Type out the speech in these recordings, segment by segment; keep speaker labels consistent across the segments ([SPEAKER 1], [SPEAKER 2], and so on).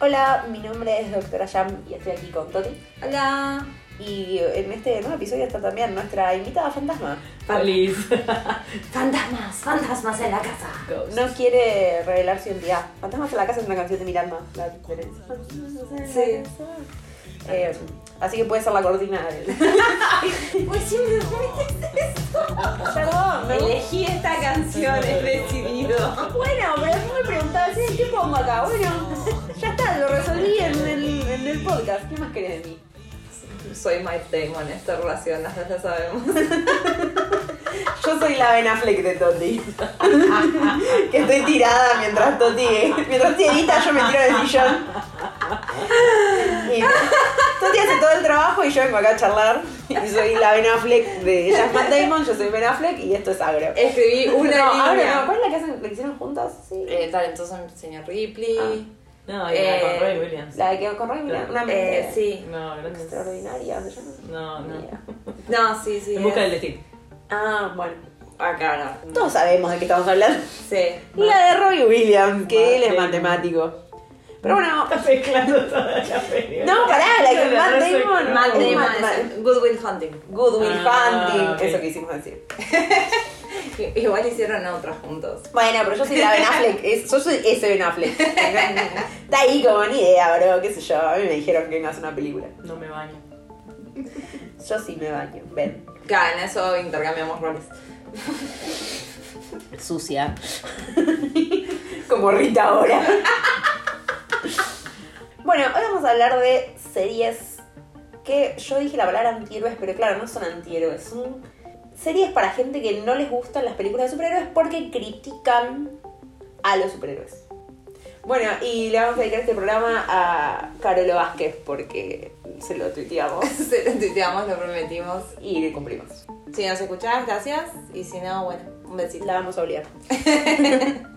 [SPEAKER 1] Hola, mi nombre es Doctora Jam y estoy aquí con Toti.
[SPEAKER 2] Hola.
[SPEAKER 1] Y en este nuevo episodio está también nuestra invitada fantasma.
[SPEAKER 2] Feliz.
[SPEAKER 1] Fantasmas, fantasmas en la casa.
[SPEAKER 2] Ghost.
[SPEAKER 1] No quiere revelar su identidad. Fantasmas en la casa es una canción de Miralma. La tenés.
[SPEAKER 2] Sí.
[SPEAKER 1] Eh, así que puede ser la cortina. del-
[SPEAKER 2] Pues siempre me
[SPEAKER 1] Perdón, me gusta.
[SPEAKER 2] Elegí esta canción, es decidido.
[SPEAKER 1] Bueno, pero es muy preguntable. ¿sí? ¿Qué pongo acá? Bueno, ya está, lo resolví en el, en el podcast. ¿Qué más querés de mí?
[SPEAKER 2] Soy Mike Damon, esta relación, las dos lo sabemos.
[SPEAKER 1] Yo soy la Ben Affleck de Toti. que estoy tirada mientras Toti. Mientras Toti edita, yo me tiro del sillón. Y Toti hace todo el trabajo y yo vengo acá a charlar. Y soy la Ben Affleck de. Ella es Matt Damon, yo soy Ben Affleck y esto es agro.
[SPEAKER 2] Escribí una
[SPEAKER 1] no,
[SPEAKER 2] línea.
[SPEAKER 1] agro no. ¿Cuál es la que, hacen, la que hicieron juntas? Sí.
[SPEAKER 2] Eh, talentoso el señor Ripley.
[SPEAKER 3] No, y la
[SPEAKER 2] Eh,
[SPEAKER 3] con Roy Williams.
[SPEAKER 1] la que quedó con Roy, mira, una mente
[SPEAKER 2] Eh, sí.
[SPEAKER 3] No, gracias.
[SPEAKER 1] extraordinaria. ¿se llama?
[SPEAKER 3] No, no.
[SPEAKER 1] Mira.
[SPEAKER 2] No, sí, sí.
[SPEAKER 3] En busca
[SPEAKER 2] es-
[SPEAKER 3] del destino.
[SPEAKER 1] Ah, bueno.
[SPEAKER 2] Acá no.
[SPEAKER 1] Todos sabemos de qué estamos hablando.
[SPEAKER 2] Sí.
[SPEAKER 1] La de Robbie Williams, que él es
[SPEAKER 3] Matt Damon.
[SPEAKER 1] matemático. Pero bueno,
[SPEAKER 3] Estás mezclando toda la película.
[SPEAKER 1] No, pará, la que Matt
[SPEAKER 3] no sé
[SPEAKER 1] Damon-
[SPEAKER 3] cómo.
[SPEAKER 2] Matt
[SPEAKER 1] Es
[SPEAKER 2] Damon
[SPEAKER 1] Matt-
[SPEAKER 2] es el Good Will Hunting.
[SPEAKER 1] Good Will
[SPEAKER 3] Ah,
[SPEAKER 1] Hunting,
[SPEAKER 3] ok.
[SPEAKER 1] eso quisimos decir.
[SPEAKER 2] Igual hicieron otros juntos.
[SPEAKER 1] Bueno, pero yo soy la Ben Affleck, es- yo soy ese Ben Affleck. Está ahí como ni idea, bro, qué sé yo. A mí me dijeron que vengas a una película.
[SPEAKER 3] No me baño.
[SPEAKER 1] Yo sí me baño, ven.
[SPEAKER 2] Claro, en eso intercambiamos roles.
[SPEAKER 1] Sucia. como Rita ahora. bueno, hoy vamos a hablar de series que yo dije la palabra antihéroes, pero claro, no son antihéroes, son series para gente que no les gustan las películas de superhéroes porque critican a los superhéroes. Bueno, y le vamos a dedicar este programa a Carolo Vázquez porque se lo tuiteamos
[SPEAKER 2] Se lo tuiteamos, lo prometimos.
[SPEAKER 1] y lo cumplimos.
[SPEAKER 2] Si nos escuchás, gracias. Y si no, bueno, un besito.
[SPEAKER 1] La vamos a obligar.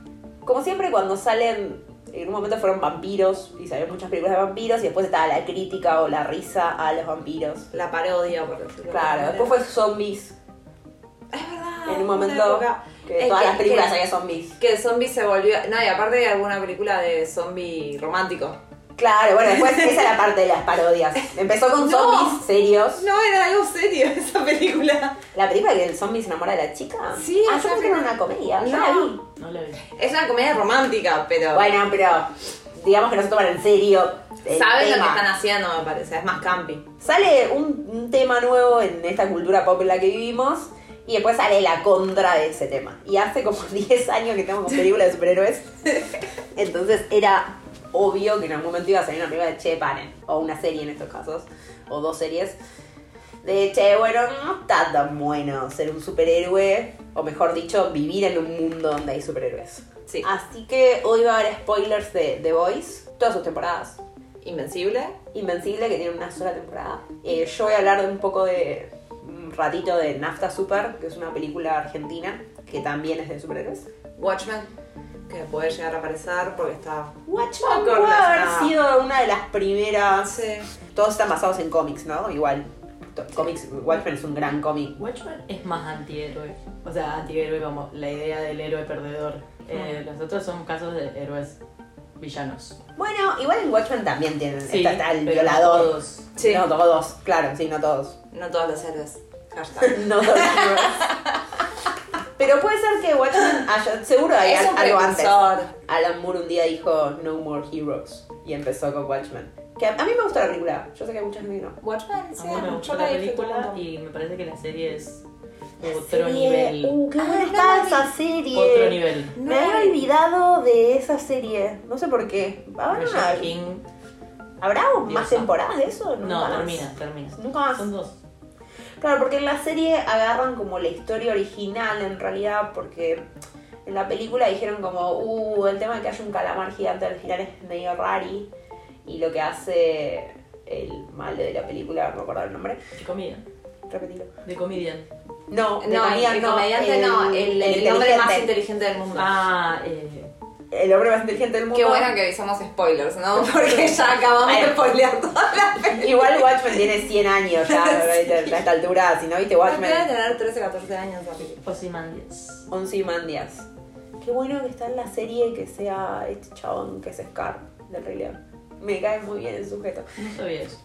[SPEAKER 1] Como siempre, cuando salen, en un momento fueron vampiros y salieron muchas películas de vampiros y después estaba la crítica o la risa a los vampiros.
[SPEAKER 2] La parodia, por decirlo.
[SPEAKER 1] Claro, después fue zombies.
[SPEAKER 2] Es verdad.
[SPEAKER 1] En un
[SPEAKER 2] hubo Ah, una
[SPEAKER 1] momento
[SPEAKER 2] época
[SPEAKER 1] que
[SPEAKER 2] Es
[SPEAKER 1] todas
[SPEAKER 2] que-
[SPEAKER 1] las películas
[SPEAKER 2] que-
[SPEAKER 1] había zombies.
[SPEAKER 2] Que el zombie se volvió. No, y aparte de alguna película de zombie romántico.
[SPEAKER 1] Claro, bueno, después esa es la parte de las parodias. Empezó con
[SPEAKER 2] No.
[SPEAKER 1] zombies serios.
[SPEAKER 2] No, era algo serio esa película.
[SPEAKER 1] La película que el zombie se enamora de la chica.
[SPEAKER 2] Sí,
[SPEAKER 1] ah,
[SPEAKER 2] esa
[SPEAKER 1] yo creo que era
[SPEAKER 2] película.
[SPEAKER 1] una comedia. Yo
[SPEAKER 2] No.
[SPEAKER 1] la vi.
[SPEAKER 3] No la vi.
[SPEAKER 2] Es una comedia romántica, pero.
[SPEAKER 1] Bueno, pero digamos que no se toman en serio. el
[SPEAKER 2] Saben lo que
[SPEAKER 1] tema.
[SPEAKER 2] están haciendo, me parece. Es más campi.
[SPEAKER 1] Sale un, un tema nuevo en esta cultura pop en la que vivimos y después sale la contra de ese tema. Y hace como 10 años que estamos con películas de superhéroes. Entonces era obvio que en algún momento iba a salir una película de Che Paren, o una serie en estos casos, o dos series. De Che, bueno, no está tan bueno ser un superhéroe, o mejor dicho, vivir en un mundo donde hay superhéroes.
[SPEAKER 2] Sí.
[SPEAKER 1] Así que hoy va a haber spoilers de The Voice, todas sus temporadas.
[SPEAKER 2] Invencible.
[SPEAKER 1] Invencible, que tiene una sola temporada. Eh, yo voy a hablar de un poco de un ratito de Nafta Super, que es una película argentina que también es de superhéroes.
[SPEAKER 2] Watchmen. Que puede llegar a aparecer porque está.
[SPEAKER 1] Watchmen
[SPEAKER 2] Poco
[SPEAKER 1] puede haber
[SPEAKER 2] relacionado.
[SPEAKER 1] sido una de las primeras.
[SPEAKER 2] Sí.
[SPEAKER 1] Todos están basados en cómics, ¿no? Igual. To- Cómics, Watchmen es un gran cómic.
[SPEAKER 3] Watchmen es más antihéroe. O sea, antihéroe como la idea del héroe perdedor. Eh,
[SPEAKER 1] Ah.
[SPEAKER 3] los otros son casos de héroes villanos.
[SPEAKER 1] Bueno, igual en Watchmen también tienen.
[SPEAKER 3] Sí,
[SPEAKER 1] está, está el
[SPEAKER 3] pero
[SPEAKER 1] violador.
[SPEAKER 3] no todos.
[SPEAKER 2] Sí.
[SPEAKER 1] No todos, claro, sí, no todos.
[SPEAKER 2] No todos los héroes. Hashtag.
[SPEAKER 1] No todos. Pero puede ser que Watchmen haya- seguro hay
[SPEAKER 2] Es un
[SPEAKER 1] algo antes.
[SPEAKER 2] precursor.
[SPEAKER 1] Alan Moore un día dijo No More Heroes y empezó con Watchmen. Que a, a mí me gusta la película, yo sé que hay mucha gente que no.
[SPEAKER 2] Watchmen,
[SPEAKER 3] A
[SPEAKER 2] sí,
[SPEAKER 3] mí me
[SPEAKER 2] yo
[SPEAKER 3] gustó
[SPEAKER 2] la
[SPEAKER 3] la
[SPEAKER 2] disfruté un
[SPEAKER 3] película
[SPEAKER 2] montón.
[SPEAKER 3] y me parece que la serie es otro nivel.
[SPEAKER 1] Uh, qué buena
[SPEAKER 2] Ah,
[SPEAKER 1] está
[SPEAKER 2] no,
[SPEAKER 1] esa serie.
[SPEAKER 3] Otro nivel.
[SPEAKER 2] No,
[SPEAKER 1] Me había olvidado de esa serie, no sé por qué. Habrá,
[SPEAKER 3] Regina King.
[SPEAKER 1] ¿habrá más
[SPEAKER 3] Diosa.
[SPEAKER 1] temporadas de eso? Nunca
[SPEAKER 3] No,
[SPEAKER 1] más.
[SPEAKER 3] termina, termina.
[SPEAKER 1] Nunca más.
[SPEAKER 3] Son dos.
[SPEAKER 1] Claro, porque en la serie agarran como la historia original en realidad, porque en la película dijeron como, uh, el tema de que haya un calamar gigante al final es medio rari, y lo que hace el malo de la película, no me acuerdo el nombre,
[SPEAKER 3] De comedia.
[SPEAKER 1] repetilo.
[SPEAKER 3] De comedian.
[SPEAKER 1] No, de
[SPEAKER 2] No,
[SPEAKER 1] comediante
[SPEAKER 2] el comediante no, el, el, hombre más inteligente del mundo.
[SPEAKER 3] Ah, eh.
[SPEAKER 1] El hombre más inteligente del mundo.
[SPEAKER 2] Qué bueno que avisamos spoilers, ¿no? Porque ya acabamos
[SPEAKER 1] Ay.
[SPEAKER 2] de spoilear toda la película.
[SPEAKER 1] Igual Watchmen tiene 100 años ya, a esta altura, si no viste Watchmen.
[SPEAKER 2] Debe tener 13 14 años la película.
[SPEAKER 3] pues Ozymandias.
[SPEAKER 1] Ozymandias. Qué bueno que está en la serie que sea este chabón que es Scar del Rey León. Me cae muy bien el sujeto.
[SPEAKER 3] No sabía eso.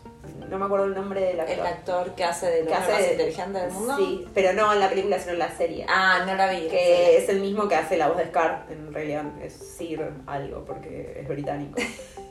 [SPEAKER 1] No me acuerdo el nombre del
[SPEAKER 2] El
[SPEAKER 1] actor.
[SPEAKER 2] actor que hace del
[SPEAKER 1] Que
[SPEAKER 2] hombre
[SPEAKER 1] hace
[SPEAKER 2] más
[SPEAKER 1] de-
[SPEAKER 2] inteligente del mundo.
[SPEAKER 1] Sí, pero no en la película, sino en la serie.
[SPEAKER 2] Ah, no la vi.
[SPEAKER 1] Que es el mismo que hace la voz de Scar en Rey León. Es Sir algo, porque es británico.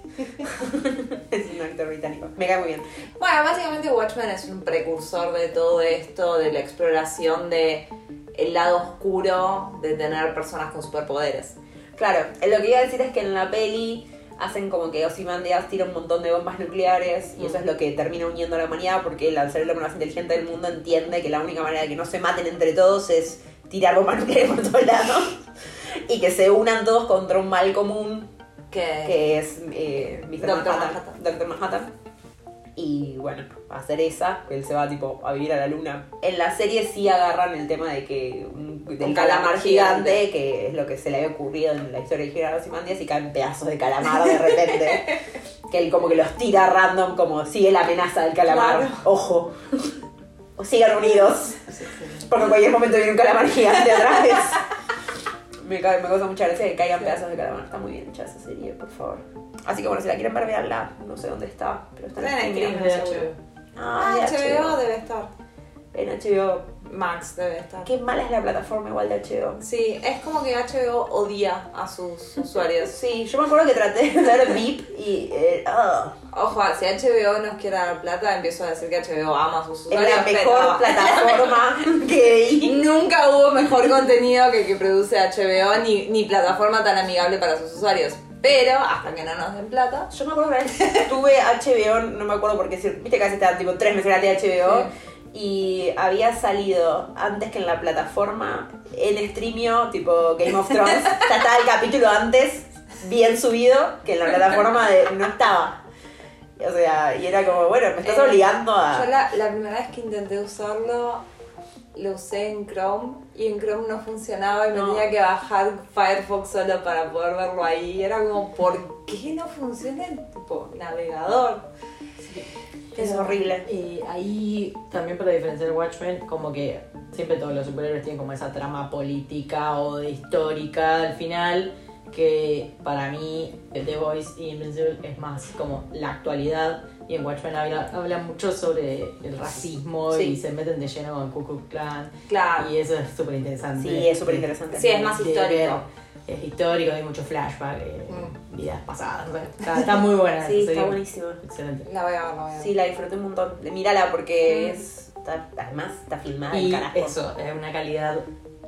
[SPEAKER 1] es un actor británico. Me cae muy bien.
[SPEAKER 2] Bueno, básicamente Watchmen es un precursor de todo esto, de la exploración de el lado oscuro de tener personas con superpoderes.
[SPEAKER 1] Claro, eh, lo que iba a decir es que en la peli hacen como que Ozymandias tira un montón de bombas nucleares y eso es lo que termina uniendo a la humanidad porque el cerebro más inteligente del mundo entiende que la única manera de que no se maten entre todos es tirar bombas nucleares por todos lados y que se unan todos contra un mal común
[SPEAKER 2] Que,
[SPEAKER 1] que es eh, Mr.
[SPEAKER 2] Doctor
[SPEAKER 1] Manhattan,
[SPEAKER 2] Manhattan.
[SPEAKER 1] Doctor Manhattan. Y bueno, va a ser esa, él se va tipo a vivir a la luna. En la serie sí agarran el tema de que un, del
[SPEAKER 2] Un
[SPEAKER 1] calamar
[SPEAKER 2] calamar
[SPEAKER 1] gigante, que es lo que se le había ocurrido en la historia de Gerardo Simandias, y caen pedazos de calamar de repente. que él como que los tira random, como sigue la amenaza del calamar.
[SPEAKER 2] Claro.
[SPEAKER 1] Ojo. O sigan unidos. Porque en cualquier momento viene un calamar gigante otra vez. Me, ca- me causa mucha gracia que caigan pedazos de calamar. Está muy bien hecha esa serie, por favor. Así que bueno, si la quieren ver, veanla. No sé dónde está, pero está en
[SPEAKER 2] Está en
[SPEAKER 1] Argentina.
[SPEAKER 2] Netflix.
[SPEAKER 3] de
[SPEAKER 2] seguro.
[SPEAKER 3] HBO.
[SPEAKER 1] Ah,
[SPEAKER 2] Ah,
[SPEAKER 1] de
[SPEAKER 2] HBO
[SPEAKER 1] HBO.
[SPEAKER 2] debe estar.
[SPEAKER 1] En HBO.
[SPEAKER 2] Max debe estar.
[SPEAKER 1] Qué mala es la plataforma igual de HBO.
[SPEAKER 2] Sí, es como que HBO odia a sus usuarios.
[SPEAKER 1] Sí, yo me acuerdo que traté de ver VIP y... eh, ah,
[SPEAKER 2] Ojo, si HBO nos quiere dar plata, empiezo a decir que HBO ama a sus
[SPEAKER 1] es
[SPEAKER 2] usuarios.
[SPEAKER 1] la mejor
[SPEAKER 2] pero-
[SPEAKER 1] plataforma que
[SPEAKER 2] Y
[SPEAKER 1] vi.
[SPEAKER 2] Nunca hubo mejor contenido que el que produce HBO ni, ni plataforma tan amigable para sus usuarios. Pero hasta que no nos den plata.
[SPEAKER 1] Yo me acuerdo que una vez tuve HBO, no me acuerdo por qué, viste que hace estaban tipo tres meses gratis de HBO. Y había salido antes que en la plataforma, en streamio, tipo Game of Thrones. ya estaba el capítulo antes, bien subido, que en la plataforma de- no estaba. O sea, y era como, bueno, me estás
[SPEAKER 2] Eh,
[SPEAKER 1] obligando
[SPEAKER 2] Yo
[SPEAKER 1] a.
[SPEAKER 2] la, la primera vez que intenté usarlo, lo usé en Chrome y en Chrome no funcionaba y me
[SPEAKER 1] No.
[SPEAKER 2] tenía que bajar Firefox solo para poder verlo ahí. Y era como, ¿por qué no funciona el tipo navegador?
[SPEAKER 1] Es horrible.
[SPEAKER 3] Y ahí también para diferenciar Watchmen, como que siempre todos los superhéroes tienen como esa trama política o de histórica al final, que para mí The Voice y Invincible es más como la actualidad. Y en Watchmen habla, habla mucho sobre el racismo
[SPEAKER 1] Sí.
[SPEAKER 3] y se meten de lleno con Ku Klux Klan.
[SPEAKER 2] Claro.
[SPEAKER 3] Ah, Y eso es súper interesante.
[SPEAKER 1] Sí, es súper interesante.
[SPEAKER 2] Sí, es más
[SPEAKER 3] de
[SPEAKER 2] histórico.
[SPEAKER 3] ver. Es histórico, hay mucho flashback, eh, vidas pasadas. o sea, Está, está muy buena.
[SPEAKER 1] Mm. Sí,
[SPEAKER 3] sería
[SPEAKER 1] está buenísima.
[SPEAKER 3] Excelente.
[SPEAKER 2] La voy a ver, la voy a ver.
[SPEAKER 1] Sí, la disfruté un montón. Mírala porque
[SPEAKER 2] Mm.
[SPEAKER 1] es. está- además está filmada del
[SPEAKER 3] Y
[SPEAKER 1] carajo.
[SPEAKER 3] eso, es una calidad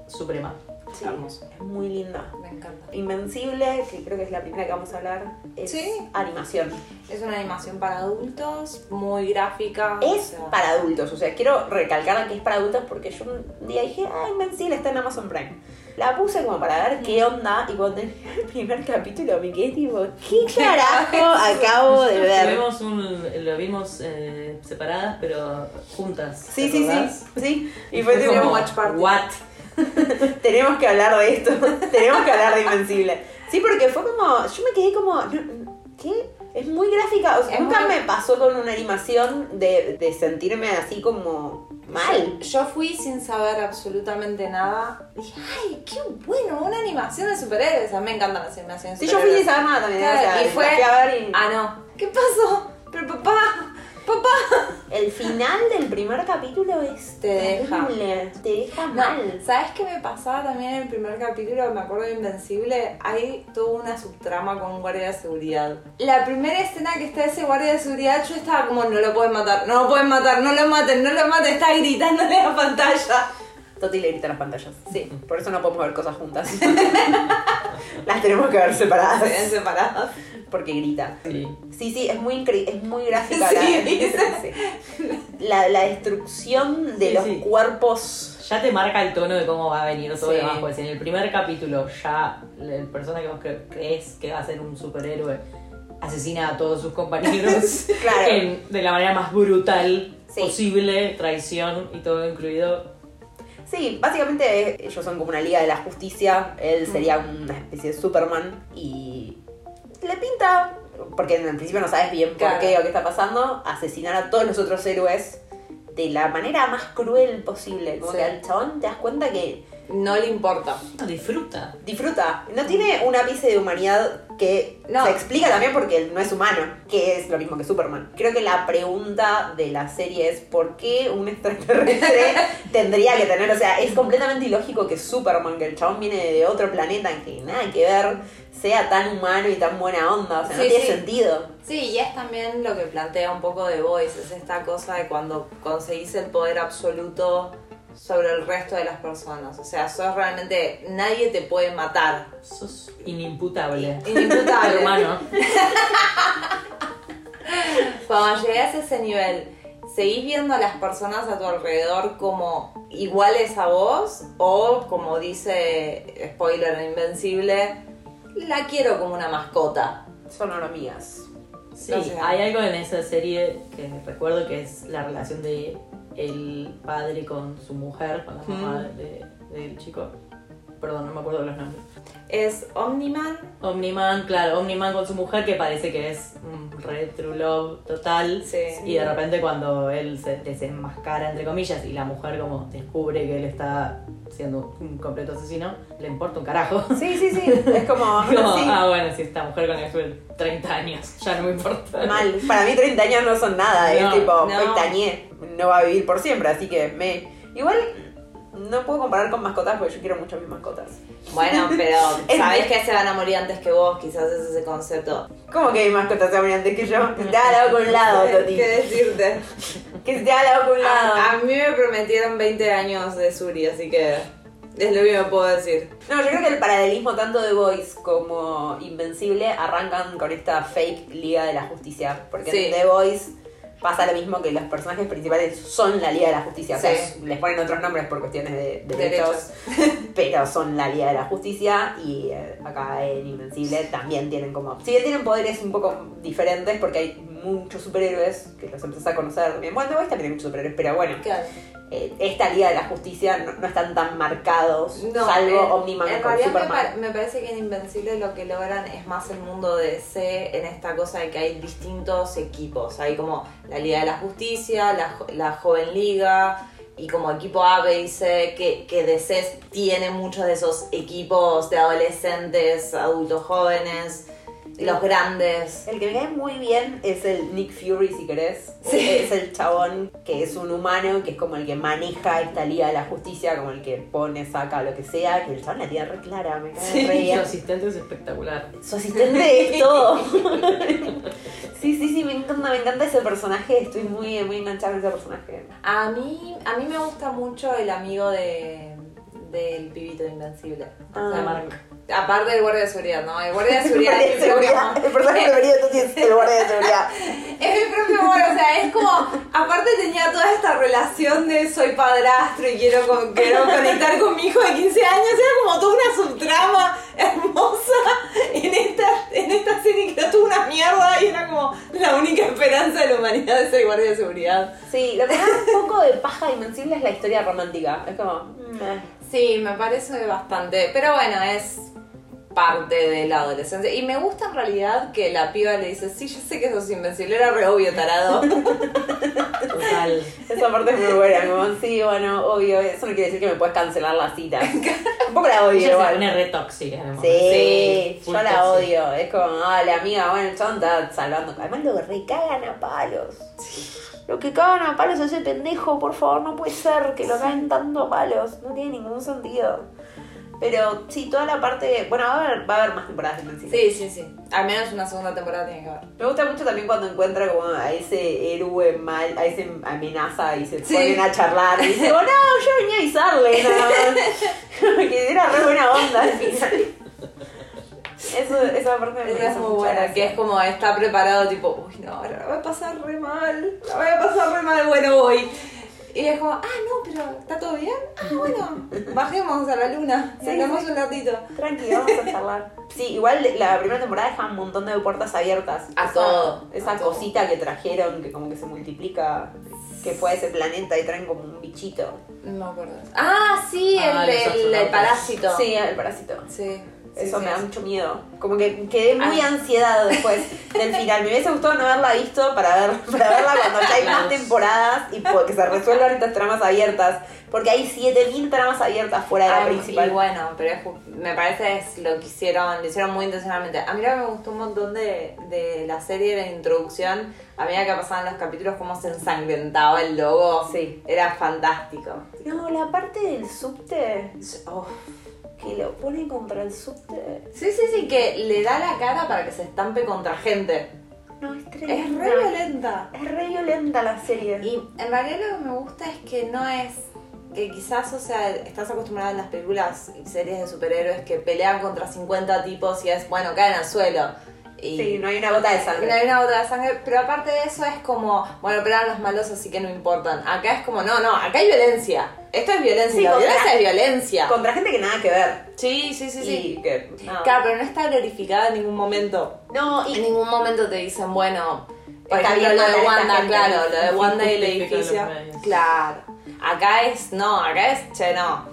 [SPEAKER 3] suprema.
[SPEAKER 1] Sí,
[SPEAKER 3] Hermoso.
[SPEAKER 1] es muy linda.
[SPEAKER 2] Me encanta.
[SPEAKER 1] Invencible, que creo que es la primera que vamos a hablar, es
[SPEAKER 2] Sí.
[SPEAKER 1] animación.
[SPEAKER 2] Es una animación para adultos, muy gráfica. o
[SPEAKER 1] Es
[SPEAKER 2] sea,
[SPEAKER 1] para adultos, o sea, quiero recalcar que es para adultos porque yo un día dije, ah, Invencible está en Amazon Prime. La puse como para ver qué onda y cuando terminé el primer capítulo me quedé tipo, ¿qué carajo acabo de ver?
[SPEAKER 3] Tuvimos un- lo vimos eh, separadas, pero juntas. ¿te
[SPEAKER 1] Sí, sí,
[SPEAKER 3] acordás?
[SPEAKER 1] sí, sí. Y fue tipo,
[SPEAKER 3] como,
[SPEAKER 2] watch party.
[SPEAKER 3] What?
[SPEAKER 1] tenemos que hablar de esto, tenemos que hablar de Invencible. Sí, porque fue como, yo me quedé como, no, no, ¿qué? Es muy gráfica, o sea,
[SPEAKER 2] Es
[SPEAKER 1] nunca
[SPEAKER 2] muy-
[SPEAKER 1] me pasó con una animación de, de sentirme así como mal.
[SPEAKER 2] Yo fui sin saber absolutamente nada. Dije, ay, qué bueno, una animación de superhéroes. A mí me encantan las animaciones de
[SPEAKER 1] Sí, yo fui sin
[SPEAKER 2] superhéroes.
[SPEAKER 1] saber nada también, o sea,
[SPEAKER 2] Claro, y
[SPEAKER 1] la
[SPEAKER 2] fue-
[SPEAKER 1] fui a ver y-
[SPEAKER 2] Ah, no. ¿Qué pasó? Pero papá, papá.
[SPEAKER 1] El final del primer capítulo es
[SPEAKER 2] Te deja.
[SPEAKER 1] terrible, te deja
[SPEAKER 2] No,
[SPEAKER 1] mal.
[SPEAKER 2] ¿sabes qué me pasaba también en el primer capítulo? Me acuerdo de Invencible. Hay toda una subtrama con un guardia de seguridad. La primera escena que está ese guardia de seguridad, yo estaba como, no lo pueden matar, no lo pueden matar, no lo maten, no lo maten. Está gritándole a la pantalla.
[SPEAKER 1] Toti le grita a las pantallas.
[SPEAKER 2] Sí.
[SPEAKER 1] Por eso no podemos ver cosas juntas. las tenemos que ver separadas.
[SPEAKER 2] Se ven separadas.
[SPEAKER 1] Porque grita.
[SPEAKER 3] Sí.
[SPEAKER 1] Sí, sí, es muy, incre- es muy gráfica
[SPEAKER 2] Sí,
[SPEAKER 1] la,
[SPEAKER 2] dice.
[SPEAKER 1] sí. La, la destrucción de
[SPEAKER 3] Sí,
[SPEAKER 1] los
[SPEAKER 3] sí.
[SPEAKER 1] cuerpos.
[SPEAKER 3] Ya te marca el tono de cómo va a venir todo
[SPEAKER 2] Sí.
[SPEAKER 3] lo demás. Pues en el primer capítulo, ya el persona que vos cre- crees que va a ser un superhéroe asesina a todos sus compañeros
[SPEAKER 1] Claro.
[SPEAKER 3] en- de la manera más brutal
[SPEAKER 1] Sí.
[SPEAKER 3] posible, traición y todo incluido.
[SPEAKER 1] Sí, básicamente eh, ellos son como una liga de la justicia.
[SPEAKER 2] Mm.
[SPEAKER 1] Él sería una especie de Superman y le pinta, porque en el principio no sabes bien por
[SPEAKER 2] Claro.
[SPEAKER 1] qué o qué está pasando, asesinar a todos los otros héroes de la manera más cruel posible. Como
[SPEAKER 2] Sí.
[SPEAKER 1] que al chabón te das cuenta que
[SPEAKER 2] No le importa.
[SPEAKER 3] No, disfruta.
[SPEAKER 1] disfruta. No tiene un ápice de humanidad que
[SPEAKER 2] No.
[SPEAKER 1] se explica también porque no es humano, que es lo mismo que Superman. Creo que la pregunta de la serie es ¿por qué un extraterrestre tendría que tener? O sea, es completamente ilógico que Superman, que el chabón viene de otro planeta que nada que ver, sea tan humano y tan buena onda. O sea, no
[SPEAKER 2] Sí,
[SPEAKER 1] tiene
[SPEAKER 2] sí.
[SPEAKER 1] sentido.
[SPEAKER 2] Sí, y es también lo que plantea un poco The Voice, es esta cosa de cuando conseguís el poder absoluto sobre el resto de las personas. O sea, sos realmente, nadie te puede matar.
[SPEAKER 3] Sos inimputable.
[SPEAKER 2] Inimputable.
[SPEAKER 3] Hermano.
[SPEAKER 2] Cuando llegás a ese nivel, ¿seguís viendo a las personas a tu alrededor como iguales a vos? O como dice, spoiler en invencible, la quiero como una mascota.
[SPEAKER 1] Son hormigas.
[SPEAKER 3] Sí,
[SPEAKER 2] No sé.
[SPEAKER 3] hay algo en esa serie que recuerdo que es la relación de el padre con su mujer, con la mamá
[SPEAKER 2] Mm.
[SPEAKER 3] de- del chico. Perdón, no me acuerdo los nombres.
[SPEAKER 2] Es Omniman.
[SPEAKER 3] Omniman, claro, Omniman con su mujer que parece que es un re true love total.
[SPEAKER 2] Sí.
[SPEAKER 3] Y de repente cuando él se desenmascara, entre comillas, y la mujer como descubre que él está siendo un completo asesino, le importa un carajo.
[SPEAKER 1] Sí, sí, sí. Es como...
[SPEAKER 3] Como,
[SPEAKER 1] sí.
[SPEAKER 3] Ah, bueno, si esta mujer con él tuve 30 años, ya no me importa.
[SPEAKER 1] Mal. Para mí 30 años no son nada.
[SPEAKER 3] No,
[SPEAKER 1] es tipo,
[SPEAKER 2] no.
[SPEAKER 1] me tañé. No va a vivir por siempre, así que me... Igual no puedo comparar con mascotas porque yo quiero mucho a mis mascotas.
[SPEAKER 2] Bueno, pero
[SPEAKER 1] Es-
[SPEAKER 2] sabés que se van a morir antes que vos, quizás ese es ese concepto.
[SPEAKER 1] ¿Cómo que mis mascotas se mueren antes que yo? Te haga lado con un lado, Toti.
[SPEAKER 2] ¿Qué decirte?
[SPEAKER 1] Que se te haga lado con un lado.
[SPEAKER 2] A, a mí me prometieron 20 años de Suri, así que es lo que me puedo decir.
[SPEAKER 1] No, yo creo que el paralelismo tanto de Boys como Invencible arrancan con esta fake Liga de la Justicia. Porque
[SPEAKER 2] Sí.
[SPEAKER 1] en The Boys pasa lo mismo que los personajes principales son la Liga de la Justicia. O sea,
[SPEAKER 2] Sí.
[SPEAKER 1] les ponen otros nombres por cuestiones de, de derechos,
[SPEAKER 2] Derechos.
[SPEAKER 1] pero son la Liga de la Justicia. Y eh, acá en Invencible también tienen como. Si bien tienen poderes un poco diferentes, porque hay muchos superhéroes que los empezás a conocer. Bueno, The Boys también hay muchos superhéroes, pero bueno.
[SPEAKER 2] Claro.
[SPEAKER 1] Eh, esta Liga de la Justicia no, no están tan marcados,
[SPEAKER 2] No,
[SPEAKER 1] salvo
[SPEAKER 2] en-
[SPEAKER 1] Omniman
[SPEAKER 2] en
[SPEAKER 1] con
[SPEAKER 2] realidad me,
[SPEAKER 1] Superman.
[SPEAKER 2] pa- me parece que en Invencible lo que logran es más el mundo de DC en esta cosa de que hay distintos equipos. Hay como la Liga de la Justicia, la, jo- la Joven Liga y como equipo A, B y C, que, que DC tiene muchos de esos equipos de adolescentes, adultos jóvenes, los grandes.
[SPEAKER 1] El que me cae muy bien es el Nick Fury, si querés. Eh,
[SPEAKER 2] Sí.
[SPEAKER 1] Es el chabón que es un humano, que es como el que maneja esta Liga de la Justicia, como el que pone, saca, lo que sea. Que el chabón la tiene re clara, me cae re
[SPEAKER 3] Su
[SPEAKER 1] bien.
[SPEAKER 3] asistente es espectacular.
[SPEAKER 1] Su asistente es todo. sí, sí, sí, me encanta, me encanta ese personaje. Estoy muy, muy enganchada en ese personaje.
[SPEAKER 2] A mí, a mí me gusta mucho el amigo de, del pibito de Invencible.
[SPEAKER 1] Ah.
[SPEAKER 3] La marca.
[SPEAKER 2] Aparte del guardia de seguridad, ¿no? El guardia de
[SPEAKER 1] El
[SPEAKER 2] seguridad es mi propio
[SPEAKER 1] seguridad.
[SPEAKER 2] amor.
[SPEAKER 1] El personaje preferido entonces es el guardia de seguridad.
[SPEAKER 2] Es mi propio amor, o sea, es como. Aparte tenía toda esta relación de soy padrastro y quiero, con- quiero conectar con mi hijo de 15 años. Era como toda una subtrama hermosa en esta, en esta serie que era toda una mierda y era como la única esperanza de la humanidad es el guardia de seguridad.
[SPEAKER 1] Sí, lo que me da un poco de paja invencible es la historia romántica. Es como. mm, eh.
[SPEAKER 2] Sí, me parece bastante. Pero bueno, es parte de la adolescencia. Y me gusta en realidad que la piba le dice, sí, yo sé que sos invencible, era re obvio tarado.
[SPEAKER 3] Total.
[SPEAKER 1] Esa parte es muy buena, como, sí, bueno, obvio, eso no quiere decir que me puedes cancelar la cita. Un poco la odio
[SPEAKER 3] Ella se
[SPEAKER 1] igual.
[SPEAKER 3] pone re tóxica. en el momento.
[SPEAKER 1] Sí,
[SPEAKER 3] full
[SPEAKER 1] yo la
[SPEAKER 3] tóxica.
[SPEAKER 1] odio. Es como, ah, la amiga, bueno, el chabón está salvando. Además lo recagan a palos. Lo que cagan a palos es ese pendejo, por favor, no puede ser que lo caen tanto a palos. No tiene ningún sentido. Pero sí, toda la parte. Bueno, va a haber, va a haber más temporadas de Invencible.
[SPEAKER 2] Sí, sí, sí. Al menos una segunda temporada tiene que haber.
[SPEAKER 1] Me gusta mucho también cuando encuentra como a ese héroe mal, a ese amenaza y se
[SPEAKER 2] Sí.
[SPEAKER 1] ponen a charlar. Y dice, oh no, yo venía a avisarle. No. que era re buena onda al final. Eso, esa parte me
[SPEAKER 2] Esa es
[SPEAKER 1] hizo
[SPEAKER 2] muy
[SPEAKER 1] mucha
[SPEAKER 2] buena,
[SPEAKER 1] gracia.
[SPEAKER 2] que es como está preparado, tipo, uy, no, ahora la voy a pasar re mal, la voy a pasar re mal, bueno, voy. Y es como, ah, no, pero ¿está todo bien? Ah, bueno, bajemos a la luna,
[SPEAKER 1] Sí,
[SPEAKER 2] salgamos un ratito.
[SPEAKER 1] Tranqui, vamos a charlar. Sí, igual la primera temporada deja un montón de puertas abiertas.
[SPEAKER 2] A
[SPEAKER 1] Esa-
[SPEAKER 2] todo,
[SPEAKER 1] Esa
[SPEAKER 2] a todo.
[SPEAKER 1] cosita que trajeron, que como que se multiplica, que fue a ese planeta y traen como un bichito.
[SPEAKER 2] No me acuerdo. Ah, sí,
[SPEAKER 3] Ah,
[SPEAKER 2] el,
[SPEAKER 3] los
[SPEAKER 2] el- el
[SPEAKER 3] astronautas.
[SPEAKER 2] parásito.
[SPEAKER 1] Sí, el parásito.
[SPEAKER 2] Sí. Sí,
[SPEAKER 1] Eso
[SPEAKER 2] sí,
[SPEAKER 1] me da
[SPEAKER 2] sí. Ah.
[SPEAKER 1] mucho miedo. Como que quedé muy
[SPEAKER 2] Ay.
[SPEAKER 1] ansiedad después del final. Me hubiese gustado no haberla visto para, ver, para verla cuando ya hay más
[SPEAKER 3] Claro.
[SPEAKER 1] temporadas y po- que se resuelvan estas tramas abiertas. Porque hay 7000 tramas abiertas fuera de la
[SPEAKER 2] Ah,
[SPEAKER 1] principal.
[SPEAKER 2] Y bueno, pero es ju- me parece es lo que hicieron, lo hicieron muy intencionalmente. A mí lo que me gustó un montón de, de la serie, la introducción, a medida que pasaban los capítulos, cómo se ensangrentaba el logo.
[SPEAKER 1] Sí.
[SPEAKER 2] Era fantástico.
[SPEAKER 1] No, la parte del subte,
[SPEAKER 2] Oh.
[SPEAKER 1] que lo pone contra el subte.
[SPEAKER 2] Sí, sí, sí, que le da la cara para que se estampe contra gente.
[SPEAKER 1] No, es tremenda.
[SPEAKER 2] Es re violenta.
[SPEAKER 1] Es re violenta la serie.
[SPEAKER 2] Y en realidad lo que me gusta es que no es que quizás, o sea, estás acostumbrada en las películas y series de superhéroes que pelean contra 50 tipos y es, bueno, caen al suelo. Y
[SPEAKER 1] Sí, no hay una gota de sangre.
[SPEAKER 2] No hay una gota de sangre, pero aparte de eso es como, bueno, pero eran los malos así que no importan. Acá es como, no, no, acá hay violencia. Esto es violencia,
[SPEAKER 1] Sí,
[SPEAKER 2] la
[SPEAKER 1] contra-
[SPEAKER 2] violencia es violencia.
[SPEAKER 1] Contra gente que nada que ver.
[SPEAKER 2] Sí, sí, sí, sí.
[SPEAKER 1] Y que, no.
[SPEAKER 2] Claro, pero no está glorificada en ningún momento.
[SPEAKER 1] Ah. No,
[SPEAKER 2] En
[SPEAKER 1] y
[SPEAKER 2] ningún momento te dicen, bueno, por
[SPEAKER 1] Está
[SPEAKER 2] ejemplo,
[SPEAKER 1] bien
[SPEAKER 2] lo
[SPEAKER 1] matar a
[SPEAKER 2] de
[SPEAKER 1] esta
[SPEAKER 2] Wanda,
[SPEAKER 1] gente.
[SPEAKER 2] claro, lo de
[SPEAKER 3] Sí,
[SPEAKER 2] Wanda y el
[SPEAKER 3] justifica los
[SPEAKER 2] edificio.
[SPEAKER 3] medios.
[SPEAKER 2] Claro. Acá es, no, acá es, che, no.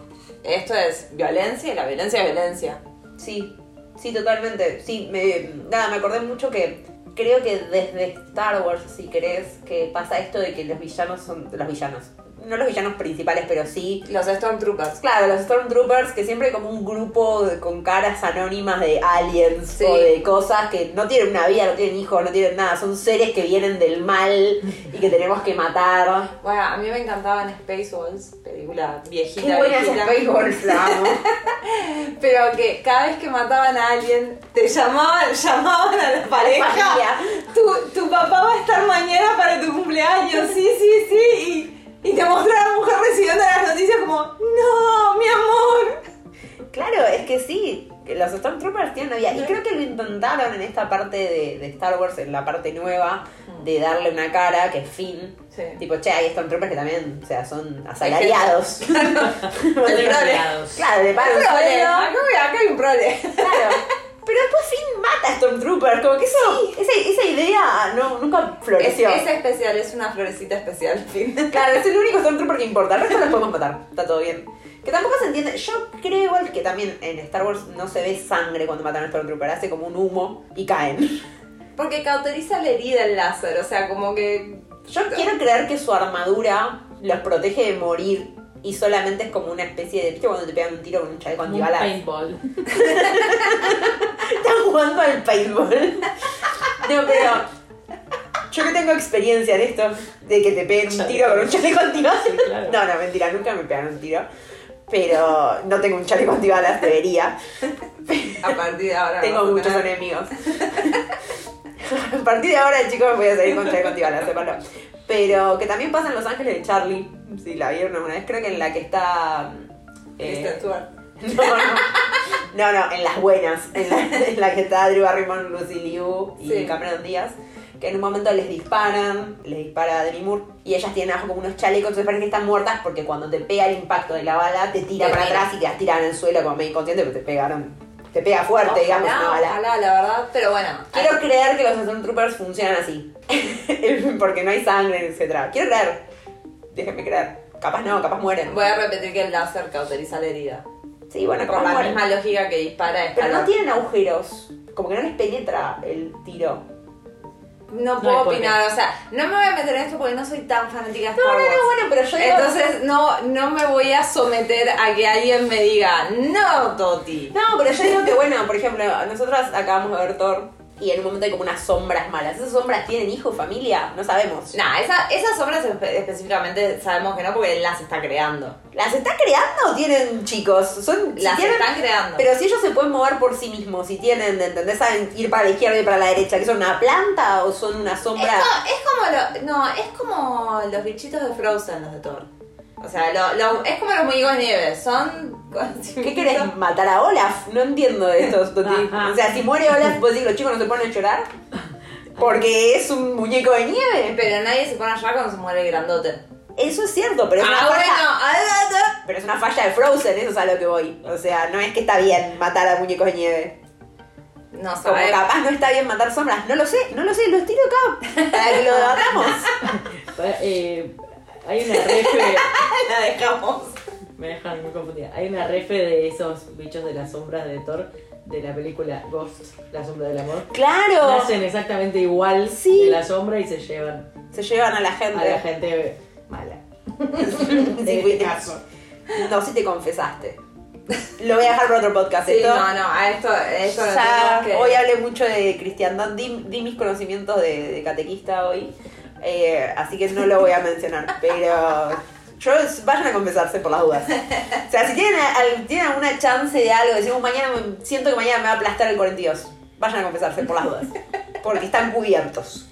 [SPEAKER 2] Esto es violencia y la violencia es violencia.
[SPEAKER 1] Sí, sí, totalmente. Sí, me, nada, me acordé mucho que creo que desde Star Wars, si querés, que pasa esto de que los villanos son los villanos. No los villanos principales, pero sí.
[SPEAKER 2] Los Stormtroopers.
[SPEAKER 1] Claro, los Stormtroopers, que siempre hay como un grupo de- con caras anónimas de aliens
[SPEAKER 2] Sí.
[SPEAKER 1] o de cosas que no tienen una vida, no tienen hijos, no tienen nada. Son seres que vienen del mal y que tenemos que matar.
[SPEAKER 2] Bueno, a mí me encantaban Spaceballs, película viejita,
[SPEAKER 1] Qué buena es
[SPEAKER 2] viejita.
[SPEAKER 1] Spaceballs, la amo.
[SPEAKER 2] Pero que cada vez que mataban a alguien, te llamaban, llamaban a la pareja.
[SPEAKER 1] familia.
[SPEAKER 2] Tu, tu papá va a estar mañana para tu cumpleaños, sí, sí, sí. Y, y te mostraba a la mujer recibiendo las noticias como, no, mi amor.
[SPEAKER 1] Claro, es que sí, que los Stormtroopers tienen una vida. Y creo que lo intentaron en esta parte de, de Star Wars, en la parte nueva, de darle una cara, que es Finn.
[SPEAKER 2] Mm. Sí.
[SPEAKER 1] Tipo, che, hay Stormtroopers que también, o sea, son asalariados.
[SPEAKER 3] Asalariados.
[SPEAKER 1] claro, le pagan un
[SPEAKER 2] Prole, ¿no?
[SPEAKER 1] sueldo.
[SPEAKER 2] Acá, mira, acá hay un prole.
[SPEAKER 1] Claro. Pero después Finn mata a Stormtroopers, como que eso, esa, esa idea no, nunca
[SPEAKER 2] Es,
[SPEAKER 1] floreció.
[SPEAKER 2] es especial, es una florecita especial, en fin.
[SPEAKER 1] Claro, es el único Stormtrooper que importa. El resto los podemos matar. Está todo bien. Que tampoco se entiende. Yo creo igual que también en Star Wars no se ve sangre cuando matan a un Stormtrooper. Hace como un humo y caen.
[SPEAKER 2] Porque cauteriza la herida el láser, o sea, como que...
[SPEAKER 1] Yo quiero creer que su armadura los protege de morir. Y solamente es como una especie de. ¿Viste cuando te pegan un tiro con un chaleco
[SPEAKER 3] Como un
[SPEAKER 1] antibalas?
[SPEAKER 3] paintball.
[SPEAKER 1] Están jugando al paintball. No, pero. Yo que tengo experiencia en esto, de que te peguen un tiro con un chaleco antibalas.
[SPEAKER 3] Sí, claro.
[SPEAKER 1] No, no, mentira, nunca me pegaron un tiro. Pero no tengo un chaleco antibalas, debería.
[SPEAKER 2] A partir de
[SPEAKER 3] Ah,
[SPEAKER 2] ahora...
[SPEAKER 1] Tengo
[SPEAKER 2] vamos a
[SPEAKER 1] muchos
[SPEAKER 2] tener-
[SPEAKER 1] enemigos. a partir de ahora, chicos, voy a salir con Chaleco Antibalas, sépanlo. Pero que también pasa en Los Ángeles de Charlie, si la vieron alguna vez, creo que en la que está... eh,
[SPEAKER 2] Kristen
[SPEAKER 3] Este,
[SPEAKER 2] Stewart.
[SPEAKER 1] no, no, no, no, en las buenas, en la, en la que está Drew Barrymore, Lucy Liu y
[SPEAKER 2] Sí.
[SPEAKER 1] Cameron Díaz, que en un momento les disparan, les dispara a Demi Moore y ellas tienen abajo como unos chalecos, entonces parecen que están muertas porque cuando te pega el impacto de la bala te tira
[SPEAKER 2] Te
[SPEAKER 1] para
[SPEAKER 2] pega.
[SPEAKER 1] atrás y quedas tirada en el suelo como medio inconsciente porque te pegaron, te pega fuerte, digamos, una
[SPEAKER 2] Ojalá,
[SPEAKER 1] bala.
[SPEAKER 2] ojalá, la verdad, pero bueno.
[SPEAKER 1] Quiero creer que los Stormtroopers funcionan así, porque no hay sangre, etcétera. Quiero creer, déjenme creer. Capaz no, capaz mueren.
[SPEAKER 2] Voy a repetir que el láser cauteriza la herida.
[SPEAKER 1] sí, bueno,
[SPEAKER 2] Por
[SPEAKER 1] capaz
[SPEAKER 2] la
[SPEAKER 1] mueren.
[SPEAKER 2] misma lógica que dispara es
[SPEAKER 1] Pero no
[SPEAKER 2] calor.
[SPEAKER 1] tienen agujeros. Como que no les penetra el tiro.
[SPEAKER 2] No
[SPEAKER 3] No
[SPEAKER 2] puedo
[SPEAKER 3] hay por
[SPEAKER 2] opinar, o sea, no me voy a meter en esto porque no soy tan fanática de Star Wars.
[SPEAKER 1] bueno, pero yo
[SPEAKER 2] Entonces no, no me voy a someter a que alguien me diga, no, Toti.
[SPEAKER 1] No, pero yo digo que, bueno, por ejemplo, nosotras acabamos de ver Thor y en un momento hay como unas sombras malas. ¿Esas sombras tienen hijo, familia? No sabemos.
[SPEAKER 2] Nah, esa, esas sombras espe- específicamente sabemos que no porque él las está creando.
[SPEAKER 1] ¿Las está creando o tienen chicos? Son, si
[SPEAKER 2] Las
[SPEAKER 1] tienen-
[SPEAKER 2] están creando.
[SPEAKER 1] Pero si ellos se pueden mover por sí mismos, si tienen, ¿entendés? Saben ir para la izquierda y para la derecha, que son una planta o son una
[SPEAKER 2] Es,
[SPEAKER 1] sombra.
[SPEAKER 2] co- es como lo- no, es como los bichitos de Frozen, los de Thor. O sea, lo- lo- es como los muñecos nieve, son...
[SPEAKER 1] ¿Qué querés? ¿Matar a Olaf? No entiendo de estos. Toti.
[SPEAKER 3] Ajá.
[SPEAKER 1] o sea, si muere Olaf, vos decís, los chicos no se ponen a llorar. Porque es un muñeco de nieve.
[SPEAKER 2] Pero nadie se pone a llorar cuando se muere el grandote.
[SPEAKER 1] Eso es cierto, pero es una
[SPEAKER 2] ah,
[SPEAKER 1] falla.
[SPEAKER 2] bueno, ah, ah, ah.
[SPEAKER 1] Pero es una falla de Frozen, eso es a lo que voy. O sea, no es que está bien matar a muñecos de nieve.
[SPEAKER 2] No eh,
[SPEAKER 1] Como
[SPEAKER 2] sabemos.
[SPEAKER 1] capaz no está bien matar sombras. No lo sé, no lo sé, lo estiro acá para que lo debatamos.
[SPEAKER 3] Pa- eh, hay una refe.
[SPEAKER 2] La dejamos.
[SPEAKER 3] Me dejan muy confundida. Hay una refe de esos bichos de las sombras de Thor de la película Ghost, La Sombra del Amor,
[SPEAKER 1] ¡Claro!
[SPEAKER 3] nacen exactamente igual
[SPEAKER 1] Sí.
[SPEAKER 3] de la sombra y se llevan
[SPEAKER 1] Se llevan a la gente.
[SPEAKER 3] a la gente mala.
[SPEAKER 1] Sí,
[SPEAKER 3] En este
[SPEAKER 1] fuiste-
[SPEAKER 3] caso.
[SPEAKER 1] No, si te confesaste. Lo voy a dejar para otro podcast.
[SPEAKER 2] Sí,
[SPEAKER 1] esto.
[SPEAKER 2] no, no, a esto, a esto lo
[SPEAKER 1] Ya
[SPEAKER 2] tenemos que...
[SPEAKER 1] Hoy hablé mucho de cristiandad, di, di mis conocimientos de, de catequista hoy, eh, así que no lo voy a mencionar, pero yo, vayan a confesarse por las dudas. O sea, si tienen, al- tienen alguna chance de algo, decimos mañana, me- siento que mañana me va a aplastar el 42, vayan a confesarse por las dudas, porque están cubiertos.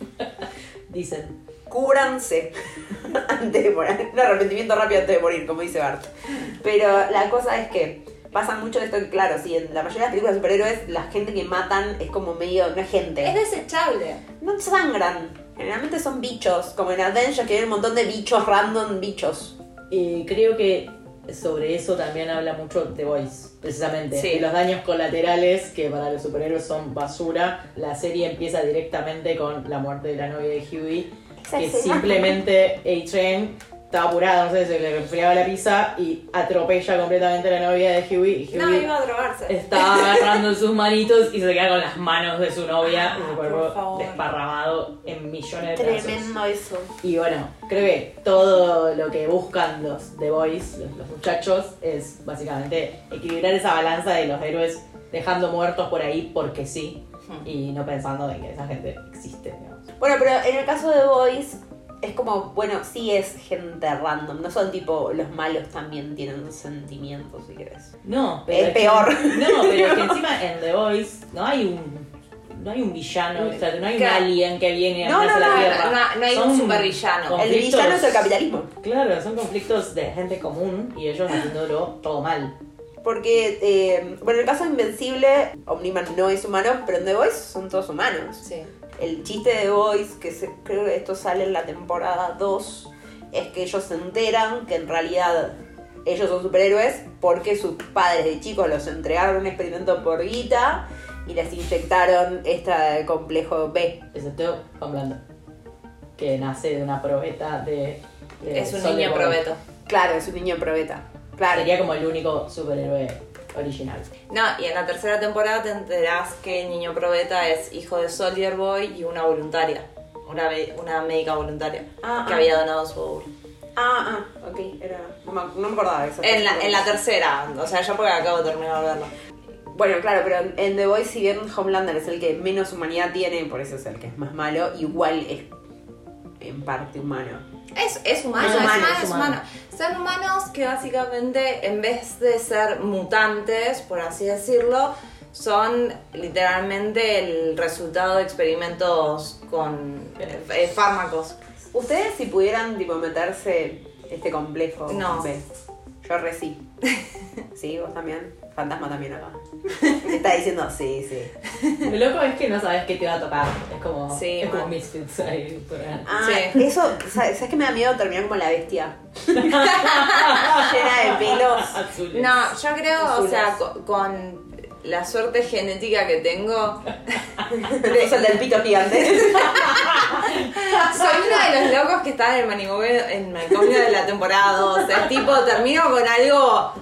[SPEAKER 3] Dicen.
[SPEAKER 1] Cúbranse antes de morir. Un arrepentimiento rápido antes de morir, como dice Bart. Pero la cosa es que pasa mucho esto, que, claro, si en la mayoría de las películas de superhéroes la gente que matan es como medio, no es
[SPEAKER 2] Es
[SPEAKER 1] gente.
[SPEAKER 2] desechable.
[SPEAKER 1] No sangran. Generalmente son bichos, como en Avengers que hay un montón de bichos random, bichos.
[SPEAKER 3] Y creo que sobre eso también habla mucho The Voice, precisamente.
[SPEAKER 1] Sí.
[SPEAKER 3] Y los daños colaterales, que para los superhéroes son basura. La serie empieza directamente con la muerte de la novia de Huey, que simplemente A-Train estaba apurada, no sé, se le enfriaba la pizza y atropella completamente a la novia de Huey. Y Huey
[SPEAKER 2] No, iba a drogarse.
[SPEAKER 3] estaba agarrando sus manitos y se queda con las manos de su novia y su
[SPEAKER 2] Por
[SPEAKER 3] cuerpo
[SPEAKER 2] favor.
[SPEAKER 3] desparramado en millones de pedazos.
[SPEAKER 1] Tremendo eso.
[SPEAKER 3] Y bueno, creo que todo lo que buscan los The Boys, los, los muchachos, es básicamente equilibrar esa balanza de los héroes dejando muertos por ahí porque sí y no pensando en que esa gente existe. digamos.
[SPEAKER 1] Bueno, pero en el caso de Boys es como, bueno, sí es gente random, no son tipo los malos también tienen sentimientos, si querés.
[SPEAKER 3] No,
[SPEAKER 1] Es
[SPEAKER 3] que-
[SPEAKER 1] peor.
[SPEAKER 3] no, pero es que encima en The Boys no hay un no hay un villano, o sea, no hay un
[SPEAKER 2] Claro.
[SPEAKER 3] alien que viene a
[SPEAKER 1] No,
[SPEAKER 3] hacer
[SPEAKER 1] no,
[SPEAKER 3] la
[SPEAKER 1] no,
[SPEAKER 3] tierra.
[SPEAKER 2] no, no hay un
[SPEAKER 3] Son
[SPEAKER 2] supervillano.
[SPEAKER 1] El
[SPEAKER 3] conflictos-
[SPEAKER 1] villano es el capitalismo.
[SPEAKER 3] Claro, son conflictos de gente común y ellos haciéndolo todo mal.
[SPEAKER 1] Porque, eh, bueno, en el caso de Invencible, Omniman no es humano, pero en The Voice son todos humanos.
[SPEAKER 2] Sí.
[SPEAKER 1] El chiste de The Voice, que se- creo que esto sale en la temporada 2, es que ellos se enteran que en realidad ellos son superhéroes porque sus padres de chicos los entregaron a un experimento por guita y les inyectaron este complejo B.
[SPEAKER 3] excepto Juan Blando, que nace de una probeta de... de
[SPEAKER 2] Es un
[SPEAKER 3] Soldier
[SPEAKER 2] niño
[SPEAKER 3] Boy.
[SPEAKER 2] probeto.
[SPEAKER 1] Claro, es un niño probeta. Claro.
[SPEAKER 3] Sería como el único superhéroe original.
[SPEAKER 2] No, y en la tercera temporada te enterás que el niño probeta es hijo de Soldier Boy y una voluntaria. Una, me- una médica voluntaria
[SPEAKER 1] Ah,
[SPEAKER 2] que
[SPEAKER 1] ah.
[SPEAKER 2] había donado su óvulo.
[SPEAKER 1] Ah, ah, ok, era... No me, no me acordaba de eso.
[SPEAKER 2] En la, en la tercera, o sea, yo porque acabo de terminar de verlo.
[SPEAKER 1] Bueno, claro, pero en The Voice, si bien Homelander es el que menos humanidad tiene, por eso es el que es más malo, igual es en parte humano.
[SPEAKER 2] Es, es humano,
[SPEAKER 3] Es
[SPEAKER 2] es
[SPEAKER 3] humano,
[SPEAKER 2] humano,
[SPEAKER 3] es
[SPEAKER 2] es
[SPEAKER 3] humano.
[SPEAKER 2] humano. Son humanos que básicamente, en vez de ser mutantes, por así decirlo, son literalmente el resultado de experimentos con eh, eh, fármacos.
[SPEAKER 1] Ustedes si pudieran tipo meterse este complejo.
[SPEAKER 2] No.
[SPEAKER 1] B? Yo re sí. ¿Sí? ¿Vos también? Fantasma también acá. Me está diciendo sí, sí.
[SPEAKER 3] Lo loco es que no sabes qué te va a tocar. Es como,
[SPEAKER 2] Sí,
[SPEAKER 3] es como
[SPEAKER 2] mal.
[SPEAKER 3] Misfits ahí. por ahí.
[SPEAKER 1] Ah,
[SPEAKER 2] Sí.
[SPEAKER 1] eso, ¿sabes ¿sabes qué me da miedo terminar como la bestia? Llena de pelos.
[SPEAKER 3] Azules.
[SPEAKER 2] Ah, No, yo creo, o
[SPEAKER 1] Azules.
[SPEAKER 2] sea, co- con, la suerte genética que tengo,
[SPEAKER 1] Es el del pito gigante.
[SPEAKER 2] soy uno de los locos que está en el manicomio, en manicomio de la temporada 2. Es tipo, termino con algo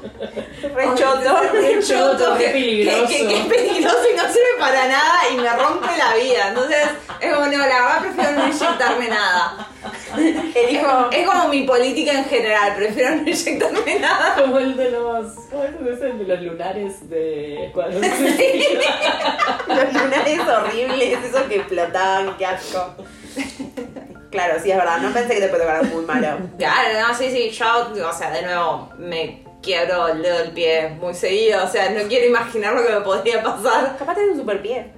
[SPEAKER 1] Re choto.
[SPEAKER 2] re choto,
[SPEAKER 3] Qué
[SPEAKER 2] que-
[SPEAKER 3] peligroso.
[SPEAKER 2] Que, que- que es peligroso y no sirve para nada y me rompe la vida. Entonces, es como, no, la verdad prefiero no inyectarme nada.
[SPEAKER 1] Elijo.
[SPEAKER 2] Es como mi política en general, prefiero no inyectarme nada.
[SPEAKER 3] Como el de los... ¿Cómo es el de los lunares de Escuadrón Suicida?
[SPEAKER 1] Los lunares horribles, esos que explotaban, qué asco. Claro, sí, es verdad. No pensé que te puede tocar algo muy malo.
[SPEAKER 2] Claro, no, sí, sí, yo, o sea, de nuevo, me quiebro el dedo del pie muy seguido, o sea, no quiero imaginar lo que me podría pasar.
[SPEAKER 1] Capaz tenés un superpie.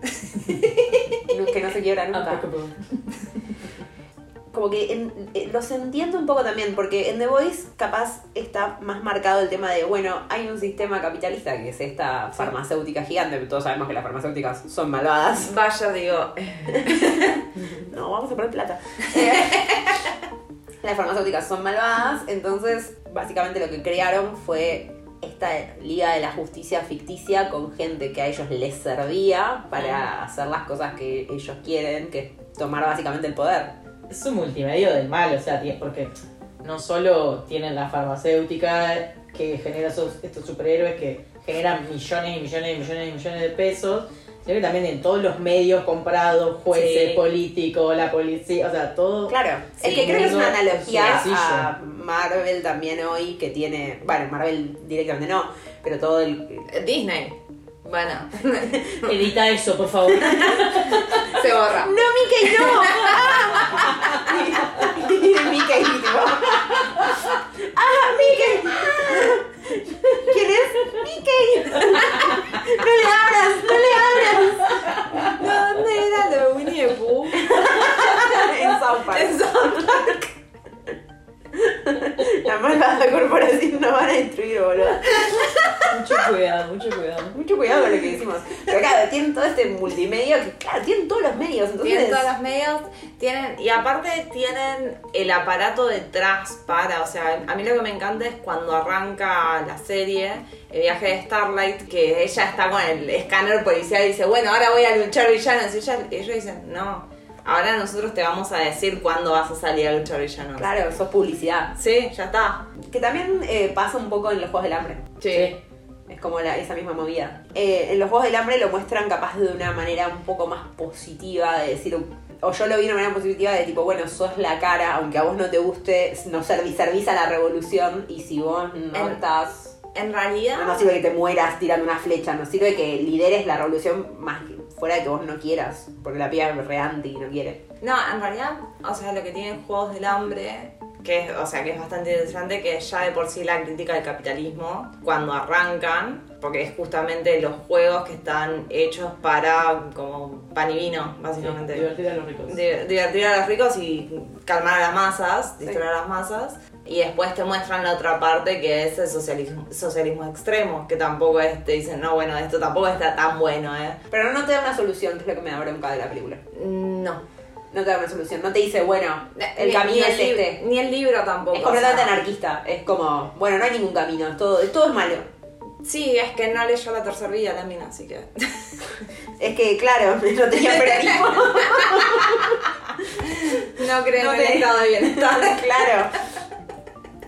[SPEAKER 1] No, que no se quiebra
[SPEAKER 3] Ah,
[SPEAKER 1] nunca.
[SPEAKER 3] Unbreakable.
[SPEAKER 1] Ah, Como que en- eh, los entiendo un poco también, porque en The Voice capaz está más marcado el tema de, bueno, hay un sistema capitalista que es esta farmacéutica gigante, todos sabemos que las farmacéuticas son malvadas.
[SPEAKER 2] Vaya, digo,
[SPEAKER 1] No, vamos a poner plata. Eh, Las farmacéuticas son malvadas, entonces básicamente lo que crearon fue esta Liga de la Justicia ficticia con gente que a ellos les servía para hacer las cosas que ellos quieren, que es tomar básicamente el poder.
[SPEAKER 3] Es un multimedio del mal, o sea, tie- porque no solo tienen la farmacéutica que genera esos- estos superhéroes que genera millones y millones y millones y millones de pesos, sino que también en todos los medios comprados, jueces,
[SPEAKER 4] Sí.
[SPEAKER 3] políticos, la policía, o sea, todo.
[SPEAKER 1] Claro,
[SPEAKER 3] Sí,
[SPEAKER 1] es que creo que es una
[SPEAKER 3] no,
[SPEAKER 1] analogía
[SPEAKER 3] sencillo.
[SPEAKER 1] a Marvel también hoy que tiene, bueno, Marvel directamente no, pero todo el...
[SPEAKER 2] eh,
[SPEAKER 4] Disney. Bueno,
[SPEAKER 3] Edita eso, por favor.
[SPEAKER 4] se borra.
[SPEAKER 1] ¡No, Mickey, no! Y Mickey, tipo... ¡Ah, Mickey! ¿Quién es? ¡Mickey! ¡No le abras, no le abras!
[SPEAKER 2] No, ¿dónde era lo de Winnie the Pooh?
[SPEAKER 1] En South Park. La malvada corporación nos van a destruir, boludo.
[SPEAKER 3] mucho cuidado, mucho cuidado.
[SPEAKER 1] Mucho cuidado con lo que decimos. Pero claro, tienen todo este multimedia que, claro, tienen todos los medios. Entonces,
[SPEAKER 2] Tienen todos los medios, tienen, y aparte tienen el aparato detrás para, o sea, a mí lo que me encanta es cuando arranca la serie, el viaje de Starlight, que ella está con el escáner policial y dice, bueno, ahora voy a luchar villanos, y ella- ellos dicen, no, ahora nosotros te vamos a decir cuándo vas a salir a luchar villanos.
[SPEAKER 1] Claro, sos publicidad.
[SPEAKER 2] Sí, ya está.
[SPEAKER 1] Que también eh, pasa un poco en los Juegos del Hambre.
[SPEAKER 3] Sí.
[SPEAKER 1] Es como la- esa misma movida. Eh, en los Juegos del Hambre lo muestran capaz de una manera un poco más positiva, de decir... O yo lo vi de una manera positiva de tipo, bueno, sos la cara, aunque a vos no te guste, no servi- servís a la revolución y si vos no
[SPEAKER 2] En-
[SPEAKER 1] estás...
[SPEAKER 2] En realidad...
[SPEAKER 1] No, no sirve que te mueras tirando una flecha, no sirve que lideres la revolución más que- fuera de que vos no quieras, porque la piba es re anti y no quiere.
[SPEAKER 2] No, en realidad, o sea, lo que tienen Juegos del Hambre, que es, o sea, que es bastante interesante, que ya de por sí la crítica del capitalismo, cuando arrancan, porque es justamente los juegos que están hechos para como pan y vino, básicamente.
[SPEAKER 3] Divertir a los ricos.
[SPEAKER 2] Di- divertir a los ricos y calmar a las masas, distraer a las masas. Y después te muestran la otra parte que es el socialismo, socialismo extremo, que tampoco es, te dicen, no, bueno, esto tampoco está tan bueno, ¿eh?
[SPEAKER 1] Pero no te da una solución, que es lo que me da bronca de la película.
[SPEAKER 2] No.
[SPEAKER 1] No te da una solución, no te dice, bueno, el
[SPEAKER 2] Ni-
[SPEAKER 1] camino
[SPEAKER 2] ni
[SPEAKER 1] es
[SPEAKER 2] el lib-
[SPEAKER 1] este.
[SPEAKER 2] Ni el libro tampoco.
[SPEAKER 1] Es completamente
[SPEAKER 2] o sea.
[SPEAKER 1] anarquista, es como, bueno, no hay ningún camino, es todo, todo es malo.
[SPEAKER 2] Sí, es que no leyó la tercera vía la mina, así que.
[SPEAKER 1] Es que, claro, no tenía peronismo.
[SPEAKER 2] No creo
[SPEAKER 1] No
[SPEAKER 2] en el
[SPEAKER 1] te-
[SPEAKER 2] estado de bienestar.
[SPEAKER 1] claro.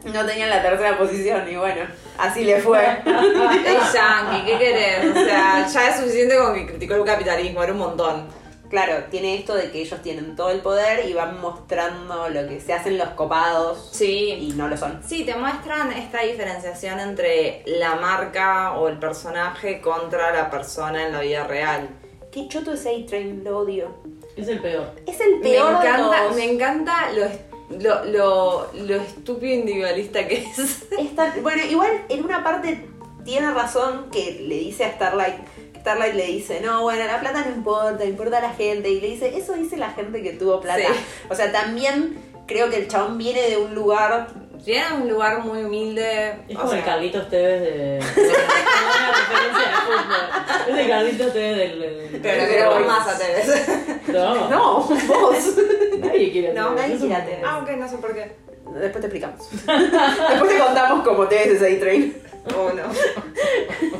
[SPEAKER 1] No tenían la tercera posición y bueno, así le fue.
[SPEAKER 2] Es yankee, ¿qué querés? O sea, ya es suficiente con que criticó el capitalismo, era un montón.
[SPEAKER 1] Claro, tiene esto de que ellos tienen todo el poder y van mostrando lo que se hacen los copados
[SPEAKER 2] Sí.
[SPEAKER 1] y no lo son.
[SPEAKER 2] Sí, te muestran esta diferenciación entre la marca o el personaje contra la persona en la vida real.
[SPEAKER 1] Qué choto es A-Train, lo odio.
[SPEAKER 3] Es el peor.
[SPEAKER 1] Es el
[SPEAKER 2] Me
[SPEAKER 1] peor de
[SPEAKER 2] encanta,
[SPEAKER 1] todos.
[SPEAKER 2] me encanta lo, est- lo, lo, lo estúpido individualista que es.
[SPEAKER 1] Esta- bueno, igual en una parte tiene razón que le dice a Starlight. Starlight le dice, no, bueno, la plata no importa, importa la gente. Y le dice, eso dice la gente que tuvo plata.
[SPEAKER 2] Sí.
[SPEAKER 1] O sea, también creo que el chabón viene de un lugar.
[SPEAKER 2] Tiene un lugar muy humilde.
[SPEAKER 3] Es
[SPEAKER 2] o
[SPEAKER 3] como el
[SPEAKER 2] sea,
[SPEAKER 3] Carlitos Tevez de. de- una referencia de fútbol. Es el Carlitos Tevez del. del-
[SPEAKER 2] Pero
[SPEAKER 1] Pero
[SPEAKER 2] creo que
[SPEAKER 1] bueno.
[SPEAKER 2] más a TV.
[SPEAKER 3] No.
[SPEAKER 1] No, vos.
[SPEAKER 3] Nadie quiere Ah, a
[SPEAKER 2] No,
[SPEAKER 3] Tevez.
[SPEAKER 1] nadie
[SPEAKER 3] Es un-
[SPEAKER 1] quiere a Tevez.
[SPEAKER 2] Aunque no sé por qué.
[SPEAKER 1] Después te explicamos. Después te contamos cómo te ves ese train.
[SPEAKER 2] Oh, no.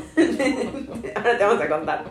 [SPEAKER 1] Ahora te vamos a contar.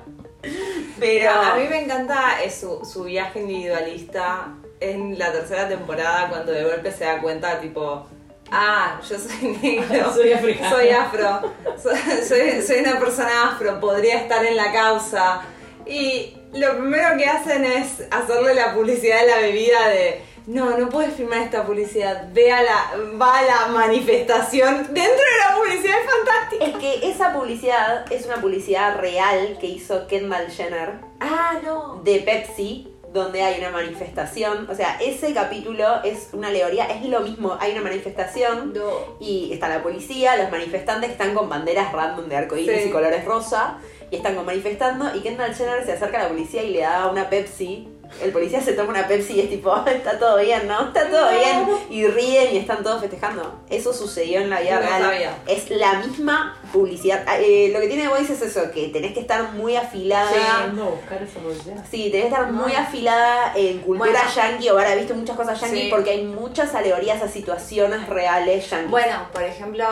[SPEAKER 1] Pero.
[SPEAKER 2] A mí me encanta eh, su, su viaje individualista en la tercera temporada cuando de golpe se da cuenta, tipo, ah, yo Ah, soy negro.
[SPEAKER 3] Soy Ah. africano.
[SPEAKER 2] Soy afro. Soy, soy- soy una persona afro. Podría estar en la causa. Y lo primero que hacen es hacerle la publicidad de la bebida de... No, no puedes filmar esta publicidad. Ve a la, va a la manifestación dentro de la publicidad. Es fantástico.
[SPEAKER 1] Es que esa publicidad es una publicidad real que hizo Kendall Jenner
[SPEAKER 2] Ah, no.
[SPEAKER 1] de Pepsi, donde hay una manifestación. O sea, ese capítulo es una alegoría, es lo mismo. Hay una manifestación
[SPEAKER 2] No.
[SPEAKER 1] y está la policía, los manifestantes que están con banderas random de arcoíris
[SPEAKER 2] Sí.
[SPEAKER 1] y colores rosa y están como manifestando. Y Kendall Jenner se acerca a la policía y le da una Pepsi. El policía se toma una Pepsi y es tipo, está todo bien, ¿no? Está todo bien. Y ríen y están todos festejando. Eso sucedió en la vida
[SPEAKER 2] No
[SPEAKER 1] real.
[SPEAKER 2] sabía.
[SPEAKER 1] Es la misma publicidad. Ah, eh, lo que tiene Voice es eso, que tenés que estar muy afilada.
[SPEAKER 3] Yendo a buscar esa publicidad.
[SPEAKER 1] Sí, tenés que estar muy afilada en cultura
[SPEAKER 2] Bueno.
[SPEAKER 1] yankee o haber visto muchas cosas yankee
[SPEAKER 2] Sí.
[SPEAKER 1] porque hay muchas alegorías a situaciones reales yankee.
[SPEAKER 2] Bueno, por ejemplo,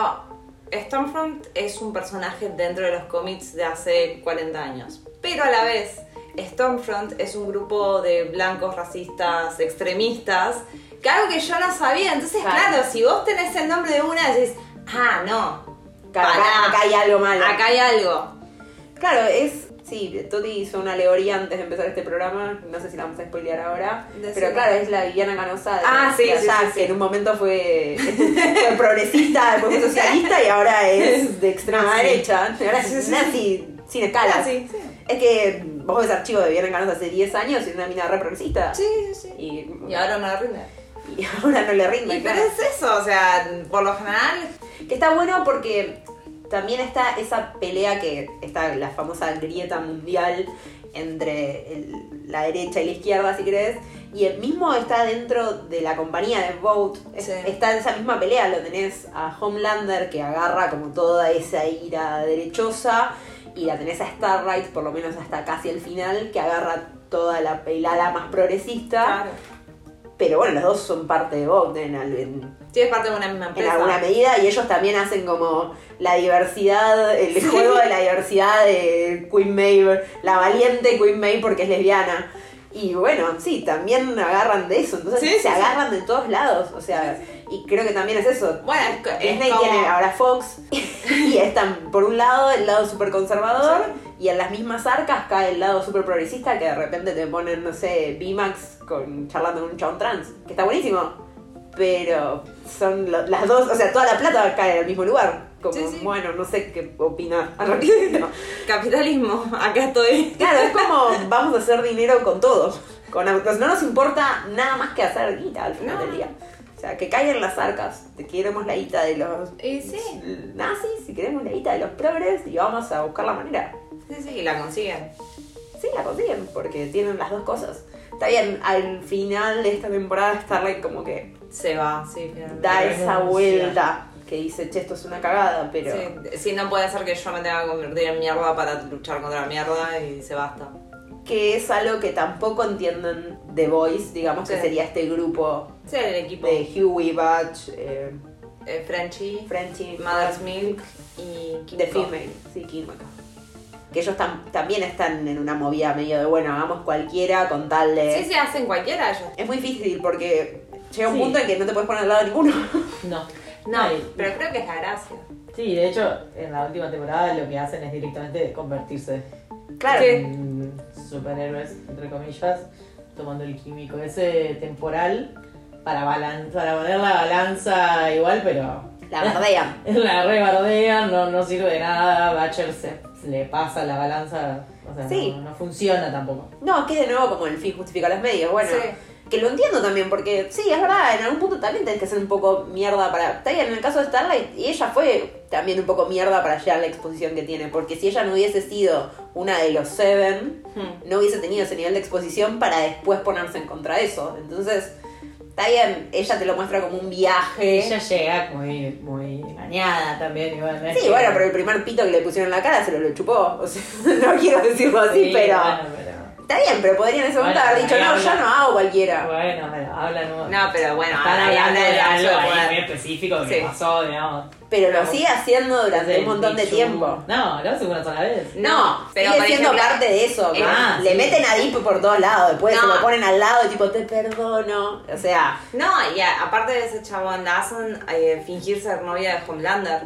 [SPEAKER 2] Stormfront es un personaje dentro de los cómics de hace 40 años. Pero a la vez, Stormfront es un grupo de blancos racistas extremistas, que algo que yo no sabía. Entonces,
[SPEAKER 1] Claro.
[SPEAKER 2] claro, si vos tenés el nombre de una, decís, ah, no.
[SPEAKER 1] Acá,
[SPEAKER 2] Pará.
[SPEAKER 1] acá hay algo malo.
[SPEAKER 2] Acá hay algo.
[SPEAKER 1] Claro, es. Sí, Toti hizo una alegoría antes de empezar este programa. No sé si la vamos a spoilear ahora.
[SPEAKER 2] Decime.
[SPEAKER 1] Pero claro, es la Viviana Canosa de,
[SPEAKER 2] Ah, sí,
[SPEAKER 1] de
[SPEAKER 2] sí,
[SPEAKER 1] allá,
[SPEAKER 2] sí, sí.
[SPEAKER 1] que en un momento fue, fue progresista, después fue socialista y ahora es de extrema derecha. Ahora es nazi sin escalas.
[SPEAKER 2] Ah, sí, sí.
[SPEAKER 1] Es que vos ves archivos de Viviana Canosa hace 10 años y una mina re progresista.
[SPEAKER 2] Sí, sí, sí.
[SPEAKER 1] Y,
[SPEAKER 2] Y ahora no rinde.
[SPEAKER 1] y ahora no le rinde.
[SPEAKER 2] Y pero
[SPEAKER 1] claro.
[SPEAKER 2] es eso, o sea, por lo general.
[SPEAKER 1] Que está bueno porque también está esa pelea que está la famosa grieta mundial entre el- la derecha y la izquierda, si querés. Y el mismo está dentro de la compañía de Vote. Es-
[SPEAKER 2] Sí.
[SPEAKER 1] Está esa misma pelea. Lo tenés a Homelander que agarra como toda esa ira derechosa. Y la tenés a Starlight, por lo menos hasta casi el final, que agarra toda la el ala más progresista. Pero bueno, los dos son parte de Vote en, al- en
[SPEAKER 2] Sí, es parte de una misma
[SPEAKER 1] en
[SPEAKER 2] empresa.
[SPEAKER 1] alguna medida y ellos también hacen como la diversidad, el juego de la diversidad de Queen Maeve, la valiente Queen Maeve porque es lesbiana. Y bueno, sí, también agarran de eso, entonces
[SPEAKER 2] Sí,
[SPEAKER 1] se
[SPEAKER 2] sí, sí.
[SPEAKER 1] agarran de todos lados, o sea, y creo que también es eso.
[SPEAKER 2] Bueno, es, co- es
[SPEAKER 1] Disney
[SPEAKER 2] como-
[SPEAKER 1] tiene ahora Fox y están por un lado el lado súper conservador y en las mismas arcas cae el lado súper progresista que de repente te ponen, no sé, B-Max con, charlando con un chabón trans, que está buenísimo, pero son lo- las dos, o sea, toda la plata cae en el mismo lugar. Como,
[SPEAKER 2] Sí, sí.
[SPEAKER 1] bueno, no sé qué opinar al respecto.
[SPEAKER 2] Capitalismo, acá estoy.
[SPEAKER 1] Claro, es como vamos a hacer dinero con todo. Con autos. No nos importa nada más que hacer guita al final
[SPEAKER 2] No.
[SPEAKER 1] del día. O sea, que caigan las arcas. Te queremos la guita de los
[SPEAKER 2] Y sí,
[SPEAKER 1] nazis y queremos la guita de los progres y vamos a buscar la manera.
[SPEAKER 2] sí, sí, y la consiguen.
[SPEAKER 1] Sí, la consiguen porque tienen las dos cosas. Está bien, al final de esta temporada Starlight como que
[SPEAKER 2] Se va, sí, finalmente.
[SPEAKER 1] da
[SPEAKER 3] Pero
[SPEAKER 1] esa
[SPEAKER 3] renuncia.
[SPEAKER 1] vuelta que dice, che, esto es una cagada, pero...
[SPEAKER 2] Sí, sí, no puede ser que yo me tenga que convertir en mierda para luchar contra la mierda y se basta.
[SPEAKER 1] Que es algo que tampoco entienden The Voice, digamos que
[SPEAKER 2] Sí.
[SPEAKER 1] sería este grupo
[SPEAKER 2] Sí, el equipo.
[SPEAKER 1] de Huey, Batch, eh,
[SPEAKER 2] Eh, Frenchie,
[SPEAKER 1] Frenchie,
[SPEAKER 2] Mother's Milk y Kimiko.
[SPEAKER 1] The Female, sí, Kim Maca. Que ellos tam- también están en una movida medio de, bueno, hagamos cualquiera con tal de...
[SPEAKER 2] Sí, sí, hacen cualquiera ellos.
[SPEAKER 1] Es muy difícil porque llega un
[SPEAKER 3] Sí.
[SPEAKER 1] punto en que no te puedes poner al lado de ninguno.
[SPEAKER 3] No.
[SPEAKER 2] No,
[SPEAKER 3] y-
[SPEAKER 2] pero creo que es la gracia.
[SPEAKER 3] Sí, de hecho, en la última temporada lo que hacen es directamente convertirse
[SPEAKER 1] claro.
[SPEAKER 2] Sí.
[SPEAKER 3] en superhéroes, entre comillas, tomando el químico ese temporal para, balan para poner la balanza igual, pero
[SPEAKER 1] La bardean.
[SPEAKER 3] la rebardean, no, no sirve de nada, Bachelor se, se le pasa la balanza, o sea,
[SPEAKER 1] Sí.
[SPEAKER 3] no, no funciona tampoco.
[SPEAKER 1] No, que de nuevo como el fin justifica los medios. Bueno,
[SPEAKER 2] Sí.
[SPEAKER 1] que lo entiendo también porque, sí, es verdad, en algún punto también tenés que hacer un poco mierda para... Está bien, en el caso de Starlight, y ella fue también un poco mierda para llegar a la exposición que tiene. Porque si ella no hubiese sido una de los Seven,
[SPEAKER 2] Hmm.
[SPEAKER 1] no hubiese tenido ese nivel de exposición para después ponerse en contra de eso. Entonces, está bien, ella te lo muestra como un viaje.
[SPEAKER 3] Ella llega muy, muy engañada también, igual. no es
[SPEAKER 1] Sí,
[SPEAKER 3] que-
[SPEAKER 1] bueno, pero el primer pito que le pusieron en la cara se lo, lo chupó. O sea, no quiero decirlo así,
[SPEAKER 3] Sí,
[SPEAKER 1] pero.
[SPEAKER 3] bueno, pero...
[SPEAKER 1] Está bien, pero podrían en ese momento
[SPEAKER 3] Bueno,
[SPEAKER 1] haber dicho, no,
[SPEAKER 3] habla.
[SPEAKER 1] yo no hago cualquiera.
[SPEAKER 3] Bueno, pero hablan...
[SPEAKER 2] No, pero bueno,
[SPEAKER 3] Están
[SPEAKER 2] ahí
[SPEAKER 3] hablando
[SPEAKER 2] habla
[SPEAKER 3] de
[SPEAKER 2] la
[SPEAKER 3] algo
[SPEAKER 2] acción de
[SPEAKER 3] ahí muy
[SPEAKER 2] poder.
[SPEAKER 3] específico que
[SPEAKER 2] Sí.
[SPEAKER 3] pasó, digamos.
[SPEAKER 1] Pero lo sigue haciendo durante
[SPEAKER 3] Del
[SPEAKER 1] un montón de
[SPEAKER 3] bichu.
[SPEAKER 1] tiempo.
[SPEAKER 3] No, lo hace una sola vez.
[SPEAKER 2] No, pero
[SPEAKER 1] sigue
[SPEAKER 2] por
[SPEAKER 1] siendo
[SPEAKER 2] ejemplo,
[SPEAKER 1] parte de eso.
[SPEAKER 2] eh,
[SPEAKER 1] ¿no?
[SPEAKER 3] ah,
[SPEAKER 1] Le
[SPEAKER 3] sí.
[SPEAKER 1] meten a Deep por todos lados, después se
[SPEAKER 2] No.
[SPEAKER 1] lo ponen al lado, tipo, te perdono. O sea,
[SPEAKER 2] No, y a- aparte de ese chabón, la hacen eh, fingir ser novia de Homelander.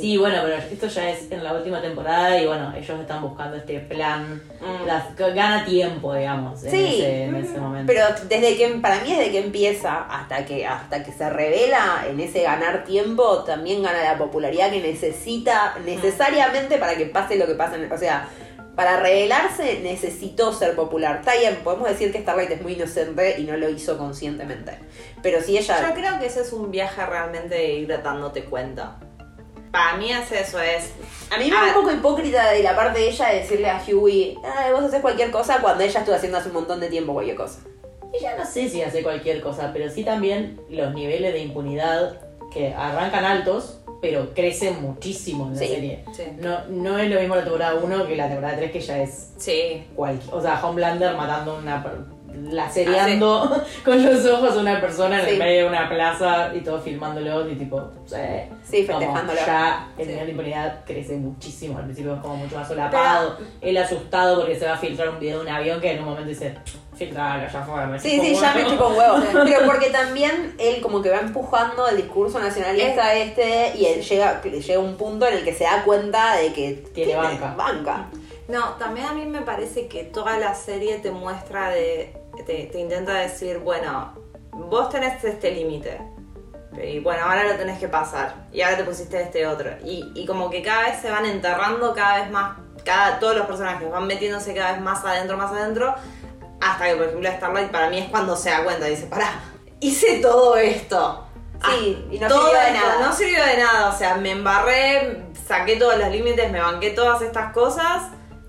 [SPEAKER 3] Sí, bueno, pero esto ya es en la última temporada y bueno, ellos están buscando este plan.
[SPEAKER 2] Mm.
[SPEAKER 3] Las- gana tiempo, digamos, en,
[SPEAKER 1] Sí.
[SPEAKER 3] ese, en ese momento.
[SPEAKER 1] pero desde que, para mí, desde que empieza hasta que, hasta que se revela en ese ganar tiempo, también gana la popularidad que necesita necesariamente para que pase lo que pasa. en- O sea, para revelarse necesitó ser popular. Está bien, podemos decir que Starlight es muy inocente y no lo hizo conscientemente. Pero si
[SPEAKER 2] Yo
[SPEAKER 1] ella.
[SPEAKER 2] creo que ese es un viaje realmente de ir dándote cuenta. Para mí es eso, es...
[SPEAKER 1] A mí me da un
[SPEAKER 2] ver,
[SPEAKER 1] poco hipócrita de la parte de ella decirle a Huey, "Ay, vos haces cualquier cosa cuando ella estuvo haciendo hace un montón de tiempo cualquier cosa.
[SPEAKER 3] Ella no sé si hace cualquier cosa, pero sí también los niveles de impunidad que arrancan altos, pero crecen muchísimo en la
[SPEAKER 1] Sí.
[SPEAKER 3] serie.
[SPEAKER 2] Sí.
[SPEAKER 3] No, no es lo mismo la temporada 1 que la temporada 3 que ya es
[SPEAKER 2] Sí.
[SPEAKER 3] cualquier, o sea, Homelander matando una per- lacereando con los ojos a una persona en
[SPEAKER 1] Ah, Sí.
[SPEAKER 3] el medio de una plaza y todos filmándolos y tipo, eh,
[SPEAKER 1] Sí,
[SPEAKER 3] como
[SPEAKER 1] festejándolo.
[SPEAKER 3] ya el
[SPEAKER 2] Sí.
[SPEAKER 3] nivel de impunidad crece muchísimo, al principio es como mucho más solapado, él asustado porque se va a filtrar un video de un avión que en un momento dice, filtralo, ya fue. me
[SPEAKER 1] Sí,
[SPEAKER 3] chupo
[SPEAKER 1] sí,
[SPEAKER 3] un
[SPEAKER 1] ya me
[SPEAKER 3] huevo.
[SPEAKER 1] estoy con huevo. Pero porque también él como que va empujando el discurso nacionalista este y él llega, llega un punto en el que se da cuenta de que
[SPEAKER 3] Tiene banca.
[SPEAKER 1] banca.
[SPEAKER 2] No, también a mí me parece que toda la serie te muestra de. te, te intenta decir, bueno, vos tenés este límite. Y bueno, ahora lo tenés que pasar. Y ahora te pusiste este otro. Y, y como que cada vez se van enterrando cada vez más. Cada, todos los personajes van metiéndose cada vez más adentro, más adentro. Hasta que, por ejemplo, Starlight para mí es cuando se da cuenta. Dice, pará, hice todo esto.
[SPEAKER 1] Sí,
[SPEAKER 2] Ah,
[SPEAKER 1] y no
[SPEAKER 2] todo
[SPEAKER 1] sirvió de
[SPEAKER 2] esto,
[SPEAKER 1] nada.
[SPEAKER 2] No sirvió de nada. O sea, me embarré, saqué todos los límites, me banqué todas estas cosas.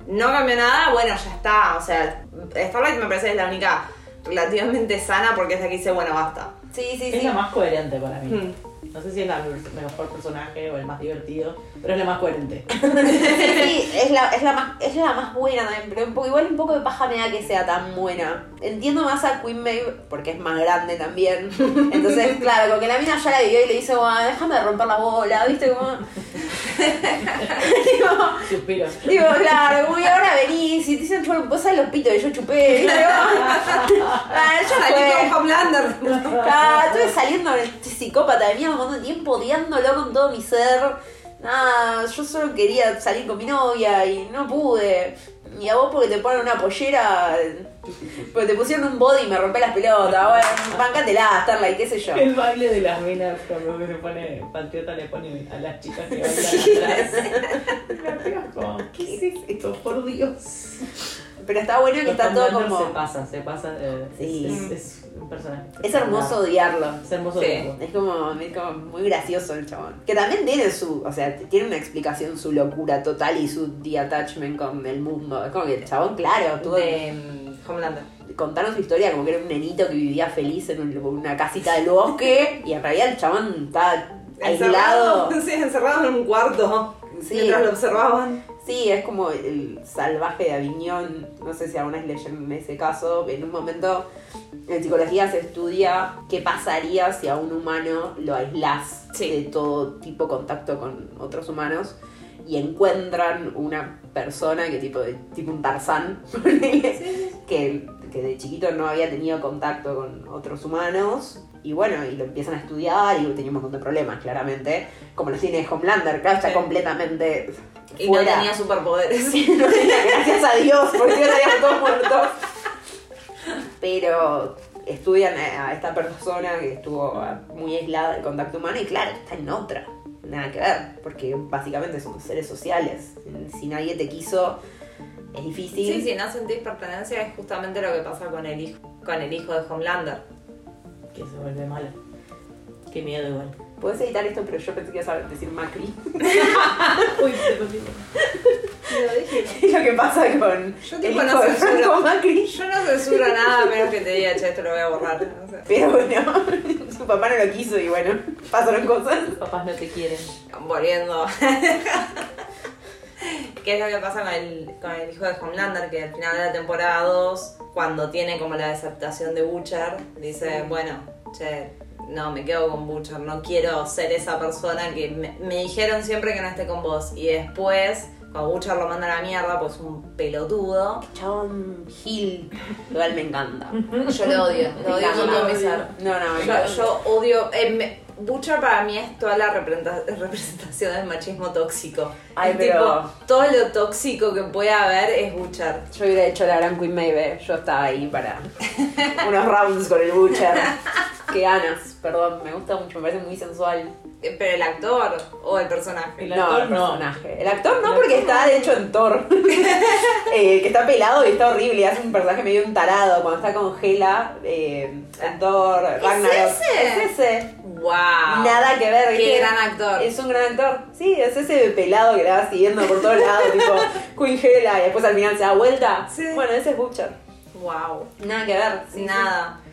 [SPEAKER 2] No cambió nada, bueno, ya está. O sea, Starlight me parece que es la única relativamente sana porque es la que dice, bueno, basta.
[SPEAKER 1] Sí, sí,
[SPEAKER 3] Es
[SPEAKER 1] sí. Mm.
[SPEAKER 3] la más coherente para mí.
[SPEAKER 2] Hmm.
[SPEAKER 3] No sé si es la mejor personaje o el más divertido, pero es la más coherente.
[SPEAKER 1] Sí, es la, es la más, es la más buena también, pero un poco, igual un poco de paja me da que sea tan buena. Entiendo más a Queen Maeve porque es más grande también. Entonces, claro, como que la mina ya la vivió y le dice, "Buah, déjame de romper la bola, ¿viste? Como... Digo,
[SPEAKER 3] Suspiro.
[SPEAKER 1] Digo, claro, como que ahora venís y te dicen, "Bueno, vos sabés los pitos que yo chupé, ¿viste? ah, ya
[SPEAKER 2] Salí
[SPEAKER 1] fue.
[SPEAKER 2] con Homelander.
[SPEAKER 1] Ah, estuve saliendo con este psicópata de mierda un montón de tiempo odiándolo con todo mi ser. Nada, yo solo quería salir con mi novia y no pude. Y a vos porque te ponen una pollera, porque te pusieron un body y me rompé las pelotas. Bueno, bancatela, Starlight, qué sé yo.
[SPEAKER 3] El baile de las minas cuando se pone patriota le pone a las chicas que bailan atrás. La pegas como, ¿qué es esto? Por Dios.
[SPEAKER 1] Pero está bueno que está todo
[SPEAKER 3] Homelander Se
[SPEAKER 1] como...
[SPEAKER 3] pasa, se pasa. eh, es-
[SPEAKER 1] Sí.
[SPEAKER 3] Es, es un personaje.
[SPEAKER 1] Es hermoso odiarlo.
[SPEAKER 3] Es hermoso.
[SPEAKER 2] Sí.
[SPEAKER 3] verlo.
[SPEAKER 1] Es como, es como muy gracioso el chabón. Que también tiene su, o sea, tiene una explicación su locura total y su detachment con el mundo. Es como que el chabón, claro, tuvo
[SPEAKER 2] De mm, Homelander.
[SPEAKER 1] contaron su historia como que era un nenito que vivía feliz en un- una casita del bosque y en realidad el chabón está aislado.
[SPEAKER 2] Encerrado, sí, encerrado en un cuarto.
[SPEAKER 1] Sí.
[SPEAKER 2] Mientras lo observaban.
[SPEAKER 1] Sí, es como el salvaje de Aviñón. No sé si alguna vez leyeron ese caso. En un momento en psicología se estudia qué pasaría si a un humano lo aislás
[SPEAKER 2] Sí.
[SPEAKER 1] de todo tipo de contacto con otros humanos y encuentran una persona que tipo de- tipo un Tarzán que, que de chiquito no había tenido contacto con otros humanos y bueno, y lo empiezan a estudiar y tenía un montón de problemas, claramente. Como los tiene Homelander, claro, está
[SPEAKER 2] Sí.
[SPEAKER 1] completamente
[SPEAKER 2] Y
[SPEAKER 1] fuera.
[SPEAKER 2] no tenía superpoderes.
[SPEAKER 1] Gracias a Dios, porque ya estaríamos todos muertos. Pero estudian a a esta persona que estuvo muy aislada del contacto humano y claro, está en otra. Nada que ver, porque básicamente somos seres sociales. Si nadie te quiso, es difícil.
[SPEAKER 2] Sí, si no sentís pertenencia es justamente lo que pasa con el hijo, con el hijo de Homelander.
[SPEAKER 3] Que se vuelve mala. Qué miedo igual.
[SPEAKER 1] Puedes editar esto, pero yo pensé que ibas a decir Macri.
[SPEAKER 3] Uy, se contigo.
[SPEAKER 1] Y lo que pasa con
[SPEAKER 2] Yo
[SPEAKER 1] el
[SPEAKER 2] tipo
[SPEAKER 1] hijo
[SPEAKER 2] no
[SPEAKER 1] de
[SPEAKER 2] censuro.
[SPEAKER 1] Franco Macri.
[SPEAKER 2] Yo no censuro nada a menos que te diga, che, esto lo voy a borrar. O sea,
[SPEAKER 1] Pero bueno, su papá no lo quiso y bueno, pasaron cosas.
[SPEAKER 3] Tus papás no te quieren.
[SPEAKER 2] volviendo. ¿Qué es lo que pasa con el, con el hijo de Homelander? Que al final de la temporada 2, cuando tiene como la desertación de Butcher, dice,
[SPEAKER 4] Mm.
[SPEAKER 2] bueno, che, no, me quedo con Butcher, no quiero ser esa persona que me, me dijeron siempre que no esté con vos. Y después, cuando Butcher lo manda a la mierda, pues un pelotudo.
[SPEAKER 1] Chabón Gil, igual me encanta.
[SPEAKER 4] Yo lo odio.
[SPEAKER 1] Me
[SPEAKER 4] Lo odio con todo mi
[SPEAKER 1] encanta.
[SPEAKER 4] ser.
[SPEAKER 1] No, no, me
[SPEAKER 2] Yo,
[SPEAKER 1] encanta.
[SPEAKER 2] yo odio. eh, me- Butcher para mí es toda la representa- representación del machismo tóxico.
[SPEAKER 1] Ay,
[SPEAKER 2] Es
[SPEAKER 1] pero-
[SPEAKER 2] tipo, todo lo tóxico que puede haber es Butcher.
[SPEAKER 1] Yo hubiera hecho la gran Queen Maeve, yo estaba ahí para unos rounds con el Butcher. Qué ganas, perdón, me gusta mucho, me parece muy sensual.
[SPEAKER 2] Eh, Pero el actor o el personaje.
[SPEAKER 3] El
[SPEAKER 1] no,
[SPEAKER 3] actor
[SPEAKER 1] el
[SPEAKER 3] no.
[SPEAKER 1] personaje. El actor
[SPEAKER 3] El
[SPEAKER 1] no, porque
[SPEAKER 3] actor
[SPEAKER 1] está de hecho en Thor. Eh, que está pelado y está horrible. y Hace un personaje medio un tarado cuando está con Hela eh, en Thor, Ragnarok.
[SPEAKER 2] ese? Ah.
[SPEAKER 1] Es ese.
[SPEAKER 2] ¡Wow!
[SPEAKER 1] Nada que ver, ¿viste?
[SPEAKER 4] Qué gran actor.
[SPEAKER 1] Es un gran actor. Sí, es ese pelado que la va siguiendo por todos lados, tipo Queen Hela, y después al final se da vuelta.
[SPEAKER 2] Sí.
[SPEAKER 1] Bueno, ese es Butcher.
[SPEAKER 2] ¡Wow!
[SPEAKER 1] Nada que ver. sí,
[SPEAKER 2] Nada.
[SPEAKER 1] Sí,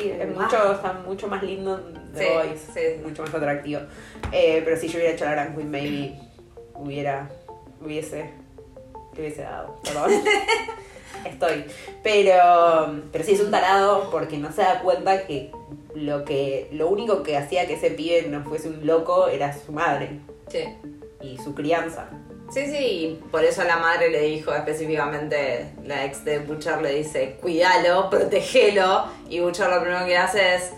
[SPEAKER 1] Sí, es
[SPEAKER 2] Wow.
[SPEAKER 1] mucho, está mucho más lindo en The
[SPEAKER 2] Sí,
[SPEAKER 1] Voice.
[SPEAKER 2] sí.
[SPEAKER 1] Mucho más atractivo. Eh, pero si yo hubiera hecho la gran Queen, maybe hubiera, hubiese, te hubiese dado. Perdón. Estoy. Pero, pero sí, es un tarado porque no se da cuenta que lo, que lo único que hacía que ese pibe no fuese un loco era su madre
[SPEAKER 4] Sí.
[SPEAKER 1] y su crianza.
[SPEAKER 2] Sí, sí, y por eso la madre le dijo específicamente, la ex de Butcher le dice, cuídalo, protegelo, y Butcher lo primero que hace es,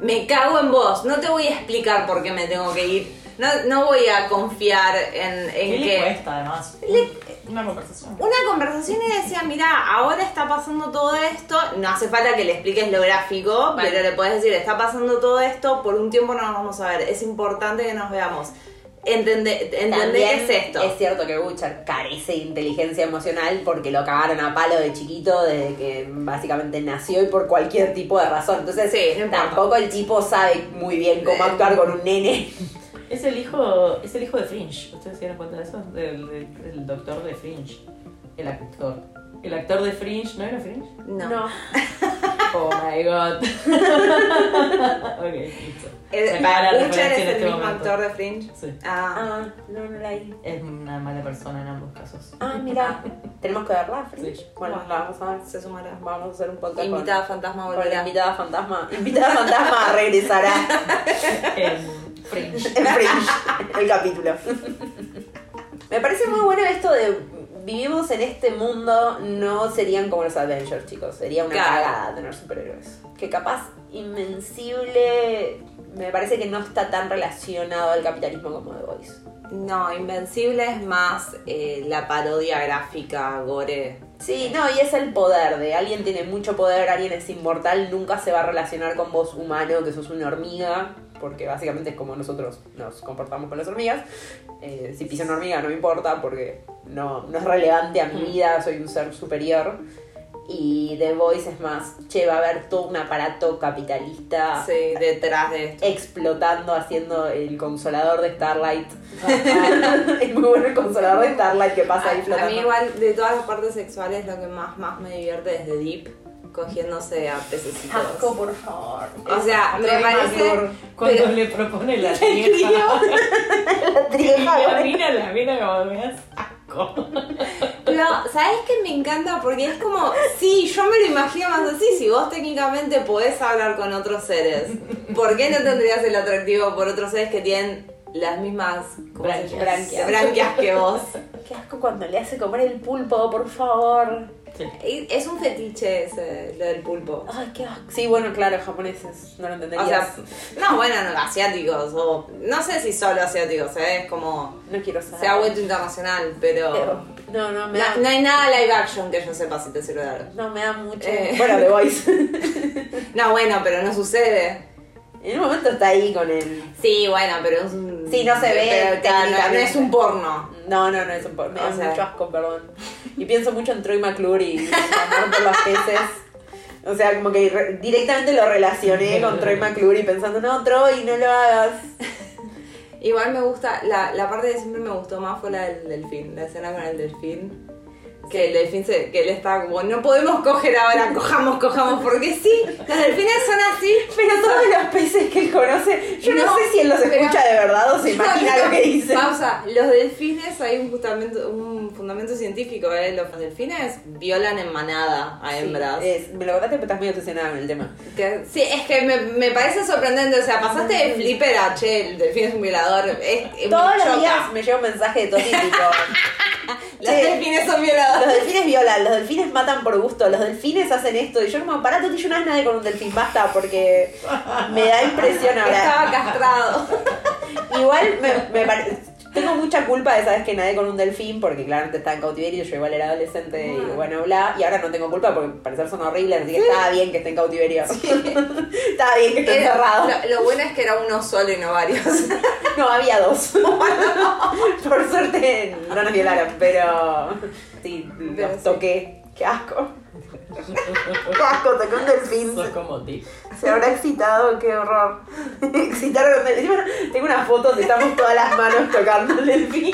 [SPEAKER 2] me cago en vos, no te voy a explicar por qué me tengo que ir, no, no voy a confiar en,
[SPEAKER 3] ¿Qué
[SPEAKER 2] en
[SPEAKER 3] le
[SPEAKER 2] que...
[SPEAKER 3] cuesta además? Una conversación.
[SPEAKER 2] Una conversación y decía, mira, ahora está pasando todo esto, no hace falta que le expliques lo gráfico,
[SPEAKER 4] Vale.
[SPEAKER 2] pero le puedes decir, está pasando todo esto, por un tiempo no nos vamos a ver, es importante que nos veamos. Entendé, entendé
[SPEAKER 1] También
[SPEAKER 2] qué es esto.
[SPEAKER 1] Es cierto que Butcher carece de inteligencia emocional porque lo cagaron a palo de chiquito desde que básicamente nació y por cualquier tipo de razón. Entonces,
[SPEAKER 2] Sí, no importa.
[SPEAKER 1] tampoco el tipo sabe muy bien cómo
[SPEAKER 2] Eh.
[SPEAKER 1] actuar con un nene.
[SPEAKER 3] Es el hijo, es el hijo de Fringe. ¿Ustedes se dieron cuenta de eso? Del, del- del doctor de Fringe. El actor. El actor de Fringe, ¿no era Fringe?
[SPEAKER 2] No.
[SPEAKER 3] Oh my god. ok, listo.
[SPEAKER 2] El,
[SPEAKER 3] Se acaba la
[SPEAKER 2] Butcher Eh,
[SPEAKER 3] referencia
[SPEAKER 2] es
[SPEAKER 3] en
[SPEAKER 2] el
[SPEAKER 3] este
[SPEAKER 2] mismo
[SPEAKER 3] momento.
[SPEAKER 2] actor de Fringe.
[SPEAKER 3] Sí.
[SPEAKER 2] Ah,
[SPEAKER 1] Ah, no, no la vi.
[SPEAKER 3] Es una mala persona en ambos casos.
[SPEAKER 1] Ah, mira. Tenemos que verla, Fringe.
[SPEAKER 3] Sí.
[SPEAKER 1] Bueno,
[SPEAKER 2] Bueno.
[SPEAKER 1] la vamos a ver.
[SPEAKER 2] se sumará.
[SPEAKER 1] Vamos a hacer un podcast con-
[SPEAKER 2] Invitada fantasma
[SPEAKER 1] con, la
[SPEAKER 2] volverá.
[SPEAKER 1] invitada fantasma. Invitada fantasma regresará
[SPEAKER 3] En Fringe.
[SPEAKER 1] en Fringe, el capítulo. Me parece muy bueno esto de vivimos en este mundo, no serían como los Avengers, chicos. Sería una
[SPEAKER 2] Claro.
[SPEAKER 1] cagada tener superhéroes. Que capaz Invencible me parece que no está tan relacionado al capitalismo como The Voice.
[SPEAKER 2] No, Invencible es más eh, la parodia gráfica, gore.
[SPEAKER 1] Sí, no, y es el poder de alguien tiene mucho poder, alguien es inmortal, nunca se va a relacionar con vos humano, que sos una hormiga, porque básicamente es como nosotros nos comportamos con las hormigas. Eh, si piso una hormiga no me importa porque no, no es relevante a mi
[SPEAKER 2] Mm.
[SPEAKER 1] vida, soy un ser superior. Y The Voice es más, che, va a haber todo un aparato capitalista
[SPEAKER 2] Sí, detrás de esto.
[SPEAKER 1] explotando, haciendo el consolador de Starlight. es muy bueno el consolador de Starlight que pasa ahí
[SPEAKER 2] Ah, A, a
[SPEAKER 1] flotando.
[SPEAKER 2] mí igual, de todas las partes sexuales, lo que más, más me divierte es The Deep, cogiéndose a pececitos.
[SPEAKER 1] Asco, por favor.
[SPEAKER 2] O sea, me
[SPEAKER 1] Atréveme,
[SPEAKER 2] parece...
[SPEAKER 1] amor.
[SPEAKER 3] Cuando
[SPEAKER 2] pero-
[SPEAKER 3] le propone la tierra.
[SPEAKER 1] La trieja,
[SPEAKER 3] La
[SPEAKER 1] güey.
[SPEAKER 3] mina, la mina como me das asco.
[SPEAKER 2] Pero, ¿sabes qué me encanta? Porque es como, sí, yo me lo imagino más así, si vos técnicamente podés hablar con otros seres, ¿por qué no tendrías el atractivo por otros seres que tienen las mismas ¿cómo se llama?
[SPEAKER 1] Branquias.
[SPEAKER 2] branquias que vos?
[SPEAKER 1] Qué asco cuando le hace comer el pulpo, por favor.
[SPEAKER 3] Sí.
[SPEAKER 2] Y Es un fetiche ese, lo del pulpo.
[SPEAKER 1] Ay, qué asco. Sí, bueno, claro, japoneses, no lo
[SPEAKER 2] O
[SPEAKER 1] entenderías.
[SPEAKER 2] sea, no, bueno, no, asiáticos, o no sé si solo asiáticos, ¿eh? es como,
[SPEAKER 1] no quiero saber.
[SPEAKER 2] se ha vuelto internacional, pero...
[SPEAKER 1] No, no, me da,
[SPEAKER 2] No, no hay nada live action que yo sepa si te sirve de algo.
[SPEAKER 1] no, me da mucho.
[SPEAKER 2] Eh.
[SPEAKER 1] Bueno, The Voice.
[SPEAKER 2] No, bueno, pero no sucede.
[SPEAKER 1] en un momento está ahí con el.
[SPEAKER 2] Sí, bueno, pero es un...
[SPEAKER 1] Sí, no se ve
[SPEAKER 2] pero, claro, no,
[SPEAKER 1] técnicamente.
[SPEAKER 2] no es un porno.
[SPEAKER 1] No, no, no, es un po- Me da
[SPEAKER 2] O sea-
[SPEAKER 1] mucho asco, perdón. Y pienso mucho en Troy McClure y su amor por los peces. O sea, como que re- directamente lo relacioné con Troy McClure y pensando, no, Troy, no lo hagas.
[SPEAKER 2] Igual me gusta, la, la parte que siempre me gustó más fue la del delfín, la escena con el delfín. Que el delfín se, que él estaba como, no podemos coger ahora, cojamos, cojamos, porque sí, los delfines son así.
[SPEAKER 1] Pero todos los peces que él conoce, yo no,
[SPEAKER 2] No,
[SPEAKER 1] sé si él los
[SPEAKER 2] pero-
[SPEAKER 1] escucha de verdad o se imagina lo que dice.
[SPEAKER 2] Pausa, los delfines hay un fundamento, un fundamento científico, ¿eh? Los delfines violan en manada a hembras.
[SPEAKER 1] Sí, es- me lo contaste, pero estás muy obsesionada con el tema.
[SPEAKER 2] Que- sí, es que me, me parece sorprendente, o sea, pasaste de flipper a, che, el delfín es un violador. es- es- Eh, me
[SPEAKER 1] Todos los
[SPEAKER 2] choca.
[SPEAKER 1] días me llega un mensaje de todo tipo.
[SPEAKER 2] Los
[SPEAKER 1] Che,
[SPEAKER 2] delfines son violadores.
[SPEAKER 1] Los delfines violan, los delfines matan por gusto, los delfines hacen esto. Y yo como, pará, Toti, yo no hagas nada con un delfín, basta, porque me da impresión ahora.
[SPEAKER 2] Estaba castrado.
[SPEAKER 1] Igual me, me pare- Tengo mucha culpa de sabes que nadé con un delfín porque claramente estaba en cautiverio, yo igual era adolescente y bueno, bla, y ahora no tengo culpa porque parecer son horribles, así que estaba bien que esté en cautiverio. estaba bien que esté
[SPEAKER 2] Era-
[SPEAKER 1] encerrado.
[SPEAKER 2] lo, lo bueno es que era uno solo y no varios.
[SPEAKER 1] No, había dos. Por suerte no nos violaron, pero sí,
[SPEAKER 2] Pero
[SPEAKER 1] los
[SPEAKER 2] sí.
[SPEAKER 1] toqué. Qué asco. Qué asco, toqué un delfín.
[SPEAKER 3] Sos como ti.
[SPEAKER 1] Se habrá excitado, qué horror. Excitaron un delfín. Encima, Tengo una foto donde estamos todas las manos tocando el delfín.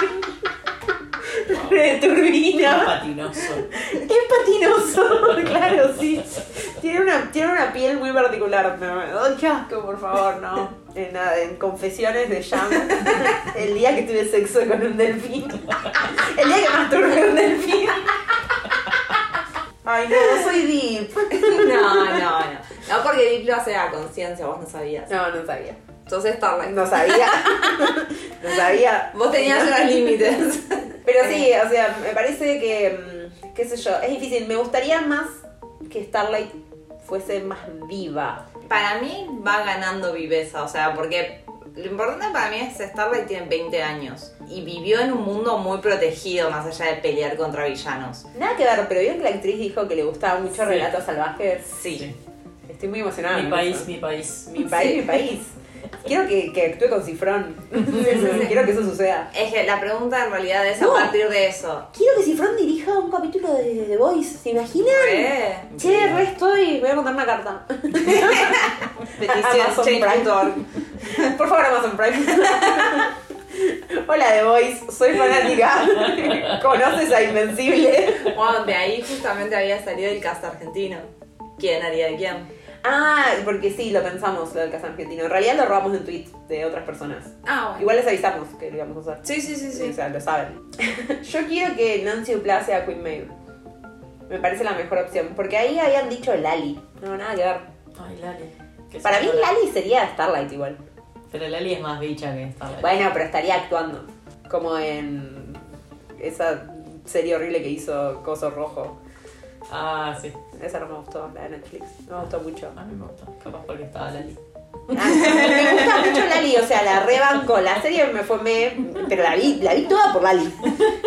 [SPEAKER 1] De
[SPEAKER 3] Un
[SPEAKER 1] turbina.
[SPEAKER 3] patinoso.
[SPEAKER 1] Es patinoso, claro, sí. Tiene una, tiene una piel muy particular. No, Ay, qué asco, por favor, no. En, nada, en confesiones de Jam. El día que tuve sexo con un delfín. El día que masturbé a un delfín. Ay, no, soy deep.
[SPEAKER 2] No, no, no. No, porque Deep lo hace a conciencia, vos no sabías.
[SPEAKER 1] No, no sabía.
[SPEAKER 2] Sos Starlight.
[SPEAKER 1] No sabía. no sabía.
[SPEAKER 2] Vos tenías unos límites.
[SPEAKER 1] Pero sí, o sea, me parece que, mm, qué sé yo, es difícil. Me gustaría más que Starlight fuese más viva.
[SPEAKER 2] Para mí va ganando viveza, o sea, porque lo importante para mí es Starlight tiene 20 años y vivió en un mundo muy protegido más allá de pelear contra villanos.
[SPEAKER 1] Nada que ver, pero vieron que la actriz dijo que le gustaba mucho
[SPEAKER 3] Sí.
[SPEAKER 1] Relatos Salvajes.
[SPEAKER 2] Sí.
[SPEAKER 1] Estoy muy emocionada.
[SPEAKER 3] Mi
[SPEAKER 1] con
[SPEAKER 3] país,
[SPEAKER 1] eso.
[SPEAKER 3] mi país.
[SPEAKER 1] Mi país, mi país. Quiero que, que actúe con Cifrón. Quiero que eso suceda.
[SPEAKER 2] Es que la pregunta en realidad es
[SPEAKER 1] No.
[SPEAKER 2] a partir de eso.
[SPEAKER 1] Quiero que Cifrón dirija un capítulo de The Voice, ¿se imaginan?
[SPEAKER 2] ¿Eh?
[SPEAKER 1] Che, re estoy, voy a contar una carta. Amazon
[SPEAKER 2] change.org.
[SPEAKER 1] Por favor, Amazon Prime. Hola The Voice, soy fanática. ¿Conoces a Invencible?
[SPEAKER 2] Bueno, de ahí justamente había salido el cast argentino. ¿Quién haría de quién?
[SPEAKER 1] Ah, porque sí, lo pensamos, lo del caso argentino. En realidad lo robamos en tweets de otras personas.
[SPEAKER 2] Ah,
[SPEAKER 1] Igual les avisamos que lo íbamos a hacer.
[SPEAKER 2] Sí, sí, sí,
[SPEAKER 1] O
[SPEAKER 2] sí.
[SPEAKER 1] sea, lo saben. Yo quiero que Nancy Dupla sea Queen Maeve. Me parece la mejor opción. Porque ahí habían dicho Lali. No, nada que ver.
[SPEAKER 3] Ay, Lali. Que
[SPEAKER 1] Para
[SPEAKER 3] se
[SPEAKER 1] mí
[SPEAKER 3] joda.
[SPEAKER 1] Lali sería Starlight igual.
[SPEAKER 3] Pero Lali es más bicha que Starlight.
[SPEAKER 1] Bueno, pero estaría actuando. Como en esa serie horrible que hizo Coso Rojo.
[SPEAKER 3] Ah, sí.
[SPEAKER 1] Esa no me gustó, la de Netflix. No me gustó mucho.
[SPEAKER 3] A mí me gusta. Capaz porque estaba Lali.
[SPEAKER 1] Ah, me gusta mucho Lali, o sea, la rebanco. La serie me fue me. Pero la vi, la vi toda por Lali.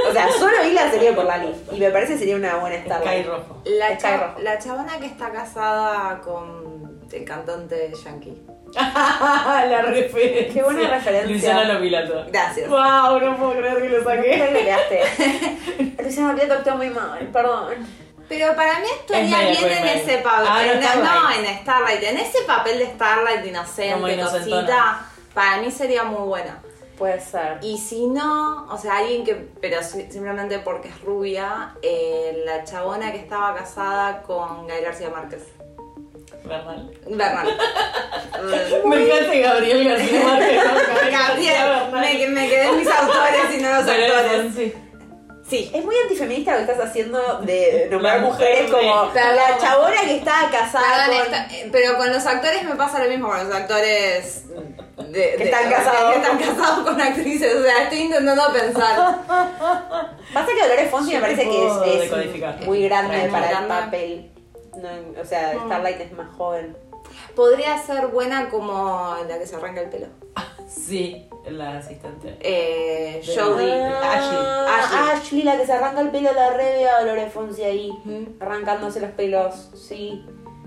[SPEAKER 1] O sea, solo vi la serie por Lali. Y me parece que sería una buena
[SPEAKER 3] Sky
[SPEAKER 1] Starlight.
[SPEAKER 3] rojo.
[SPEAKER 2] La,
[SPEAKER 1] Sky
[SPEAKER 2] cha-
[SPEAKER 1] Rojo.
[SPEAKER 2] la chabona que está casada con el cantante Yankee.
[SPEAKER 3] la referencia.
[SPEAKER 1] Qué buena referencia.
[SPEAKER 3] Luciana lo pilató.
[SPEAKER 2] Gracias.
[SPEAKER 3] Wow, no puedo creer que lo saqué.
[SPEAKER 1] ¿Qué creaste? Luciana Prieto actuó muy mal, perdón.
[SPEAKER 2] Pero para mí
[SPEAKER 3] Es
[SPEAKER 2] estaría
[SPEAKER 3] medio
[SPEAKER 2] bien en
[SPEAKER 3] Queen Mary.
[SPEAKER 2] ese papel.
[SPEAKER 3] Ah, no,
[SPEAKER 2] no, no,
[SPEAKER 3] Starlight.
[SPEAKER 2] en Starlight. En ese papel de Starlight
[SPEAKER 3] Como
[SPEAKER 2] inocente,
[SPEAKER 3] inocentona.
[SPEAKER 2] cosita. Para mí sería muy buena.
[SPEAKER 1] Puede ser.
[SPEAKER 2] Y si no, o sea, alguien que. Pero si- simplemente porque es rubia, eh, la chabona que estaba casada con Gael García Márquez.
[SPEAKER 3] Bernal.
[SPEAKER 2] Bernal. Mm.
[SPEAKER 3] Me encanta que Gabriel García Márquez. no,
[SPEAKER 2] Gabriel, me, me quedé en mis autores y no los
[SPEAKER 3] Pero era
[SPEAKER 2] autores.
[SPEAKER 3] con- sí.
[SPEAKER 2] Sí.
[SPEAKER 1] Es muy antifeminista lo que estás haciendo de nombrar
[SPEAKER 3] La
[SPEAKER 1] mujeres
[SPEAKER 3] mujer
[SPEAKER 1] como
[SPEAKER 2] de-
[SPEAKER 1] la chabona que está casada
[SPEAKER 2] Perdón,
[SPEAKER 1] con...
[SPEAKER 2] esta- eh, pero con los actores me pasa lo mismo con los actores de- de-
[SPEAKER 1] Que están casados.
[SPEAKER 2] que están casados con actrices. O sea, estoy intentando pensar.
[SPEAKER 1] Pasa que Dolores Fonsi
[SPEAKER 3] Yo
[SPEAKER 1] me parece
[SPEAKER 3] te
[SPEAKER 1] que
[SPEAKER 3] puedo
[SPEAKER 1] es, es
[SPEAKER 3] decodificar.
[SPEAKER 1] muy grande
[SPEAKER 2] Muy
[SPEAKER 1] para el
[SPEAKER 2] grande.
[SPEAKER 1] papel. No, o sea, Starlight es más joven.
[SPEAKER 2] Podría ser buena como la que se arranca el pelo.
[SPEAKER 3] Sí, la asistente.
[SPEAKER 2] Eh,
[SPEAKER 3] De-
[SPEAKER 2] Jodie.
[SPEAKER 1] Ah,
[SPEAKER 2] Ashley.
[SPEAKER 1] Ashley. la que se arranca el pelo, la re veo a Dolores Fonsi ahí, arrancándose los pelos. Sí,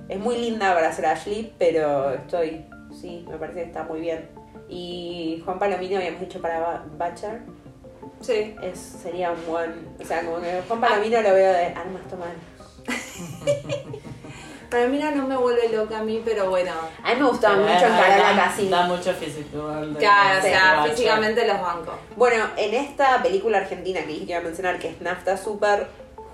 [SPEAKER 1] es muy linda para ser Ashley, pero estoy, sí, me parece que está muy bien. Y Juan Palomino habíamos dicho para Ba- Butcher,
[SPEAKER 2] Sí.
[SPEAKER 1] es, sería un buen. O sea, como que Juan
[SPEAKER 2] Ah.
[SPEAKER 1] Palomino lo veo de armas tomar.
[SPEAKER 2] Para mí no, no me vuelve loca a mí, pero bueno.
[SPEAKER 1] A mí me gustaba mucho
[SPEAKER 3] Pero
[SPEAKER 1] encarar
[SPEAKER 3] da-
[SPEAKER 1] la Casino.
[SPEAKER 3] Da mucho físico. de-
[SPEAKER 2] Claro, o
[SPEAKER 1] Sí,
[SPEAKER 2] sea,
[SPEAKER 3] de-
[SPEAKER 2] físicamente los bancos.
[SPEAKER 1] Bueno, en esta película argentina que dije que iba a mencionar, que es Nafta Super,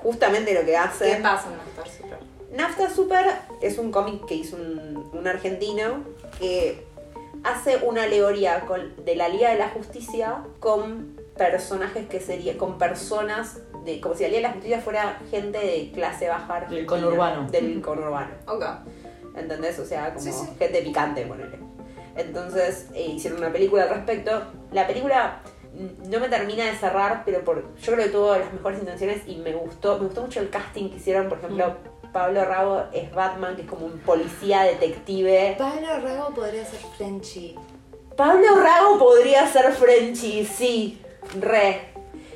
[SPEAKER 1] justamente lo que
[SPEAKER 2] ¿Qué
[SPEAKER 1] hace.
[SPEAKER 2] pasa en Star Super?
[SPEAKER 1] Nafta Super es un cómic que hizo un, un argentino que hace una alegoría con- de la Liga de la Justicia con personajes que serían, con personas, de, como si la Liga de la Justicia fuera gente de clase baja argentina.
[SPEAKER 3] Del conurbano.
[SPEAKER 1] Del conurbano.
[SPEAKER 2] Ok.
[SPEAKER 1] ¿Entendés? O sea, como
[SPEAKER 2] Sí, sí.
[SPEAKER 1] gente picante, ponele. Entonces eh, hicieron una película al respecto. La película mm, no me termina de cerrar, pero por, yo creo que tuvo las mejores intenciones y me gustó. Me gustó mucho el casting que hicieron. Por ejemplo,
[SPEAKER 2] Mm.
[SPEAKER 1] Pablo Rabo es Batman, que es como un policía detective.
[SPEAKER 2] Pablo Rago podría ser Frenchy.
[SPEAKER 1] Pablo Rago podría ser Frenchy, sí, re.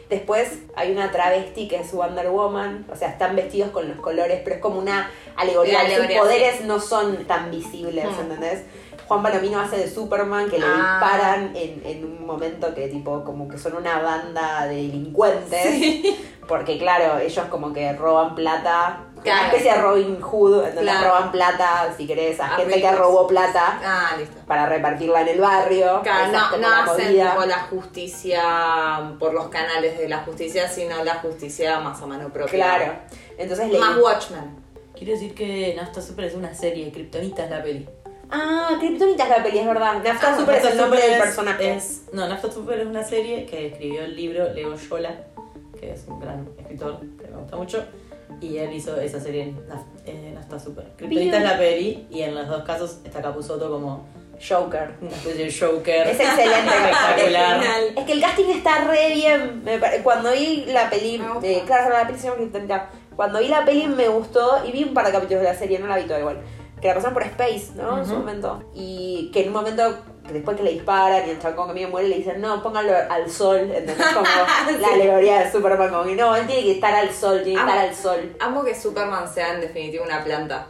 [SPEAKER 1] Después hay una travesti que es Wonder Woman, o sea, están vestidos con los colores, pero es como una alegoría.
[SPEAKER 2] La alegoría,
[SPEAKER 1] Sus poderes no son tan visibles,
[SPEAKER 2] Mm.
[SPEAKER 1] ¿entendés? Juan Palomino hace de Superman que le
[SPEAKER 2] Ah.
[SPEAKER 1] disparan en, en un momento que tipo como que son una banda de delincuentes. Porque claro, ellos como que roban plata.
[SPEAKER 2] Claro.
[SPEAKER 1] Una especie de Robin Hood, ¿entendés?
[SPEAKER 2] Claro.
[SPEAKER 1] roban plata, si querés, a,
[SPEAKER 2] A
[SPEAKER 1] gente que
[SPEAKER 2] ricos.
[SPEAKER 1] robó plata
[SPEAKER 2] Ah, listo.
[SPEAKER 1] para repartirla en el barrio. Esa
[SPEAKER 2] Claro,
[SPEAKER 1] es
[SPEAKER 2] no,
[SPEAKER 1] como
[SPEAKER 2] no
[SPEAKER 1] la
[SPEAKER 2] hacen
[SPEAKER 1] movida.
[SPEAKER 2] tipo la justicia por los canales de la justicia, sino la justicia más a mano propia.
[SPEAKER 1] Claro. Entonces le
[SPEAKER 2] Más Watchmen.
[SPEAKER 3] Quiero decir que Nafta Super es una serie, Kryptonita es la peli.
[SPEAKER 1] Ah, Kryptonita es la peli, es verdad. Nafta
[SPEAKER 2] Ah,
[SPEAKER 1] Super es el
[SPEAKER 3] Nafta
[SPEAKER 1] nombre
[SPEAKER 3] Ah, Super
[SPEAKER 1] del
[SPEAKER 3] es-
[SPEAKER 1] personaje.
[SPEAKER 3] es- no, Nafta Super es una serie que escribió el libro Leo Yola, que es un gran escritor que me gusta mucho. Y él hizo esa serie en Naf- eh, Nafta Super. Kryptonita
[SPEAKER 1] Bien.
[SPEAKER 3] es la peli y en los dos casos está Capuzoto como
[SPEAKER 1] Joker.
[SPEAKER 3] El Joker.
[SPEAKER 1] Es excelente.
[SPEAKER 3] Espectacular.
[SPEAKER 2] Original.
[SPEAKER 1] Es que el casting está re bien. me pare- Cuando vi la peli,
[SPEAKER 2] Me gusta.
[SPEAKER 1] eh, claro, la peli se llama Intenta. Cuando vi la peli me gustó y vi un par de capítulos de la serie, no la vi toda igual. Que la pasaron por Space, ¿no? En su
[SPEAKER 3] Ujú.
[SPEAKER 1] momento. Y que en un momento, que después que le disparan y el chabón que medio muere, le dicen, no, póngalo al sol, ¿entendés? Como la alegoría de Superman, como que no, él tiene que estar al sol, tiene que
[SPEAKER 2] Ah.
[SPEAKER 1] estar al sol.
[SPEAKER 2] Amo que Superman sea en definitiva una planta.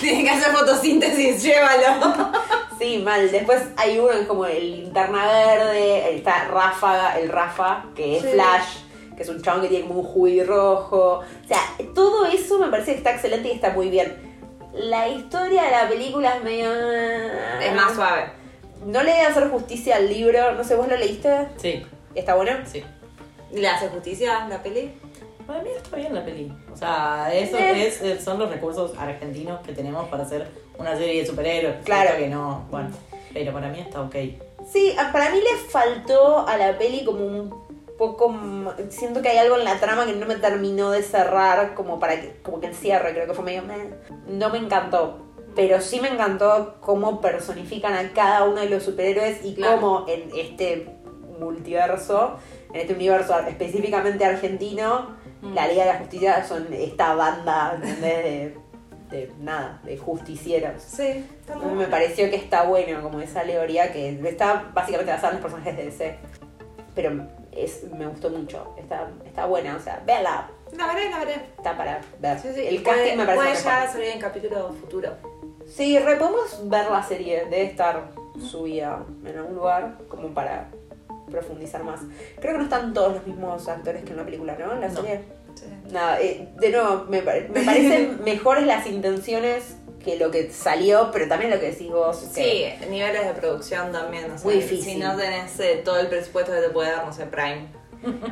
[SPEAKER 2] Tiene que hacer fotosíntesis, llévalo.
[SPEAKER 1] Sí, mal. Después hay uno que es como el linterna verde, está Rafa, el Rafa, que es
[SPEAKER 2] Sí.
[SPEAKER 1] Flash, que es un chabón que tiene como un jubi rojo. O sea, todo eso me parece que está excelente y está muy bien. La historia de la película es medio.
[SPEAKER 2] Es más suave.
[SPEAKER 1] No le debe hacer justicia al libro. No sé, ¿vos lo leíste?
[SPEAKER 3] Sí,
[SPEAKER 1] ¿Está bueno?
[SPEAKER 3] sí.
[SPEAKER 2] ¿Le hace justicia la peli?
[SPEAKER 3] Para mí está bien la peli. O sea, eso
[SPEAKER 1] Eh.
[SPEAKER 3] es, es- son los recursos argentinos que tenemos para hacer una serie de superhéroes.
[SPEAKER 1] Claro.
[SPEAKER 3] Siento que no, bueno. Pero para mí está ok.
[SPEAKER 1] Sí, a- para mí le faltó a la peli como un poco m- siento que hay algo en la trama que no me terminó de cerrar como para que como que el cierre creo que fue medio "Meh". no me encantó pero sí me encantó cómo personifican a cada uno de los superhéroes y
[SPEAKER 2] Claro.
[SPEAKER 1] cómo en este multiverso en este universo ar- específicamente argentino
[SPEAKER 2] Mm.
[SPEAKER 1] la Liga de la Justicia son esta banda ¿entendés? de, de nada de justicieros
[SPEAKER 2] Sí, está
[SPEAKER 1] a mí Uh, me pareció que está bueno, como esa alegoría que está básicamente basada en los personajes de DC. Pero es, me gustó mucho, está, está buena, o sea, véala,
[SPEAKER 2] La veré, la veré.
[SPEAKER 1] está para ver.
[SPEAKER 2] Sí, sí,
[SPEAKER 1] El
[SPEAKER 2] puede-
[SPEAKER 1] casting me parece
[SPEAKER 2] Puede
[SPEAKER 1] mejor.
[SPEAKER 2] ya salir en capítulo futuro.
[SPEAKER 1] Sí, re, podemos ver la serie, debe estar subida en algún lugar, como para profundizar más. Creo que no están todos los mismos actores que en la película, ¿no? En la
[SPEAKER 3] No.
[SPEAKER 1] serie.
[SPEAKER 2] Sí.
[SPEAKER 1] Nada, eh, de nuevo, me, pare- me parecen mejores las intenciones que lo que salió, pero también lo que decís vos. que-
[SPEAKER 2] niveles de producción también. O sea,
[SPEAKER 1] Muy difícil.
[SPEAKER 2] Si no tenés eh, todo el presupuesto que te puede dar, no sé, Prime.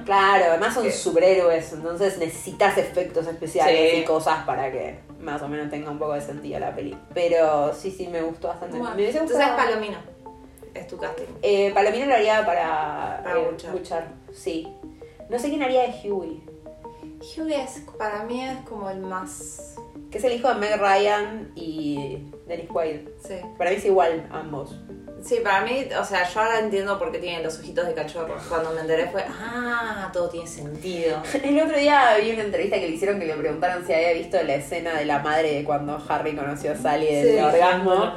[SPEAKER 1] Claro, además son
[SPEAKER 2] Que-
[SPEAKER 1] superhéroes, entonces necesitas efectos especiales
[SPEAKER 2] Sí.
[SPEAKER 1] y cosas para que más o menos tenga un poco de sentido la peli. Pero sí, sí, me gustó bastante. me hubiese
[SPEAKER 2] Entonces,
[SPEAKER 1] gustado-
[SPEAKER 2] Palomino. Es tu casting.
[SPEAKER 1] Eh, Palomino lo haría para,
[SPEAKER 2] Para
[SPEAKER 1] eh,
[SPEAKER 2] Butcher.
[SPEAKER 1] Butcher, Sí. No sé quién haría de Huey,
[SPEAKER 2] Hugh es, para mí es como el más...
[SPEAKER 1] que es el hijo de Meg Ryan y Dennis Quaid.
[SPEAKER 2] Sí.
[SPEAKER 1] Para mí es igual ambos.
[SPEAKER 2] Sí, para mí, o sea, yo ahora entiendo por qué tiene los ojitos de cachorro. Cuando me enteré fue, ah, todo tiene sentido.
[SPEAKER 1] El otro día vi una entrevista que le hicieron que le preguntaron si había visto la escena de la madre de cuando Harry conoció a Sally del
[SPEAKER 2] Sí.
[SPEAKER 1] orgasmo.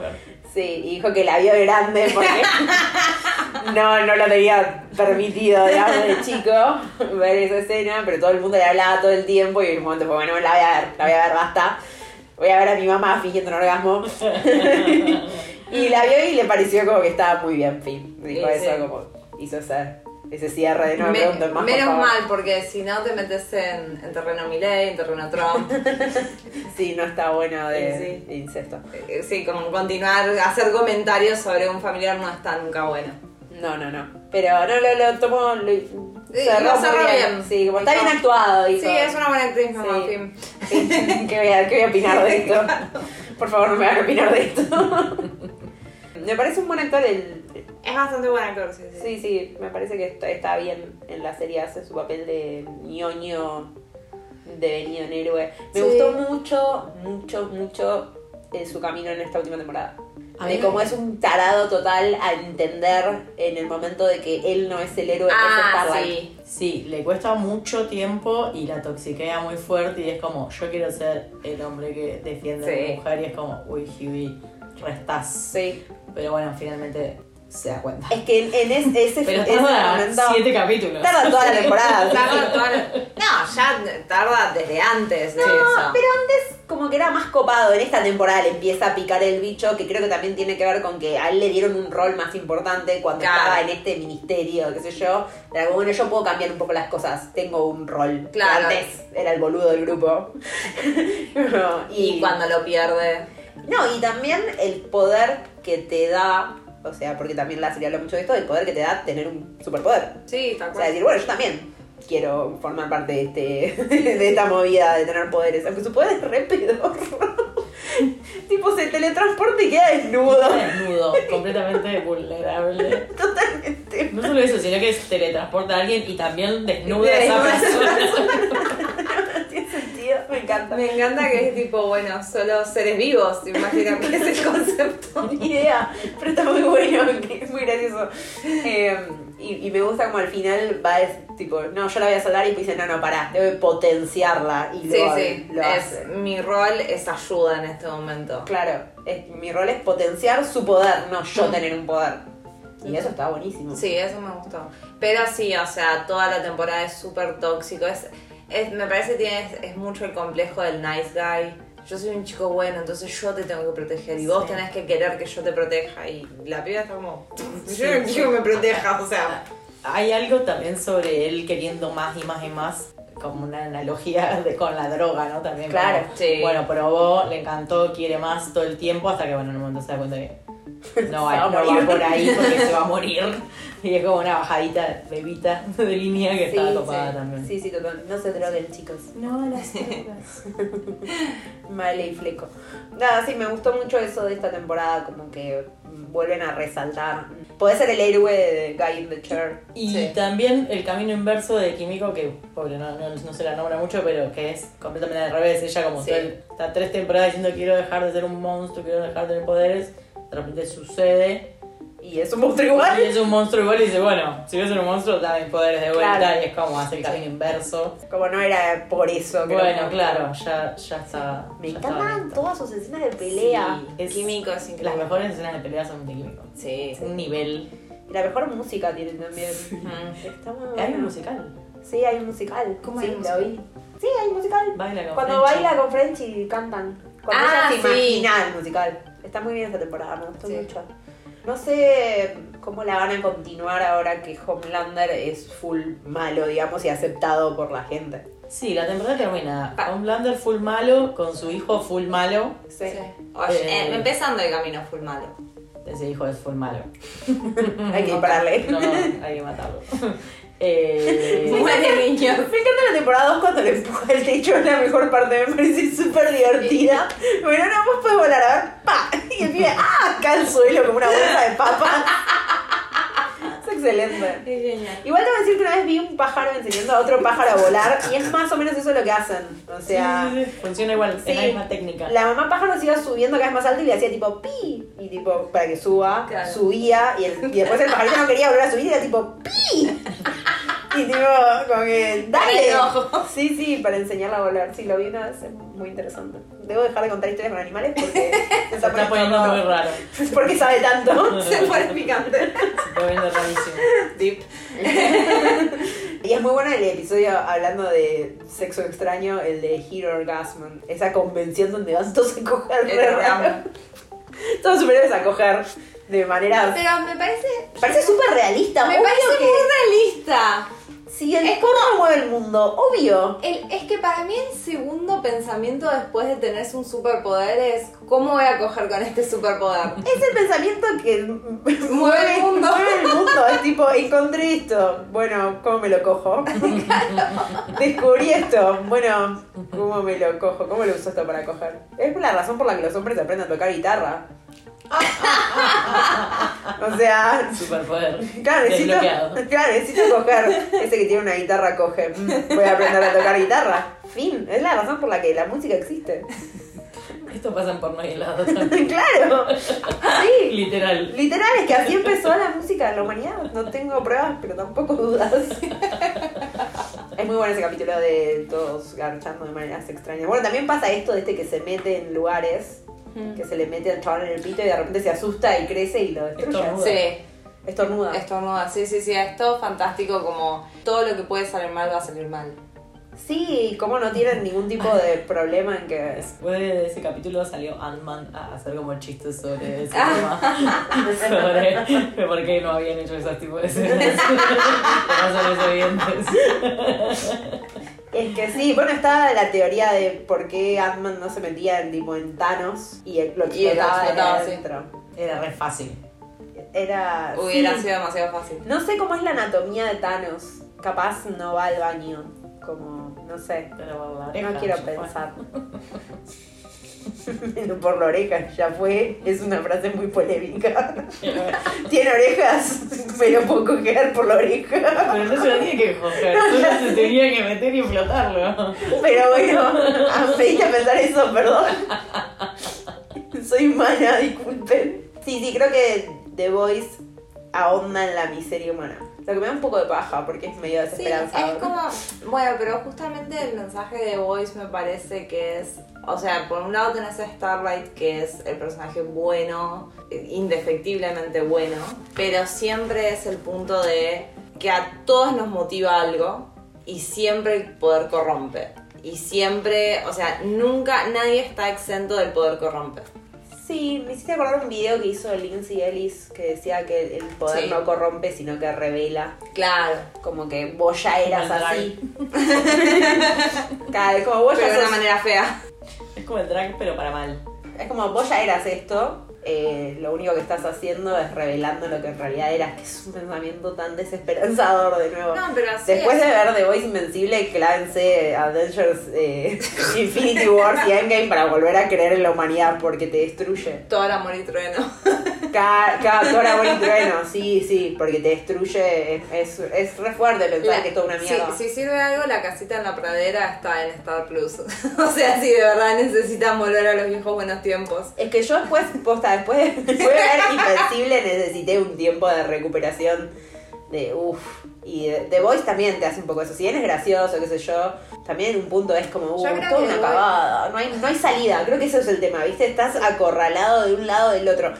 [SPEAKER 1] Sí, y dijo que la vio de grande porque no, no lo tenía permitido, digamos, de chico ver esa escena, pero todo el mundo le hablaba todo el tiempo y en un momento fue, bueno, la voy a ver, la voy a ver, basta. Voy a ver a mi mamá fingiendo un orgasmo. y la vio y le pareció como que estaba muy bien, fin. Dijo
[SPEAKER 2] Sí,
[SPEAKER 1] eso,
[SPEAKER 2] sí.
[SPEAKER 1] como hizo ese, ese cierre de no me,
[SPEAKER 2] Me-
[SPEAKER 1] pregunten más. por
[SPEAKER 2] menos
[SPEAKER 1] favor".
[SPEAKER 2] mal, porque si no te metes en, en terreno Miley, en terreno Trump.
[SPEAKER 1] Sí, no está bueno de,
[SPEAKER 2] Sí.
[SPEAKER 1] de incesto.
[SPEAKER 2] Eh, sí, como continuar, hacer comentarios sobre un familiar no está nunca bueno.
[SPEAKER 1] No, no, no. Pero no, lo, lo tomó. Lo,
[SPEAKER 2] lo
[SPEAKER 1] muy
[SPEAKER 2] cerró
[SPEAKER 1] bien.
[SPEAKER 2] bien.
[SPEAKER 1] Sí, como está
[SPEAKER 2] Dijo-
[SPEAKER 1] bien actuado. Dijo.
[SPEAKER 2] Sí, es una buena actriz, mamá.
[SPEAKER 1] Sí.
[SPEAKER 2] fin.
[SPEAKER 1] Sí, ¿Qué voy, a, qué voy a opinar de esto? Por favor, no me hagan opinar de esto. me parece un buen actor el...
[SPEAKER 2] Es bastante buena actor, sí, sí.
[SPEAKER 1] Sí, sí, me parece que está, está bien en la serie, hace su papel de ñoño devenido en héroe. Me
[SPEAKER 2] Sí.
[SPEAKER 1] gustó mucho, mucho, mucho eh, su camino en esta última temporada.
[SPEAKER 3] A
[SPEAKER 1] de
[SPEAKER 3] mí-
[SPEAKER 1] cómo es un tarado total a entender en el momento de que él no es el héroe,
[SPEAKER 2] Ah,
[SPEAKER 1] es Starlight.
[SPEAKER 2] sí.
[SPEAKER 3] Sí, le cuesta mucho tiempo y la toxiquea muy fuerte y es como, yo quiero ser el hombre que defiende a
[SPEAKER 2] Sí.
[SPEAKER 3] la mujer y es como, uy, Huey, restás.
[SPEAKER 1] Sí.
[SPEAKER 3] Pero bueno, finalmente se da cuenta.
[SPEAKER 1] Es que en, en es- ese,
[SPEAKER 3] Pero
[SPEAKER 1] ese
[SPEAKER 3] tarda
[SPEAKER 1] momento...
[SPEAKER 3] siete capítulos.
[SPEAKER 1] Tarda toda la temporada.
[SPEAKER 2] Tarda toda la- No, ya tarda desde antes de eso.
[SPEAKER 1] pero antes como que era más copado. En esta temporada le empieza a picar el bicho, que creo que también tiene que ver con que a él le dieron un rol más importante cuando
[SPEAKER 2] Claro.
[SPEAKER 1] estaba en este ministerio, qué sé yo. Era como, bueno, yo puedo cambiar un poco las cosas, tengo un rol.
[SPEAKER 2] Claro.
[SPEAKER 1] Antes era el boludo del grupo.
[SPEAKER 2] Y cuando lo pierde.
[SPEAKER 1] No, y también el poder que te da, o sea, porque también la serie habla mucho de esto, el poder que te da tener un superpoder.
[SPEAKER 2] Sí, tal
[SPEAKER 1] O sea, decir, bueno, yo también quiero formar parte de, este, de esta movida de tener poderes. Aunque su poder es re pedorro. tipo, se teletransporta y queda desnudo.
[SPEAKER 3] Desnudo, completamente vulnerable.
[SPEAKER 1] Totalmente.
[SPEAKER 3] No solo eso, sino que se teletransporta a alguien y también desnuda a esa
[SPEAKER 1] Desnuda a esa
[SPEAKER 3] persona.
[SPEAKER 1] No tiene sentido. Me encanta.
[SPEAKER 2] Me encanta que es tipo, bueno, solo seres vivos, imagino que es el concepto.
[SPEAKER 1] Ni idea, pero está muy bueno, que es muy gracioso. Eh, y, y me gusta como al final va es tipo, no, yo la voy a salvar y me dice, no, no, pará, debe potenciarla y lo,
[SPEAKER 2] Sí,
[SPEAKER 1] hace,
[SPEAKER 2] sí.
[SPEAKER 1] lo
[SPEAKER 2] Es,
[SPEAKER 1] hace.
[SPEAKER 2] mi rol es ayuda en este momento.
[SPEAKER 1] Claro, es- mi rol es potenciar su poder, no
[SPEAKER 2] Mm.
[SPEAKER 1] yo tener un poder. Y eso está buenísimo.
[SPEAKER 2] Sí, eso me gustó. Pero sí, o sea, toda la temporada es súper tóxico. Es, es- me parece que tiene, es, es mucho el complejo del nice guy. Yo soy un chico bueno, entonces yo te tengo que proteger y vos
[SPEAKER 1] Sí.
[SPEAKER 2] tenés que querer que yo te proteja. Y la piba está como, yo no quiero que me proteja, o sea.
[SPEAKER 3] Hay algo también sobre él queriendo más y más y más, como una analogía de, con la droga, ¿no? También.
[SPEAKER 1] Claro,
[SPEAKER 3] como,
[SPEAKER 2] sí.
[SPEAKER 3] Bueno, probó, le encantó, quiere más todo el tiempo, hasta que, bueno, en un momento se da cuenta que no,
[SPEAKER 1] Se va a
[SPEAKER 3] va, no va
[SPEAKER 1] morir.
[SPEAKER 3] por ahí porque se va a morir. Y es como una bajadita bebita de línea que está topada
[SPEAKER 1] sí.
[SPEAKER 3] también.
[SPEAKER 1] Sí, sí, total. No se droguen, chicos.
[SPEAKER 3] No, las drogas.
[SPEAKER 1] Vale y fleco. Nada, sí, me gustó mucho eso de esta temporada, como que vuelven a resaltar. Podés ser el héroe de Guy in the Chair.
[SPEAKER 3] Y
[SPEAKER 2] Sí.
[SPEAKER 3] también el camino inverso de Kimiko, que pobre, no, no, no se la nombra mucho, pero que es completamente al revés. Ella como
[SPEAKER 2] Sí.
[SPEAKER 3] todo el- está tres temporadas diciendo quiero dejar de ser un monstruo, quiero dejar de tener poderes. De repente sucede
[SPEAKER 1] Y es un monstruo
[SPEAKER 3] y
[SPEAKER 1] igual.
[SPEAKER 3] es un monstruo igual y dice, bueno, si voy a ser un monstruo, dame poderes de vuelta.
[SPEAKER 1] Claro.
[SPEAKER 3] Y es como hace el camino inverso.
[SPEAKER 1] Como no era por eso. que
[SPEAKER 3] bueno,
[SPEAKER 1] no-
[SPEAKER 3] claro, ya, ya está.
[SPEAKER 1] Me
[SPEAKER 3] ya estaba
[SPEAKER 1] encantan
[SPEAKER 3] listo.
[SPEAKER 1] todas sus escenas de pelea.
[SPEAKER 3] Sí, es-
[SPEAKER 2] Químico es increíble.
[SPEAKER 3] Las mejores escenas de pelea son de Kimiko.
[SPEAKER 2] Sí.
[SPEAKER 3] Es un nivel.
[SPEAKER 1] Y la mejor música tienen también.
[SPEAKER 2] Mm.
[SPEAKER 1] Está muy
[SPEAKER 3] Hay
[SPEAKER 1] Ah, bueno.
[SPEAKER 3] un musical.
[SPEAKER 1] Sí, hay un musical.
[SPEAKER 4] ¿Cómo
[SPEAKER 1] sí,
[SPEAKER 4] hay un
[SPEAKER 1] la vi. Sí, hay un musical.
[SPEAKER 3] Baila con
[SPEAKER 1] Cuando
[SPEAKER 3] Frenchy.
[SPEAKER 1] baila con French y cantan. Cuando
[SPEAKER 2] Ah,
[SPEAKER 1] ella se
[SPEAKER 2] sí.
[SPEAKER 1] imagina el musical. Está muy bien esta temporada, me gustó
[SPEAKER 2] Sí.
[SPEAKER 1] mucho. No sé cómo la van a continuar ahora que Homelander es full malo, digamos, y aceptado por la gente.
[SPEAKER 3] Sí, la temporada termina.
[SPEAKER 1] Ah.
[SPEAKER 2] Pa-
[SPEAKER 3] Homelander full malo, con su hijo full malo.
[SPEAKER 1] Sí.
[SPEAKER 2] Oye,
[SPEAKER 3] Eh.
[SPEAKER 2] eh, empezando el camino full malo.
[SPEAKER 3] Ese hijo es full malo.
[SPEAKER 1] Hay que dispararle.
[SPEAKER 3] No, hay que matarlo. Eh,
[SPEAKER 2] Muere niño.
[SPEAKER 1] Me encanta la temporada 2 cuando le empuja el techo, es la mejor parte, me parece súper divertida. Bueno, no, vos podés volar, a ver, pa. Y el pibe, ah, acá al suelo como una bolsa de papas. Es excelente.
[SPEAKER 2] Es genial.
[SPEAKER 1] Igual te voy a decir que una vez vi un pájaro enseñando a otro pájaro a volar y es más o menos eso lo que hacen. O sea,
[SPEAKER 3] sí, sí, sí. funciona igual,
[SPEAKER 1] Sí.
[SPEAKER 3] es la misma técnica.
[SPEAKER 1] la mamá pájaro se iba subiendo cada vez más alto y le hacía tipo pi y tipo para que suba,
[SPEAKER 2] Claro.
[SPEAKER 1] subía y, el- y después el pajarito no quería volver a subir y era tipo pi. Y tipo, como que, dale.
[SPEAKER 2] Dale, ojo.
[SPEAKER 1] Sí, sí, para enseñarla a volar. Sí, lo vi una vez, es muy interesante. Debo dejar de contar historias con animales porque se
[SPEAKER 3] Se está poniendo muy raro.
[SPEAKER 1] Porque sabe tanto.
[SPEAKER 2] Se pone picante.
[SPEAKER 3] Se está poniendo rarísimo.
[SPEAKER 2] Deep.
[SPEAKER 1] Y es muy bueno el episodio hablando de sexo extraño, el de Hero Orgasm, esa convención donde van todos a coger, re raro. todos los superhéroes a coger de manera...
[SPEAKER 2] Pero me parece.
[SPEAKER 1] Parece súper realista,
[SPEAKER 2] Me
[SPEAKER 1] obvio
[SPEAKER 2] parece
[SPEAKER 1] que
[SPEAKER 2] muy realista.
[SPEAKER 1] si el
[SPEAKER 2] es
[SPEAKER 1] porno mueve el mundo, obvio.
[SPEAKER 2] El- es que para mí el segundo pensamiento después de tenerse un superpoder es ¿cómo voy a coger con este superpoder?
[SPEAKER 1] Es el pensamiento que
[SPEAKER 2] Mueve el mundo.
[SPEAKER 1] mueve el mundo. Es tipo, encontré esto. Bueno, ¿cómo me lo cojo? Descubrí esto. Bueno, ¿cómo me lo cojo? ¿Cómo lo uso esto para coger? Es la razón por la que los hombres aprenden a tocar guitarra. o sea,
[SPEAKER 3] Superpoder.
[SPEAKER 1] claro, necesito,
[SPEAKER 3] Desbloqueado.
[SPEAKER 1] claro, necesito coger. Ese que tiene una guitarra coge. Mm, Voy a aprender a tocar guitarra. Fin. Es la razón por la que la música existe.
[SPEAKER 3] Esto pasa en porno y helado también.
[SPEAKER 1] claro. Sí.
[SPEAKER 3] Literal.
[SPEAKER 1] Literal, es que así empezó la música de la humanidad. No tengo pruebas, pero tampoco dudas. Es muy bueno ese capítulo de todos garchando de maneras extrañas. Bueno, también pasa esto de este que se mete en lugares, que se le mete al chaval en el pito y de repente se asusta y crece y lo destruye.
[SPEAKER 3] Estornuda.
[SPEAKER 2] Sí,
[SPEAKER 1] Estornuda.
[SPEAKER 2] estornuda, sí, sí, sí, es todo fantástico como todo lo que puede salir mal va a salir mal.
[SPEAKER 1] Sí, como no tienen ningún tipo de problema en que...
[SPEAKER 3] Después de ese capítulo salió Ant-Man a hacer como chistes sobre ese
[SPEAKER 1] Ah.
[SPEAKER 3] tema. sobre por qué no habían hecho esos tipos de escenas. Razones evidentes.
[SPEAKER 1] Es que sí, bueno, está la teoría de por qué Ant-Man no se metía en, tipo, en Thanos y lo
[SPEAKER 2] Y lo
[SPEAKER 1] explotaba de
[SPEAKER 2] explotaba, sí.
[SPEAKER 1] adentro.
[SPEAKER 3] Era re fácil.
[SPEAKER 1] Era...
[SPEAKER 2] Hubiera
[SPEAKER 1] sí.
[SPEAKER 2] sido demasiado fácil.
[SPEAKER 1] No sé cómo es la anatomía de Thanos. Capaz no va al baño. Como, no sé.
[SPEAKER 3] Pero la
[SPEAKER 1] No
[SPEAKER 3] oreja,
[SPEAKER 1] quiero
[SPEAKER 3] ya fue.
[SPEAKER 1] pensar. por la oreja, ya fue, es una frase muy polémica. Tiene orejas, pero puedo coger por la oreja.
[SPEAKER 3] Pero no se lo tiene que coger, solo se tenía que meter y flotarlo.
[SPEAKER 1] Pero bueno, me diste a pensar eso, perdón. Soy humana, disculpen. Sí, sí, creo que The Voice ahonda en la miseria humana. Lo que me da un poco de paja porque es medio
[SPEAKER 2] Sí, es
[SPEAKER 1] desesperanzador.
[SPEAKER 2] como, bueno, pero justamente el mensaje de Voice me parece que es, o sea, por un lado tenés a Starlight, que es el personaje bueno, eh, indefectiblemente bueno, pero siempre es el punto de que a todos nos motiva algo y siempre el poder corrompe. Y siempre, o sea, nunca nadie está exento del poder corrompe.
[SPEAKER 1] Sí, me hiciste acordar un video que hizo Lindsay Ellis que decía que el poder
[SPEAKER 2] Sí.
[SPEAKER 1] no corrompe, sino que revela.
[SPEAKER 2] Claro.
[SPEAKER 1] Como que vos ya eras
[SPEAKER 3] Como el
[SPEAKER 1] así. Claro, es como vos
[SPEAKER 2] Pero
[SPEAKER 1] ya
[SPEAKER 2] de una
[SPEAKER 1] sos-
[SPEAKER 2] manera fea.
[SPEAKER 3] Es como el drag, pero para mal.
[SPEAKER 1] Es como vos ya eras esto. eh, lo único que estás haciendo es revelando lo que en realidad eras, que es un pensamiento tan desesperanzador de nuevo.
[SPEAKER 2] No, pero así
[SPEAKER 1] Después
[SPEAKER 2] es.
[SPEAKER 1] de ver The Voice Invencible, clávense Adventures eh, Infinity Wars y Endgame para volver a creer en la humanidad porque te destruye.
[SPEAKER 2] Todo el amor y trueno.
[SPEAKER 1] Cada, cada Dora Buen y Trueno, sí, sí, porque te destruye. es- Es, es re fuerte pensar
[SPEAKER 2] La-
[SPEAKER 1] que es toda una mierda.
[SPEAKER 2] Si, si sirve algo, la casita en la pradera está en Star Plus. o sea, si de verdad necesitan volver a los viejos buenos tiempos.
[SPEAKER 1] Es que yo después, posta, después de, después de ver Invencible necesité un tiempo de recuperación de uff. Y de- The Voice también te hace un poco eso. Si bien es gracioso, qué sé yo, también un punto es como, uh,
[SPEAKER 2] Yo creo
[SPEAKER 1] toda
[SPEAKER 2] que
[SPEAKER 1] una
[SPEAKER 2] The
[SPEAKER 1] cagada. No hay, no hay salida. Creo que eso es el tema, ¿viste? Estás acorralado de un lado del otro.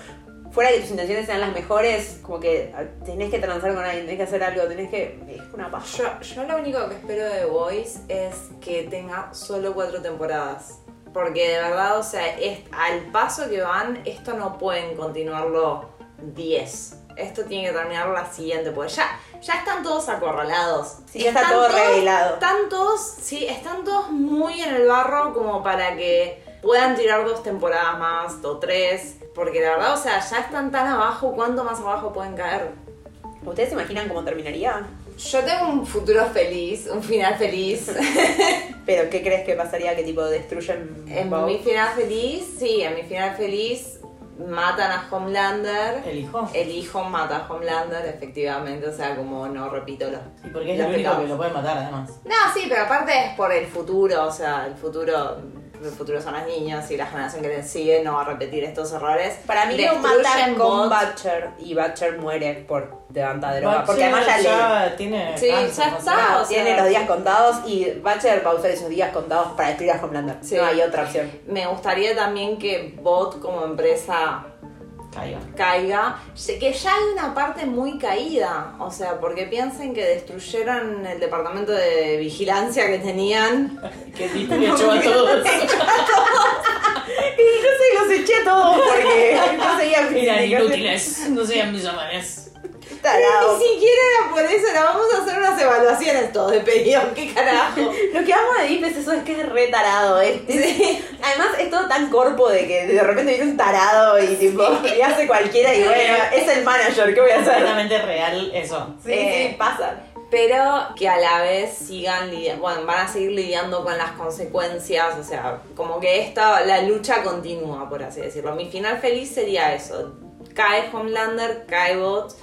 [SPEAKER 1] Fuera de que tus intenciones sean las mejores, como que ah, tenés que transar con alguien, tenés que hacer algo, tenés que. Es una paja.
[SPEAKER 2] Yo, yo lo único que espero de The Voice es que tenga solo cuatro temporadas. Porque de verdad, o sea, es, al paso que van, esto no pueden continuarlo 10. Esto tiene que terminar la siguiente, porque ya, ya están todos acorralados.
[SPEAKER 1] Sí, ya está todo revelado.
[SPEAKER 2] Están todos, sí, están todos muy en el barro como para que puedan tirar dos temporadas más o tres. Porque la verdad, o sea, ya están tan abajo, ¿cuánto más abajo pueden caer?
[SPEAKER 1] ¿Ustedes se imaginan cómo terminaría?
[SPEAKER 2] Yo tengo un futuro feliz, un final feliz.
[SPEAKER 1] ¿Pero qué crees que pasaría? ¿Qué tipo destruyen?
[SPEAKER 2] en
[SPEAKER 1] Bow?
[SPEAKER 2] mi final feliz, sí, en mi final feliz matan a Homelander.
[SPEAKER 3] El hijo.
[SPEAKER 2] El hijo mata a Homelander, efectivamente, o sea, como no repito lo.
[SPEAKER 3] Y porque es
[SPEAKER 2] los
[SPEAKER 3] el único
[SPEAKER 2] pecados.
[SPEAKER 3] que lo puede matar, además.
[SPEAKER 2] No, sí, pero aparte es por el futuro, o sea, el futuro, el futuro son las niñas y la generación que le sigue no va a repetir estos errores.
[SPEAKER 1] Para mí lo
[SPEAKER 2] Destruyen
[SPEAKER 1] matan con
[SPEAKER 2] bots.
[SPEAKER 1] Butcher y Butcher muere por levanta droga. porque
[SPEAKER 3] Butcher
[SPEAKER 1] además ya, le Ah,
[SPEAKER 3] tiene.
[SPEAKER 2] Sí,
[SPEAKER 3] cáncer,
[SPEAKER 2] ya
[SPEAKER 3] no sé.
[SPEAKER 2] está. o sea-
[SPEAKER 1] tiene los días contados y Butcher va a usar esos días contados para destruir a Homelander.
[SPEAKER 2] Sí.
[SPEAKER 1] No hay otra opción.
[SPEAKER 2] Me gustaría también que Bot como empresa
[SPEAKER 3] Caiga.
[SPEAKER 2] caiga, que ya hay una parte muy caída, o sea, porque piensen que destruyeron el departamento de vigilancia que tenían.
[SPEAKER 3] Que Disney le echó a todos.
[SPEAKER 1] Y no sé, los eché a todos porque no seguía
[SPEAKER 3] Eran
[SPEAKER 1] justificación.
[SPEAKER 3] inútiles. No sean mis amanes.
[SPEAKER 2] Pero
[SPEAKER 1] Tarado.
[SPEAKER 2] ni siquiera era por eso, era vamos a hacer unas evaluaciones todos de pedido, qué carajo.
[SPEAKER 1] Lo que amo de Deep es eso, es que es re tarado. ¿eh? Además, es todo tan corpo de que de repente viene un tarado y tipo, y hace cualquiera y bueno, es el manager, ¿qué voy a hacer?
[SPEAKER 3] Completamente real eso.
[SPEAKER 1] Sí,
[SPEAKER 2] Eh,
[SPEAKER 1] sí, pasa.
[SPEAKER 2] Pero que a la vez sigan lidiando, bueno, van a seguir lidiando con las consecuencias, o sea, como que esta, la lucha continúa, por así decirlo. Mi final feliz sería eso, cae Homelander, cae Bot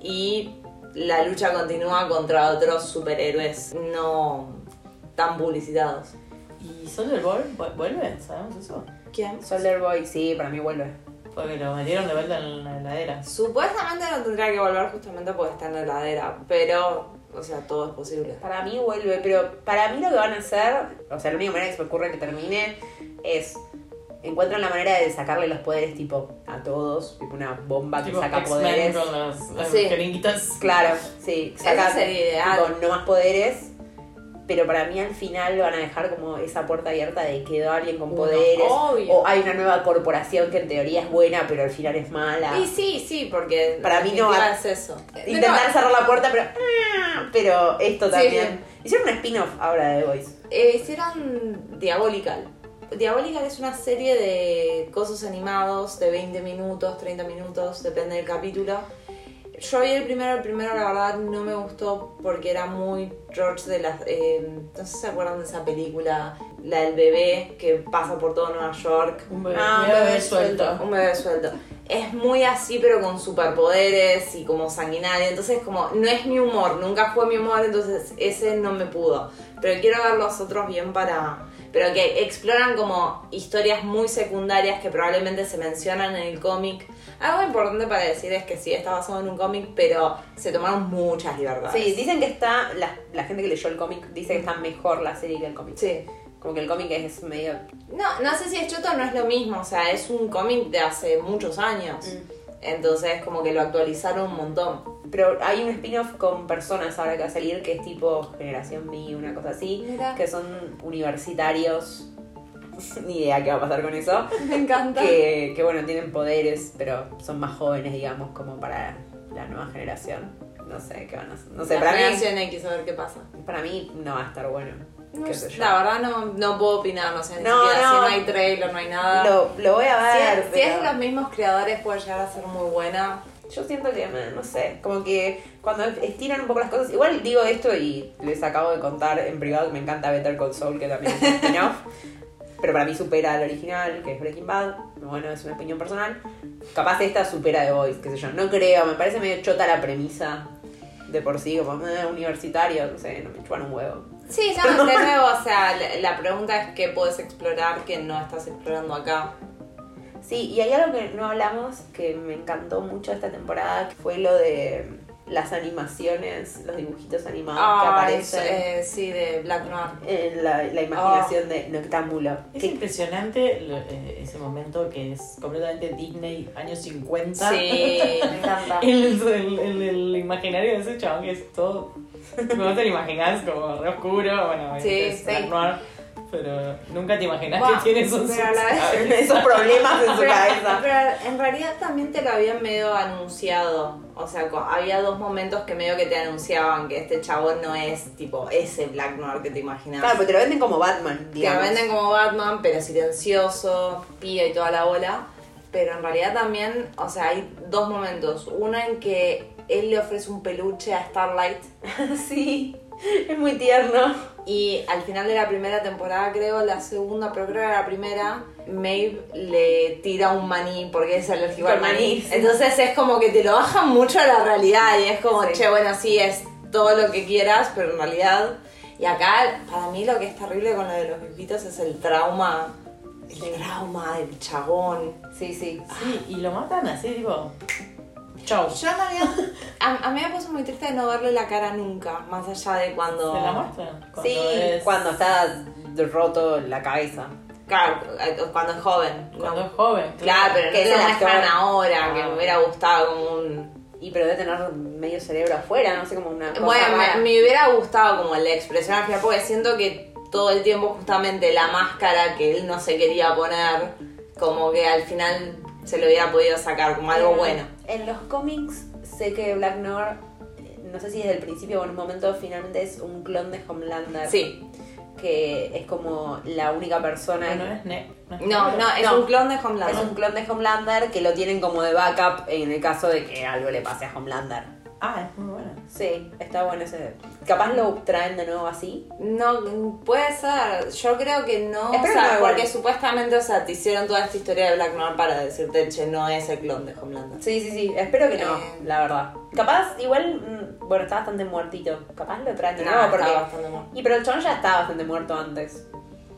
[SPEAKER 2] y la lucha continúa contra otros superhéroes no tan publicitados.
[SPEAKER 3] ¿Y solo el Ball vu- vuelve? ¿Sabemos eso?
[SPEAKER 2] ¿Quién?
[SPEAKER 1] Soldier Boy, sí, para mí vuelve.
[SPEAKER 3] Porque lo metieron de vuelta en la heladera.
[SPEAKER 2] Supuestamente no tendría que volver justamente porque está en la heladera, pero, o sea, todo es posible.
[SPEAKER 1] Para mí vuelve, pero para mí lo que van a hacer, o sea, la única manera que se me ocurre que termine es encuentran la manera de sacarle los poderes tipo a todos, tipo una bomba Ah, que
[SPEAKER 3] Tipo
[SPEAKER 1] saca
[SPEAKER 3] X-Men
[SPEAKER 1] poderes.
[SPEAKER 3] con las, las
[SPEAKER 2] Sí.
[SPEAKER 3] jeringuitas.
[SPEAKER 1] Claro, sí,
[SPEAKER 2] Eso
[SPEAKER 1] saca
[SPEAKER 2] sería ideal.
[SPEAKER 1] tipo, no más poderes. Pero para mí al final van a dejar como esa puerta abierta de quedó alguien con
[SPEAKER 3] Uno,
[SPEAKER 1] poderes.
[SPEAKER 2] obvio.
[SPEAKER 1] O hay una nueva corporación que en teoría es buena, pero al final es mala.
[SPEAKER 2] Y sí, sí, porque
[SPEAKER 1] Para
[SPEAKER 2] en
[SPEAKER 1] mí no
[SPEAKER 2] definitiva
[SPEAKER 1] va-
[SPEAKER 2] es eso.
[SPEAKER 1] Intentar cerrar la puerta, pero. ah, Pero esto
[SPEAKER 2] Sí.
[SPEAKER 1] también. Hicieron un spin-off ahora de The Voice.
[SPEAKER 2] Eh, hicieron Diabolical. Diabolical es una serie de cosas animados de 20 minutos, 30 minutos, depende del capítulo. Yo vi el primero, el primero la verdad no me gustó porque era muy George de las... eh, no sé si se acuerdan de esa película la del bebé que pasa por todo Nueva York.
[SPEAKER 3] Un bebé,
[SPEAKER 1] Ah, un
[SPEAKER 3] mira,
[SPEAKER 1] bebé
[SPEAKER 3] bebé suelto.
[SPEAKER 2] Un bebé suelto. Es muy así, pero con superpoderes y como sanguinario. Entonces, como, no es mi humor, nunca fue mi humor, entonces ese no me pudo. Pero quiero ver los otros bien para. Pero que exploran como historias muy secundarias que probablemente se mencionan en el cómic. Algo importante para decir es que sí, está basado en un cómic, pero se tomaron muchas libertades.
[SPEAKER 1] Ah, Sí, dicen que está, la, la gente que leyó el cómic dice que está mejor la serie que el cómic.
[SPEAKER 2] Sí.
[SPEAKER 1] Como que el cómic es medio...
[SPEAKER 2] No, no sé si es choto o no es lo mismo, o sea, es un cómic de hace muchos años. Entonces, como que lo actualizaron un montón.
[SPEAKER 1] Pero hay un spin-off con personas ahora que va a salir que es tipo Generación Mi, una cosa así,
[SPEAKER 2] Mira.
[SPEAKER 1] que son universitarios. Ni idea qué va a pasar con eso.
[SPEAKER 2] Me encanta.
[SPEAKER 1] Que, que, bueno, tienen poderes, pero son más jóvenes, digamos, como para la nueva generación. No sé qué van a hacer. No sé,
[SPEAKER 2] La
[SPEAKER 1] para mí,
[SPEAKER 2] generación X, a ver qué pasa.
[SPEAKER 1] para mí no va a estar bueno. qué sé yo.
[SPEAKER 2] La verdad no, no puedo opinar, no sé, ni
[SPEAKER 1] No, no.
[SPEAKER 2] siquiera si no hay trailer, no hay nada.
[SPEAKER 1] Lo, lo voy a
[SPEAKER 2] Si
[SPEAKER 1] ver.
[SPEAKER 2] es, si
[SPEAKER 1] pero-
[SPEAKER 2] es de los mismos creadores puede llegar a ser muy buena.
[SPEAKER 1] Yo siento que, man, no sé, como que cuando estiran un poco las cosas, igual digo esto y les acabo de contar en privado que me encanta Better Call Saul, que también es un spin-off, pero para mí supera al original, que es Breaking Bad, bueno, es una opinión personal, capaz esta supera The Voice, qué sé yo, no creo, me parece medio chota la premisa de por sí, como eh, universitario, no sé, no me chupan un huevo.
[SPEAKER 2] Sí, ya de nuevo, o sea, la, la pregunta es qué puedes explorar que no estás explorando acá.
[SPEAKER 1] Sí, y hay algo que no hablamos que me encantó mucho esta temporada, que fue lo de las animaciones, los dibujitos animados que
[SPEAKER 2] Ah, es,
[SPEAKER 1] aparecen.
[SPEAKER 2] eh, sí, de Black Noir.
[SPEAKER 1] en la, la imaginación de Noctámbulo.
[SPEAKER 3] Es
[SPEAKER 1] Que-
[SPEAKER 3] impresionante lo- eh, ese momento que es completamente Disney, años 50.
[SPEAKER 2] Sí,
[SPEAKER 4] Me encanta.
[SPEAKER 3] El, el- el- el imaginario de ese chabón que es todo. No te lo imaginas como re oscuro, bueno,
[SPEAKER 2] Sí,
[SPEAKER 3] es
[SPEAKER 2] sí.
[SPEAKER 3] Black Noir, pero nunca te imaginas
[SPEAKER 2] Buah,
[SPEAKER 3] que tienes un
[SPEAKER 2] pero a la vez-
[SPEAKER 1] esos problemas en su
[SPEAKER 2] Pero-
[SPEAKER 1] cabeza.
[SPEAKER 2] Pero en realidad también te lo habían medio anunciado. O sea, co- había dos momentos que medio que te anunciaban que este chabón no es tipo ese Black Noir que te imaginabas.
[SPEAKER 1] Claro, porque te lo venden como Batman,
[SPEAKER 2] Te
[SPEAKER 1] digamos.
[SPEAKER 2] lo venden como Batman, pero silencioso, pío y toda la bola. Pero en realidad también, o sea, hay dos momentos. Uno en que él le ofrece un peluche a Starlight.
[SPEAKER 1] sí, es muy tierno.
[SPEAKER 2] Y al final de la primera temporada, creo, la segunda, pero creo que era la primera, Maeve le tira un maní porque es alérgico
[SPEAKER 1] Con
[SPEAKER 2] al maní.
[SPEAKER 1] maní, sí.
[SPEAKER 2] Entonces es como que te lo bajan mucho a la realidad y es como,
[SPEAKER 1] Sí.
[SPEAKER 2] che, bueno, sí, es todo lo que quieras, pero en realidad... Y acá, para mí lo que es terrible con lo de los dibujitos es el trauma, el trauma del chabón.
[SPEAKER 1] Sí, sí.
[SPEAKER 3] Sí, y lo matan así, tipo. Chau.
[SPEAKER 2] Yo en realidad, a, a mí me puso muy triste de no verle la cara nunca, más allá de cuando...
[SPEAKER 3] ¿Se la muestran? Cuando
[SPEAKER 1] sí,
[SPEAKER 3] es-
[SPEAKER 1] cuando está roto la cabeza.
[SPEAKER 2] Claro, cuando es joven.
[SPEAKER 3] Cuando es joven.
[SPEAKER 2] Claro, pero
[SPEAKER 1] Que
[SPEAKER 2] que
[SPEAKER 1] es
[SPEAKER 2] no
[SPEAKER 1] el
[SPEAKER 2] la dejan
[SPEAKER 1] actor.
[SPEAKER 2] ahora, que
[SPEAKER 3] Ah.
[SPEAKER 2] me hubiera gustado como un...
[SPEAKER 1] Y pero debe tener medio cerebro afuera, no sé, como una cosa
[SPEAKER 2] Bueno,
[SPEAKER 1] rara.
[SPEAKER 2] me, me hubiera gustado como la expresión al final, porque siento que todo el tiempo justamente la máscara que él no se quería poner, como que al final se lo hubiera podido sacar como algo
[SPEAKER 1] Eh,
[SPEAKER 2] bueno.
[SPEAKER 1] En los cómics sé que Black Noir, eh, no sé si desde el principio o en un momento, finalmente es un clon de Homelander.
[SPEAKER 2] Sí.
[SPEAKER 1] Que es como la única persona...
[SPEAKER 3] No, no es ne- es
[SPEAKER 2] No,
[SPEAKER 3] negro.
[SPEAKER 2] no, es
[SPEAKER 1] No.
[SPEAKER 2] un clon de
[SPEAKER 1] Es
[SPEAKER 2] Homelander.
[SPEAKER 1] un clon de Homelander que lo tienen como de backup en el caso de que algo le pase a Homelander.
[SPEAKER 3] Ah, es muy buena.
[SPEAKER 1] Sí, está bueno ese. Capaz lo traen de nuevo así.
[SPEAKER 2] No, puede ser. Yo creo que no. o
[SPEAKER 1] Espero
[SPEAKER 2] sea,
[SPEAKER 1] que no,
[SPEAKER 2] porque
[SPEAKER 1] igual.
[SPEAKER 2] supuestamente, o sea, te hicieron toda esta historia de Black Noir para decirte, che, no es el clon de Homelander.
[SPEAKER 1] Sí, sí, sí. Espero que no,
[SPEAKER 2] Eh.
[SPEAKER 1] la verdad. Capaz, igual, mm, bueno, está bastante muertito. Capaz lo traen de
[SPEAKER 2] No,
[SPEAKER 1] nuevo
[SPEAKER 2] está
[SPEAKER 1] porque.
[SPEAKER 2] bastante mal.
[SPEAKER 1] Y pero el chabón ya estaba bastante muerto antes.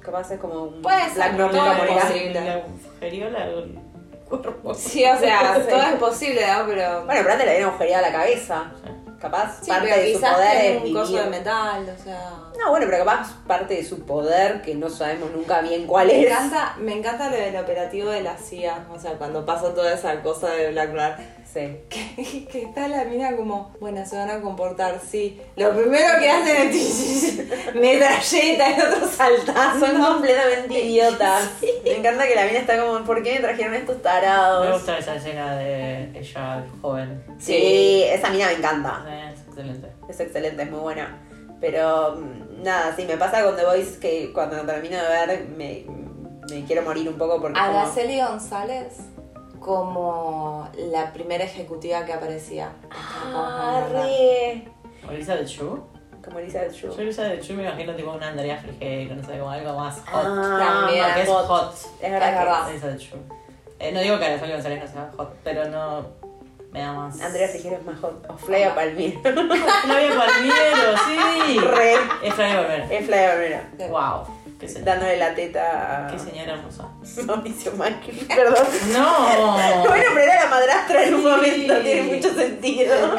[SPEAKER 1] Capaz es como un
[SPEAKER 2] Puede ser,
[SPEAKER 1] Black Noir
[SPEAKER 2] todo
[SPEAKER 1] nunca
[SPEAKER 2] es
[SPEAKER 1] morirá.
[SPEAKER 2] posible.
[SPEAKER 3] La agujeriola el cuerpo.
[SPEAKER 2] Sí, o sea,
[SPEAKER 1] Sí.
[SPEAKER 2] todo es posible, ¿no? Pero.
[SPEAKER 1] Bueno, pero antes le habían agujereado la cabeza. Capaz
[SPEAKER 2] sí,
[SPEAKER 1] parte
[SPEAKER 2] pero
[SPEAKER 1] de su
[SPEAKER 2] quizás
[SPEAKER 1] poder
[SPEAKER 2] tiene
[SPEAKER 1] es
[SPEAKER 2] un coso de
[SPEAKER 1] vivir.
[SPEAKER 2] metal, o sea.
[SPEAKER 1] No, bueno, pero capaz parte de su poder que no sabemos nunca bien cuál
[SPEAKER 2] Me
[SPEAKER 1] es.
[SPEAKER 2] encanta, me encanta lo del operativo de la CIA, o sea, cuando pasa toda esa cosa de Black Noir,
[SPEAKER 1] Sí.
[SPEAKER 2] que, que está la mina como, bueno, se van a comportar, sí. Lo primero que hacen es metralleta y otro saltando.
[SPEAKER 1] Ah, Son completamente idiotas. Me encanta que la mina está como, ¿por qué me trajeron estos tarados?
[SPEAKER 3] Me gusta esa escena de ella joven.
[SPEAKER 1] Sí, esa mina me encanta.
[SPEAKER 3] Es excelente.
[SPEAKER 1] Es excelente, es muy buena. Pero mm, nada, sí, me pasa con The Voice que cuando termino de ver me, me quiero morir un poco porque... es como-
[SPEAKER 2] Araceli González como la primera ejecutiva que aparecía.
[SPEAKER 1] Ah, re.
[SPEAKER 3] ¿Elizabeth Shue?
[SPEAKER 1] como Elizabeth
[SPEAKER 3] Yo
[SPEAKER 1] Shue.
[SPEAKER 3] Elizabeth Shue me imagino tipo una Andrea Frigeri, no sé, como algo más hot.
[SPEAKER 1] Ah,
[SPEAKER 3] Porque
[SPEAKER 1] más
[SPEAKER 3] es
[SPEAKER 1] hot.
[SPEAKER 3] hot.
[SPEAKER 1] Es verdad.
[SPEAKER 2] Es
[SPEAKER 1] que
[SPEAKER 2] verdad.
[SPEAKER 3] Elizabeth Shue. Eh, no digo que Araceli González no sea hot, pero no me da más.
[SPEAKER 1] Andrea Figueroa es más hot. O Flavia Palmiero.
[SPEAKER 3] Flavia Palmiero, sí.
[SPEAKER 1] Re.
[SPEAKER 3] Es Flavia Palmiero.
[SPEAKER 1] Es Flavia Palmiero.
[SPEAKER 3] Wow. Qué señora.
[SPEAKER 1] Dándole la teta a
[SPEAKER 3] Qué señora hermosa.
[SPEAKER 1] Mauricio Macri. Perdón.
[SPEAKER 3] No.
[SPEAKER 1] Bueno, pero era la madrastra en un
[SPEAKER 3] Sí.
[SPEAKER 1] momento. Tiene mucho sentido.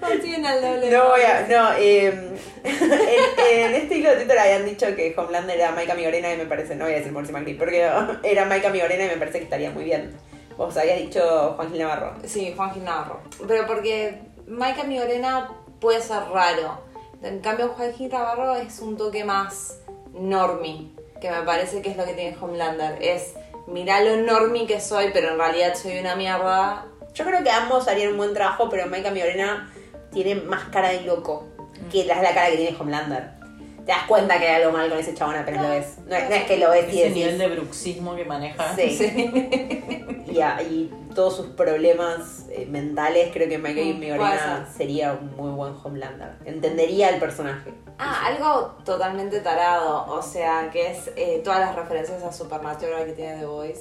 [SPEAKER 2] Consiguen al doble.
[SPEAKER 1] No voy a. No, eh, en, en este hilo de Twitter habían dicho que Homelander era Maika Migorena y me parece. No voy a decir Morsi Macri, porque era Maika Migorena y me parece que estaría muy bien. Vos habías dicho Juan Gil Navarro.
[SPEAKER 2] Sí, Juan Gil Navarro. Pero porque Maika Migorena puede ser raro. En cambio, Juan Gil Navarro es un toque más normie, que me parece que es lo que tiene Homelander. Es, mirá lo normie que soy, pero en realidad soy una mierda.
[SPEAKER 1] Yo creo que ambos harían un buen trabajo, pero Maika Migorena tiene más cara de loco que la, la cara que tiene Homelander. Te das cuenta que hay algo mal con ese chabón apenas lo ves. No, es- no es que lo ves y
[SPEAKER 3] Ese
[SPEAKER 1] decís.
[SPEAKER 3] nivel de bruxismo que maneja.
[SPEAKER 1] Sí. Y, a- y todos sus problemas eh, mentales, creo que Maika
[SPEAKER 2] Mm,
[SPEAKER 1] Migorena
[SPEAKER 2] puede ser.
[SPEAKER 1] sería un muy buen Homelander. Entendería el personaje.
[SPEAKER 2] Ah, algo totalmente tarado, o sea, que es eh, todas las referencias a Supernatural que tiene The Voice.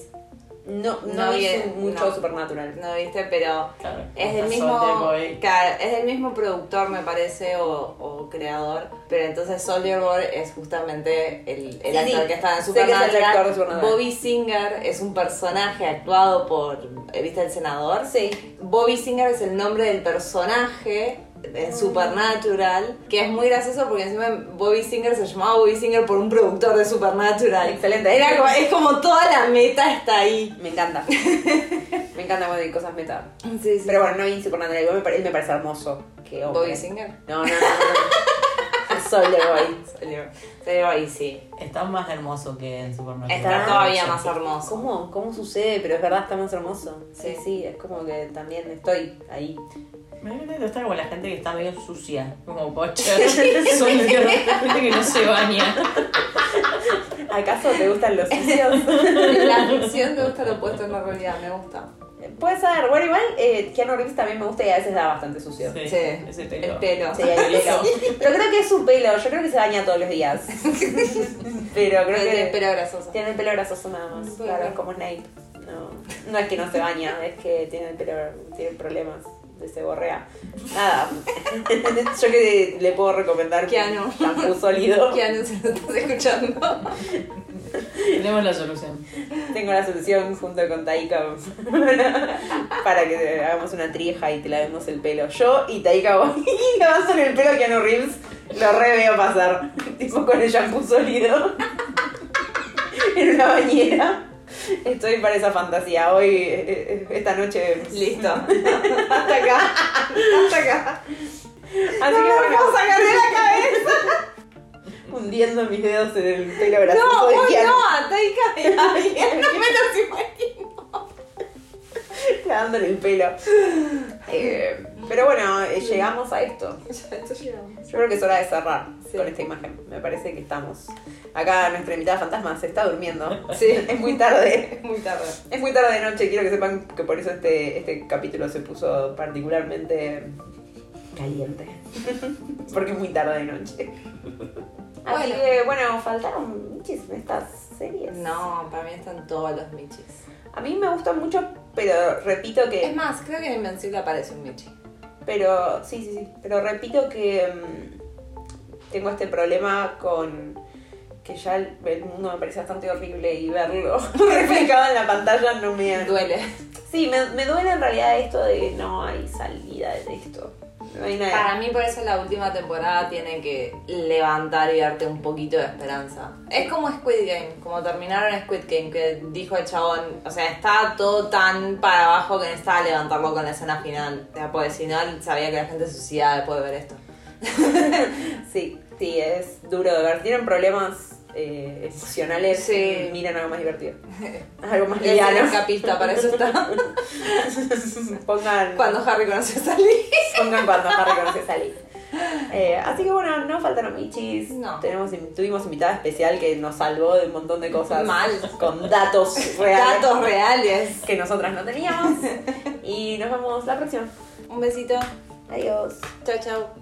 [SPEAKER 1] No, no,
[SPEAKER 2] No,
[SPEAKER 1] hice
[SPEAKER 2] bien,
[SPEAKER 1] mucho
[SPEAKER 2] no.
[SPEAKER 1] Supernatural.
[SPEAKER 2] ¿No viste? Pero
[SPEAKER 3] Claro.
[SPEAKER 2] Es del
[SPEAKER 3] Pasó
[SPEAKER 2] mismo,
[SPEAKER 3] de boy.
[SPEAKER 2] claro, es del mismo productor, me parece, o, o creador. Pero entonces Soldier Boy es justamente el, el
[SPEAKER 1] Sí,
[SPEAKER 2] actor
[SPEAKER 1] sí.
[SPEAKER 2] que estaba en
[SPEAKER 1] Sé que es el
[SPEAKER 2] Supernatural.
[SPEAKER 1] actor de Supernatural.
[SPEAKER 2] Bobby Singer es un personaje actuado por, eh, ¿viste? El senador.
[SPEAKER 1] Sí.
[SPEAKER 2] Bobby Singer es el nombre del personaje
[SPEAKER 1] Mm.
[SPEAKER 2] en Supernatural, que es muy gracioso porque encima Bobby Singer se llamaba Bobby Singer por un productor de Supernatural.
[SPEAKER 1] Excelente.
[SPEAKER 2] Era como- es como toda la meta está ahí.
[SPEAKER 1] Me encanta. me encanta cuando hay cosas meta.
[SPEAKER 2] Sí, sí.
[SPEAKER 1] Pero bueno, no vi Supernatural. Igual me pare- él me parece hermoso. Qué hombre.
[SPEAKER 2] Bobby Singer.
[SPEAKER 1] No, no, no. no. Sol de Boy.
[SPEAKER 2] Salió. Salió ahí, sí.
[SPEAKER 3] Está más hermoso que en Superman.
[SPEAKER 2] Está
[SPEAKER 1] Ah,
[SPEAKER 2] todavía más hermoso.
[SPEAKER 1] ¿Cómo, ¿Cómo sucede? Pero es verdad, está más hermoso. Sí,
[SPEAKER 2] Sí.
[SPEAKER 1] sí, es como que también estoy ahí.
[SPEAKER 3] Me viene que está como la gente que está medio sucia, como pocher. Son de gente que no se baña.
[SPEAKER 1] ¿Acaso te gustan los sucios?
[SPEAKER 2] La ficción te gusta lo opuesto en la realidad, me gusta.
[SPEAKER 1] Puede ser. Bueno, igual eh, Keanu Reeves también me gusta y a veces da bastante sucio. Sí.
[SPEAKER 3] Sí,
[SPEAKER 2] Sí.
[SPEAKER 3] ese pelo.
[SPEAKER 2] El pelo.
[SPEAKER 1] el pelo. Pero creo que es su pelo, yo creo que se baña todos los días. Pero creo que
[SPEAKER 2] Tiene el pelo grasoso.
[SPEAKER 1] Tiene el pelo grasoso nada más.
[SPEAKER 2] No puedo
[SPEAKER 1] claro,
[SPEAKER 2] creer.
[SPEAKER 1] es como Snape. No, no es que no se baña, es que tiene el pelo, tiene problemas de se borrea. Nada. Yo que le puedo recomendar
[SPEAKER 2] Keanu.
[SPEAKER 1] shampoo sólido.
[SPEAKER 2] Keanu, si lo estás escuchando.
[SPEAKER 3] Tenemos la solución.
[SPEAKER 1] Tengo la solución junto con Taika para que hagamos una trija y te lavemos el pelo. Yo y Taika Waititi le pasan el pelo a Keanu Reeves, lo re veo pasar. Tipo con el shampoo sólido en una bañera. Estoy para esa fantasía. Hoy, eh, eh, esta noche,
[SPEAKER 2] Listo.
[SPEAKER 1] hasta acá. Hasta acá. Así que bueno,
[SPEAKER 2] sacarle la cabeza.
[SPEAKER 1] hundiendo mis dedos en el pelo grasoso
[SPEAKER 2] No,
[SPEAKER 1] de
[SPEAKER 2] uy,
[SPEAKER 1] Keanu.
[SPEAKER 2] no, a Taika de alguien. No me lo imagino.
[SPEAKER 1] Dándole el pelo. Eh, pero bueno, eh, llegamos a esto.
[SPEAKER 2] Ya, esto llegamos.
[SPEAKER 1] Yo creo que es hora de cerrar
[SPEAKER 2] Sí.
[SPEAKER 1] con esta imagen. Me parece que estamos. Acá nuestra invitada fantasma se está durmiendo.
[SPEAKER 2] Sí,
[SPEAKER 1] Es muy tarde.
[SPEAKER 2] es muy tarde.
[SPEAKER 1] Es muy tarde de noche. Quiero que sepan que por eso este, este capítulo se puso particularmente caliente. Porque es muy tarde de noche. Así
[SPEAKER 2] Bueno.
[SPEAKER 1] que bueno, faltaron muchísimas estas series.
[SPEAKER 2] No, para mí están todos los michis.
[SPEAKER 1] A mí me gustan mucho, pero repito que.
[SPEAKER 2] Es más, creo que en Invencible aparece un michi.
[SPEAKER 1] Pero sí, sí, sí. Pero repito que mm, tengo este problema con que ya el, el mundo me parece bastante horrible y verlo reflejado en la pantalla no me
[SPEAKER 2] Duele.
[SPEAKER 1] Sí, me, me duele en realidad esto de no hay salida de esto. No hay nada.
[SPEAKER 2] Para mí por eso la última temporada tiene que levantar y darte un poquito de esperanza. Es como Squid Game, como terminaron Squid Game, que dijo el chabón, o sea, está todo tan para abajo que necesitaba levantarlo con la escena final. O sea, porque si no, sabía que la gente se suicidaba después de ver esto.
[SPEAKER 1] Sí, sí, es duro de ver. Tienen problemas eh, emocionales.
[SPEAKER 2] Sí.
[SPEAKER 1] Miren algo más divertido. Algo más
[SPEAKER 2] Y es
[SPEAKER 1] liviano.
[SPEAKER 2] el capista, para eso está.
[SPEAKER 1] Pongan.
[SPEAKER 2] Cuando Harry conoce a Sally.
[SPEAKER 1] pongan cuando Harry conoce a Sally. Eh, así que bueno, no faltaron michis.
[SPEAKER 2] No.
[SPEAKER 1] Tenemos, tuvimos invitada especial que nos salvó de un montón de cosas.
[SPEAKER 2] Mal.
[SPEAKER 1] Con datos reales.
[SPEAKER 2] Datos reales.
[SPEAKER 1] Que nosotras no teníamos. Y nos vemos la próxima.
[SPEAKER 2] Un besito.
[SPEAKER 1] Adiós.
[SPEAKER 2] Chau, chau.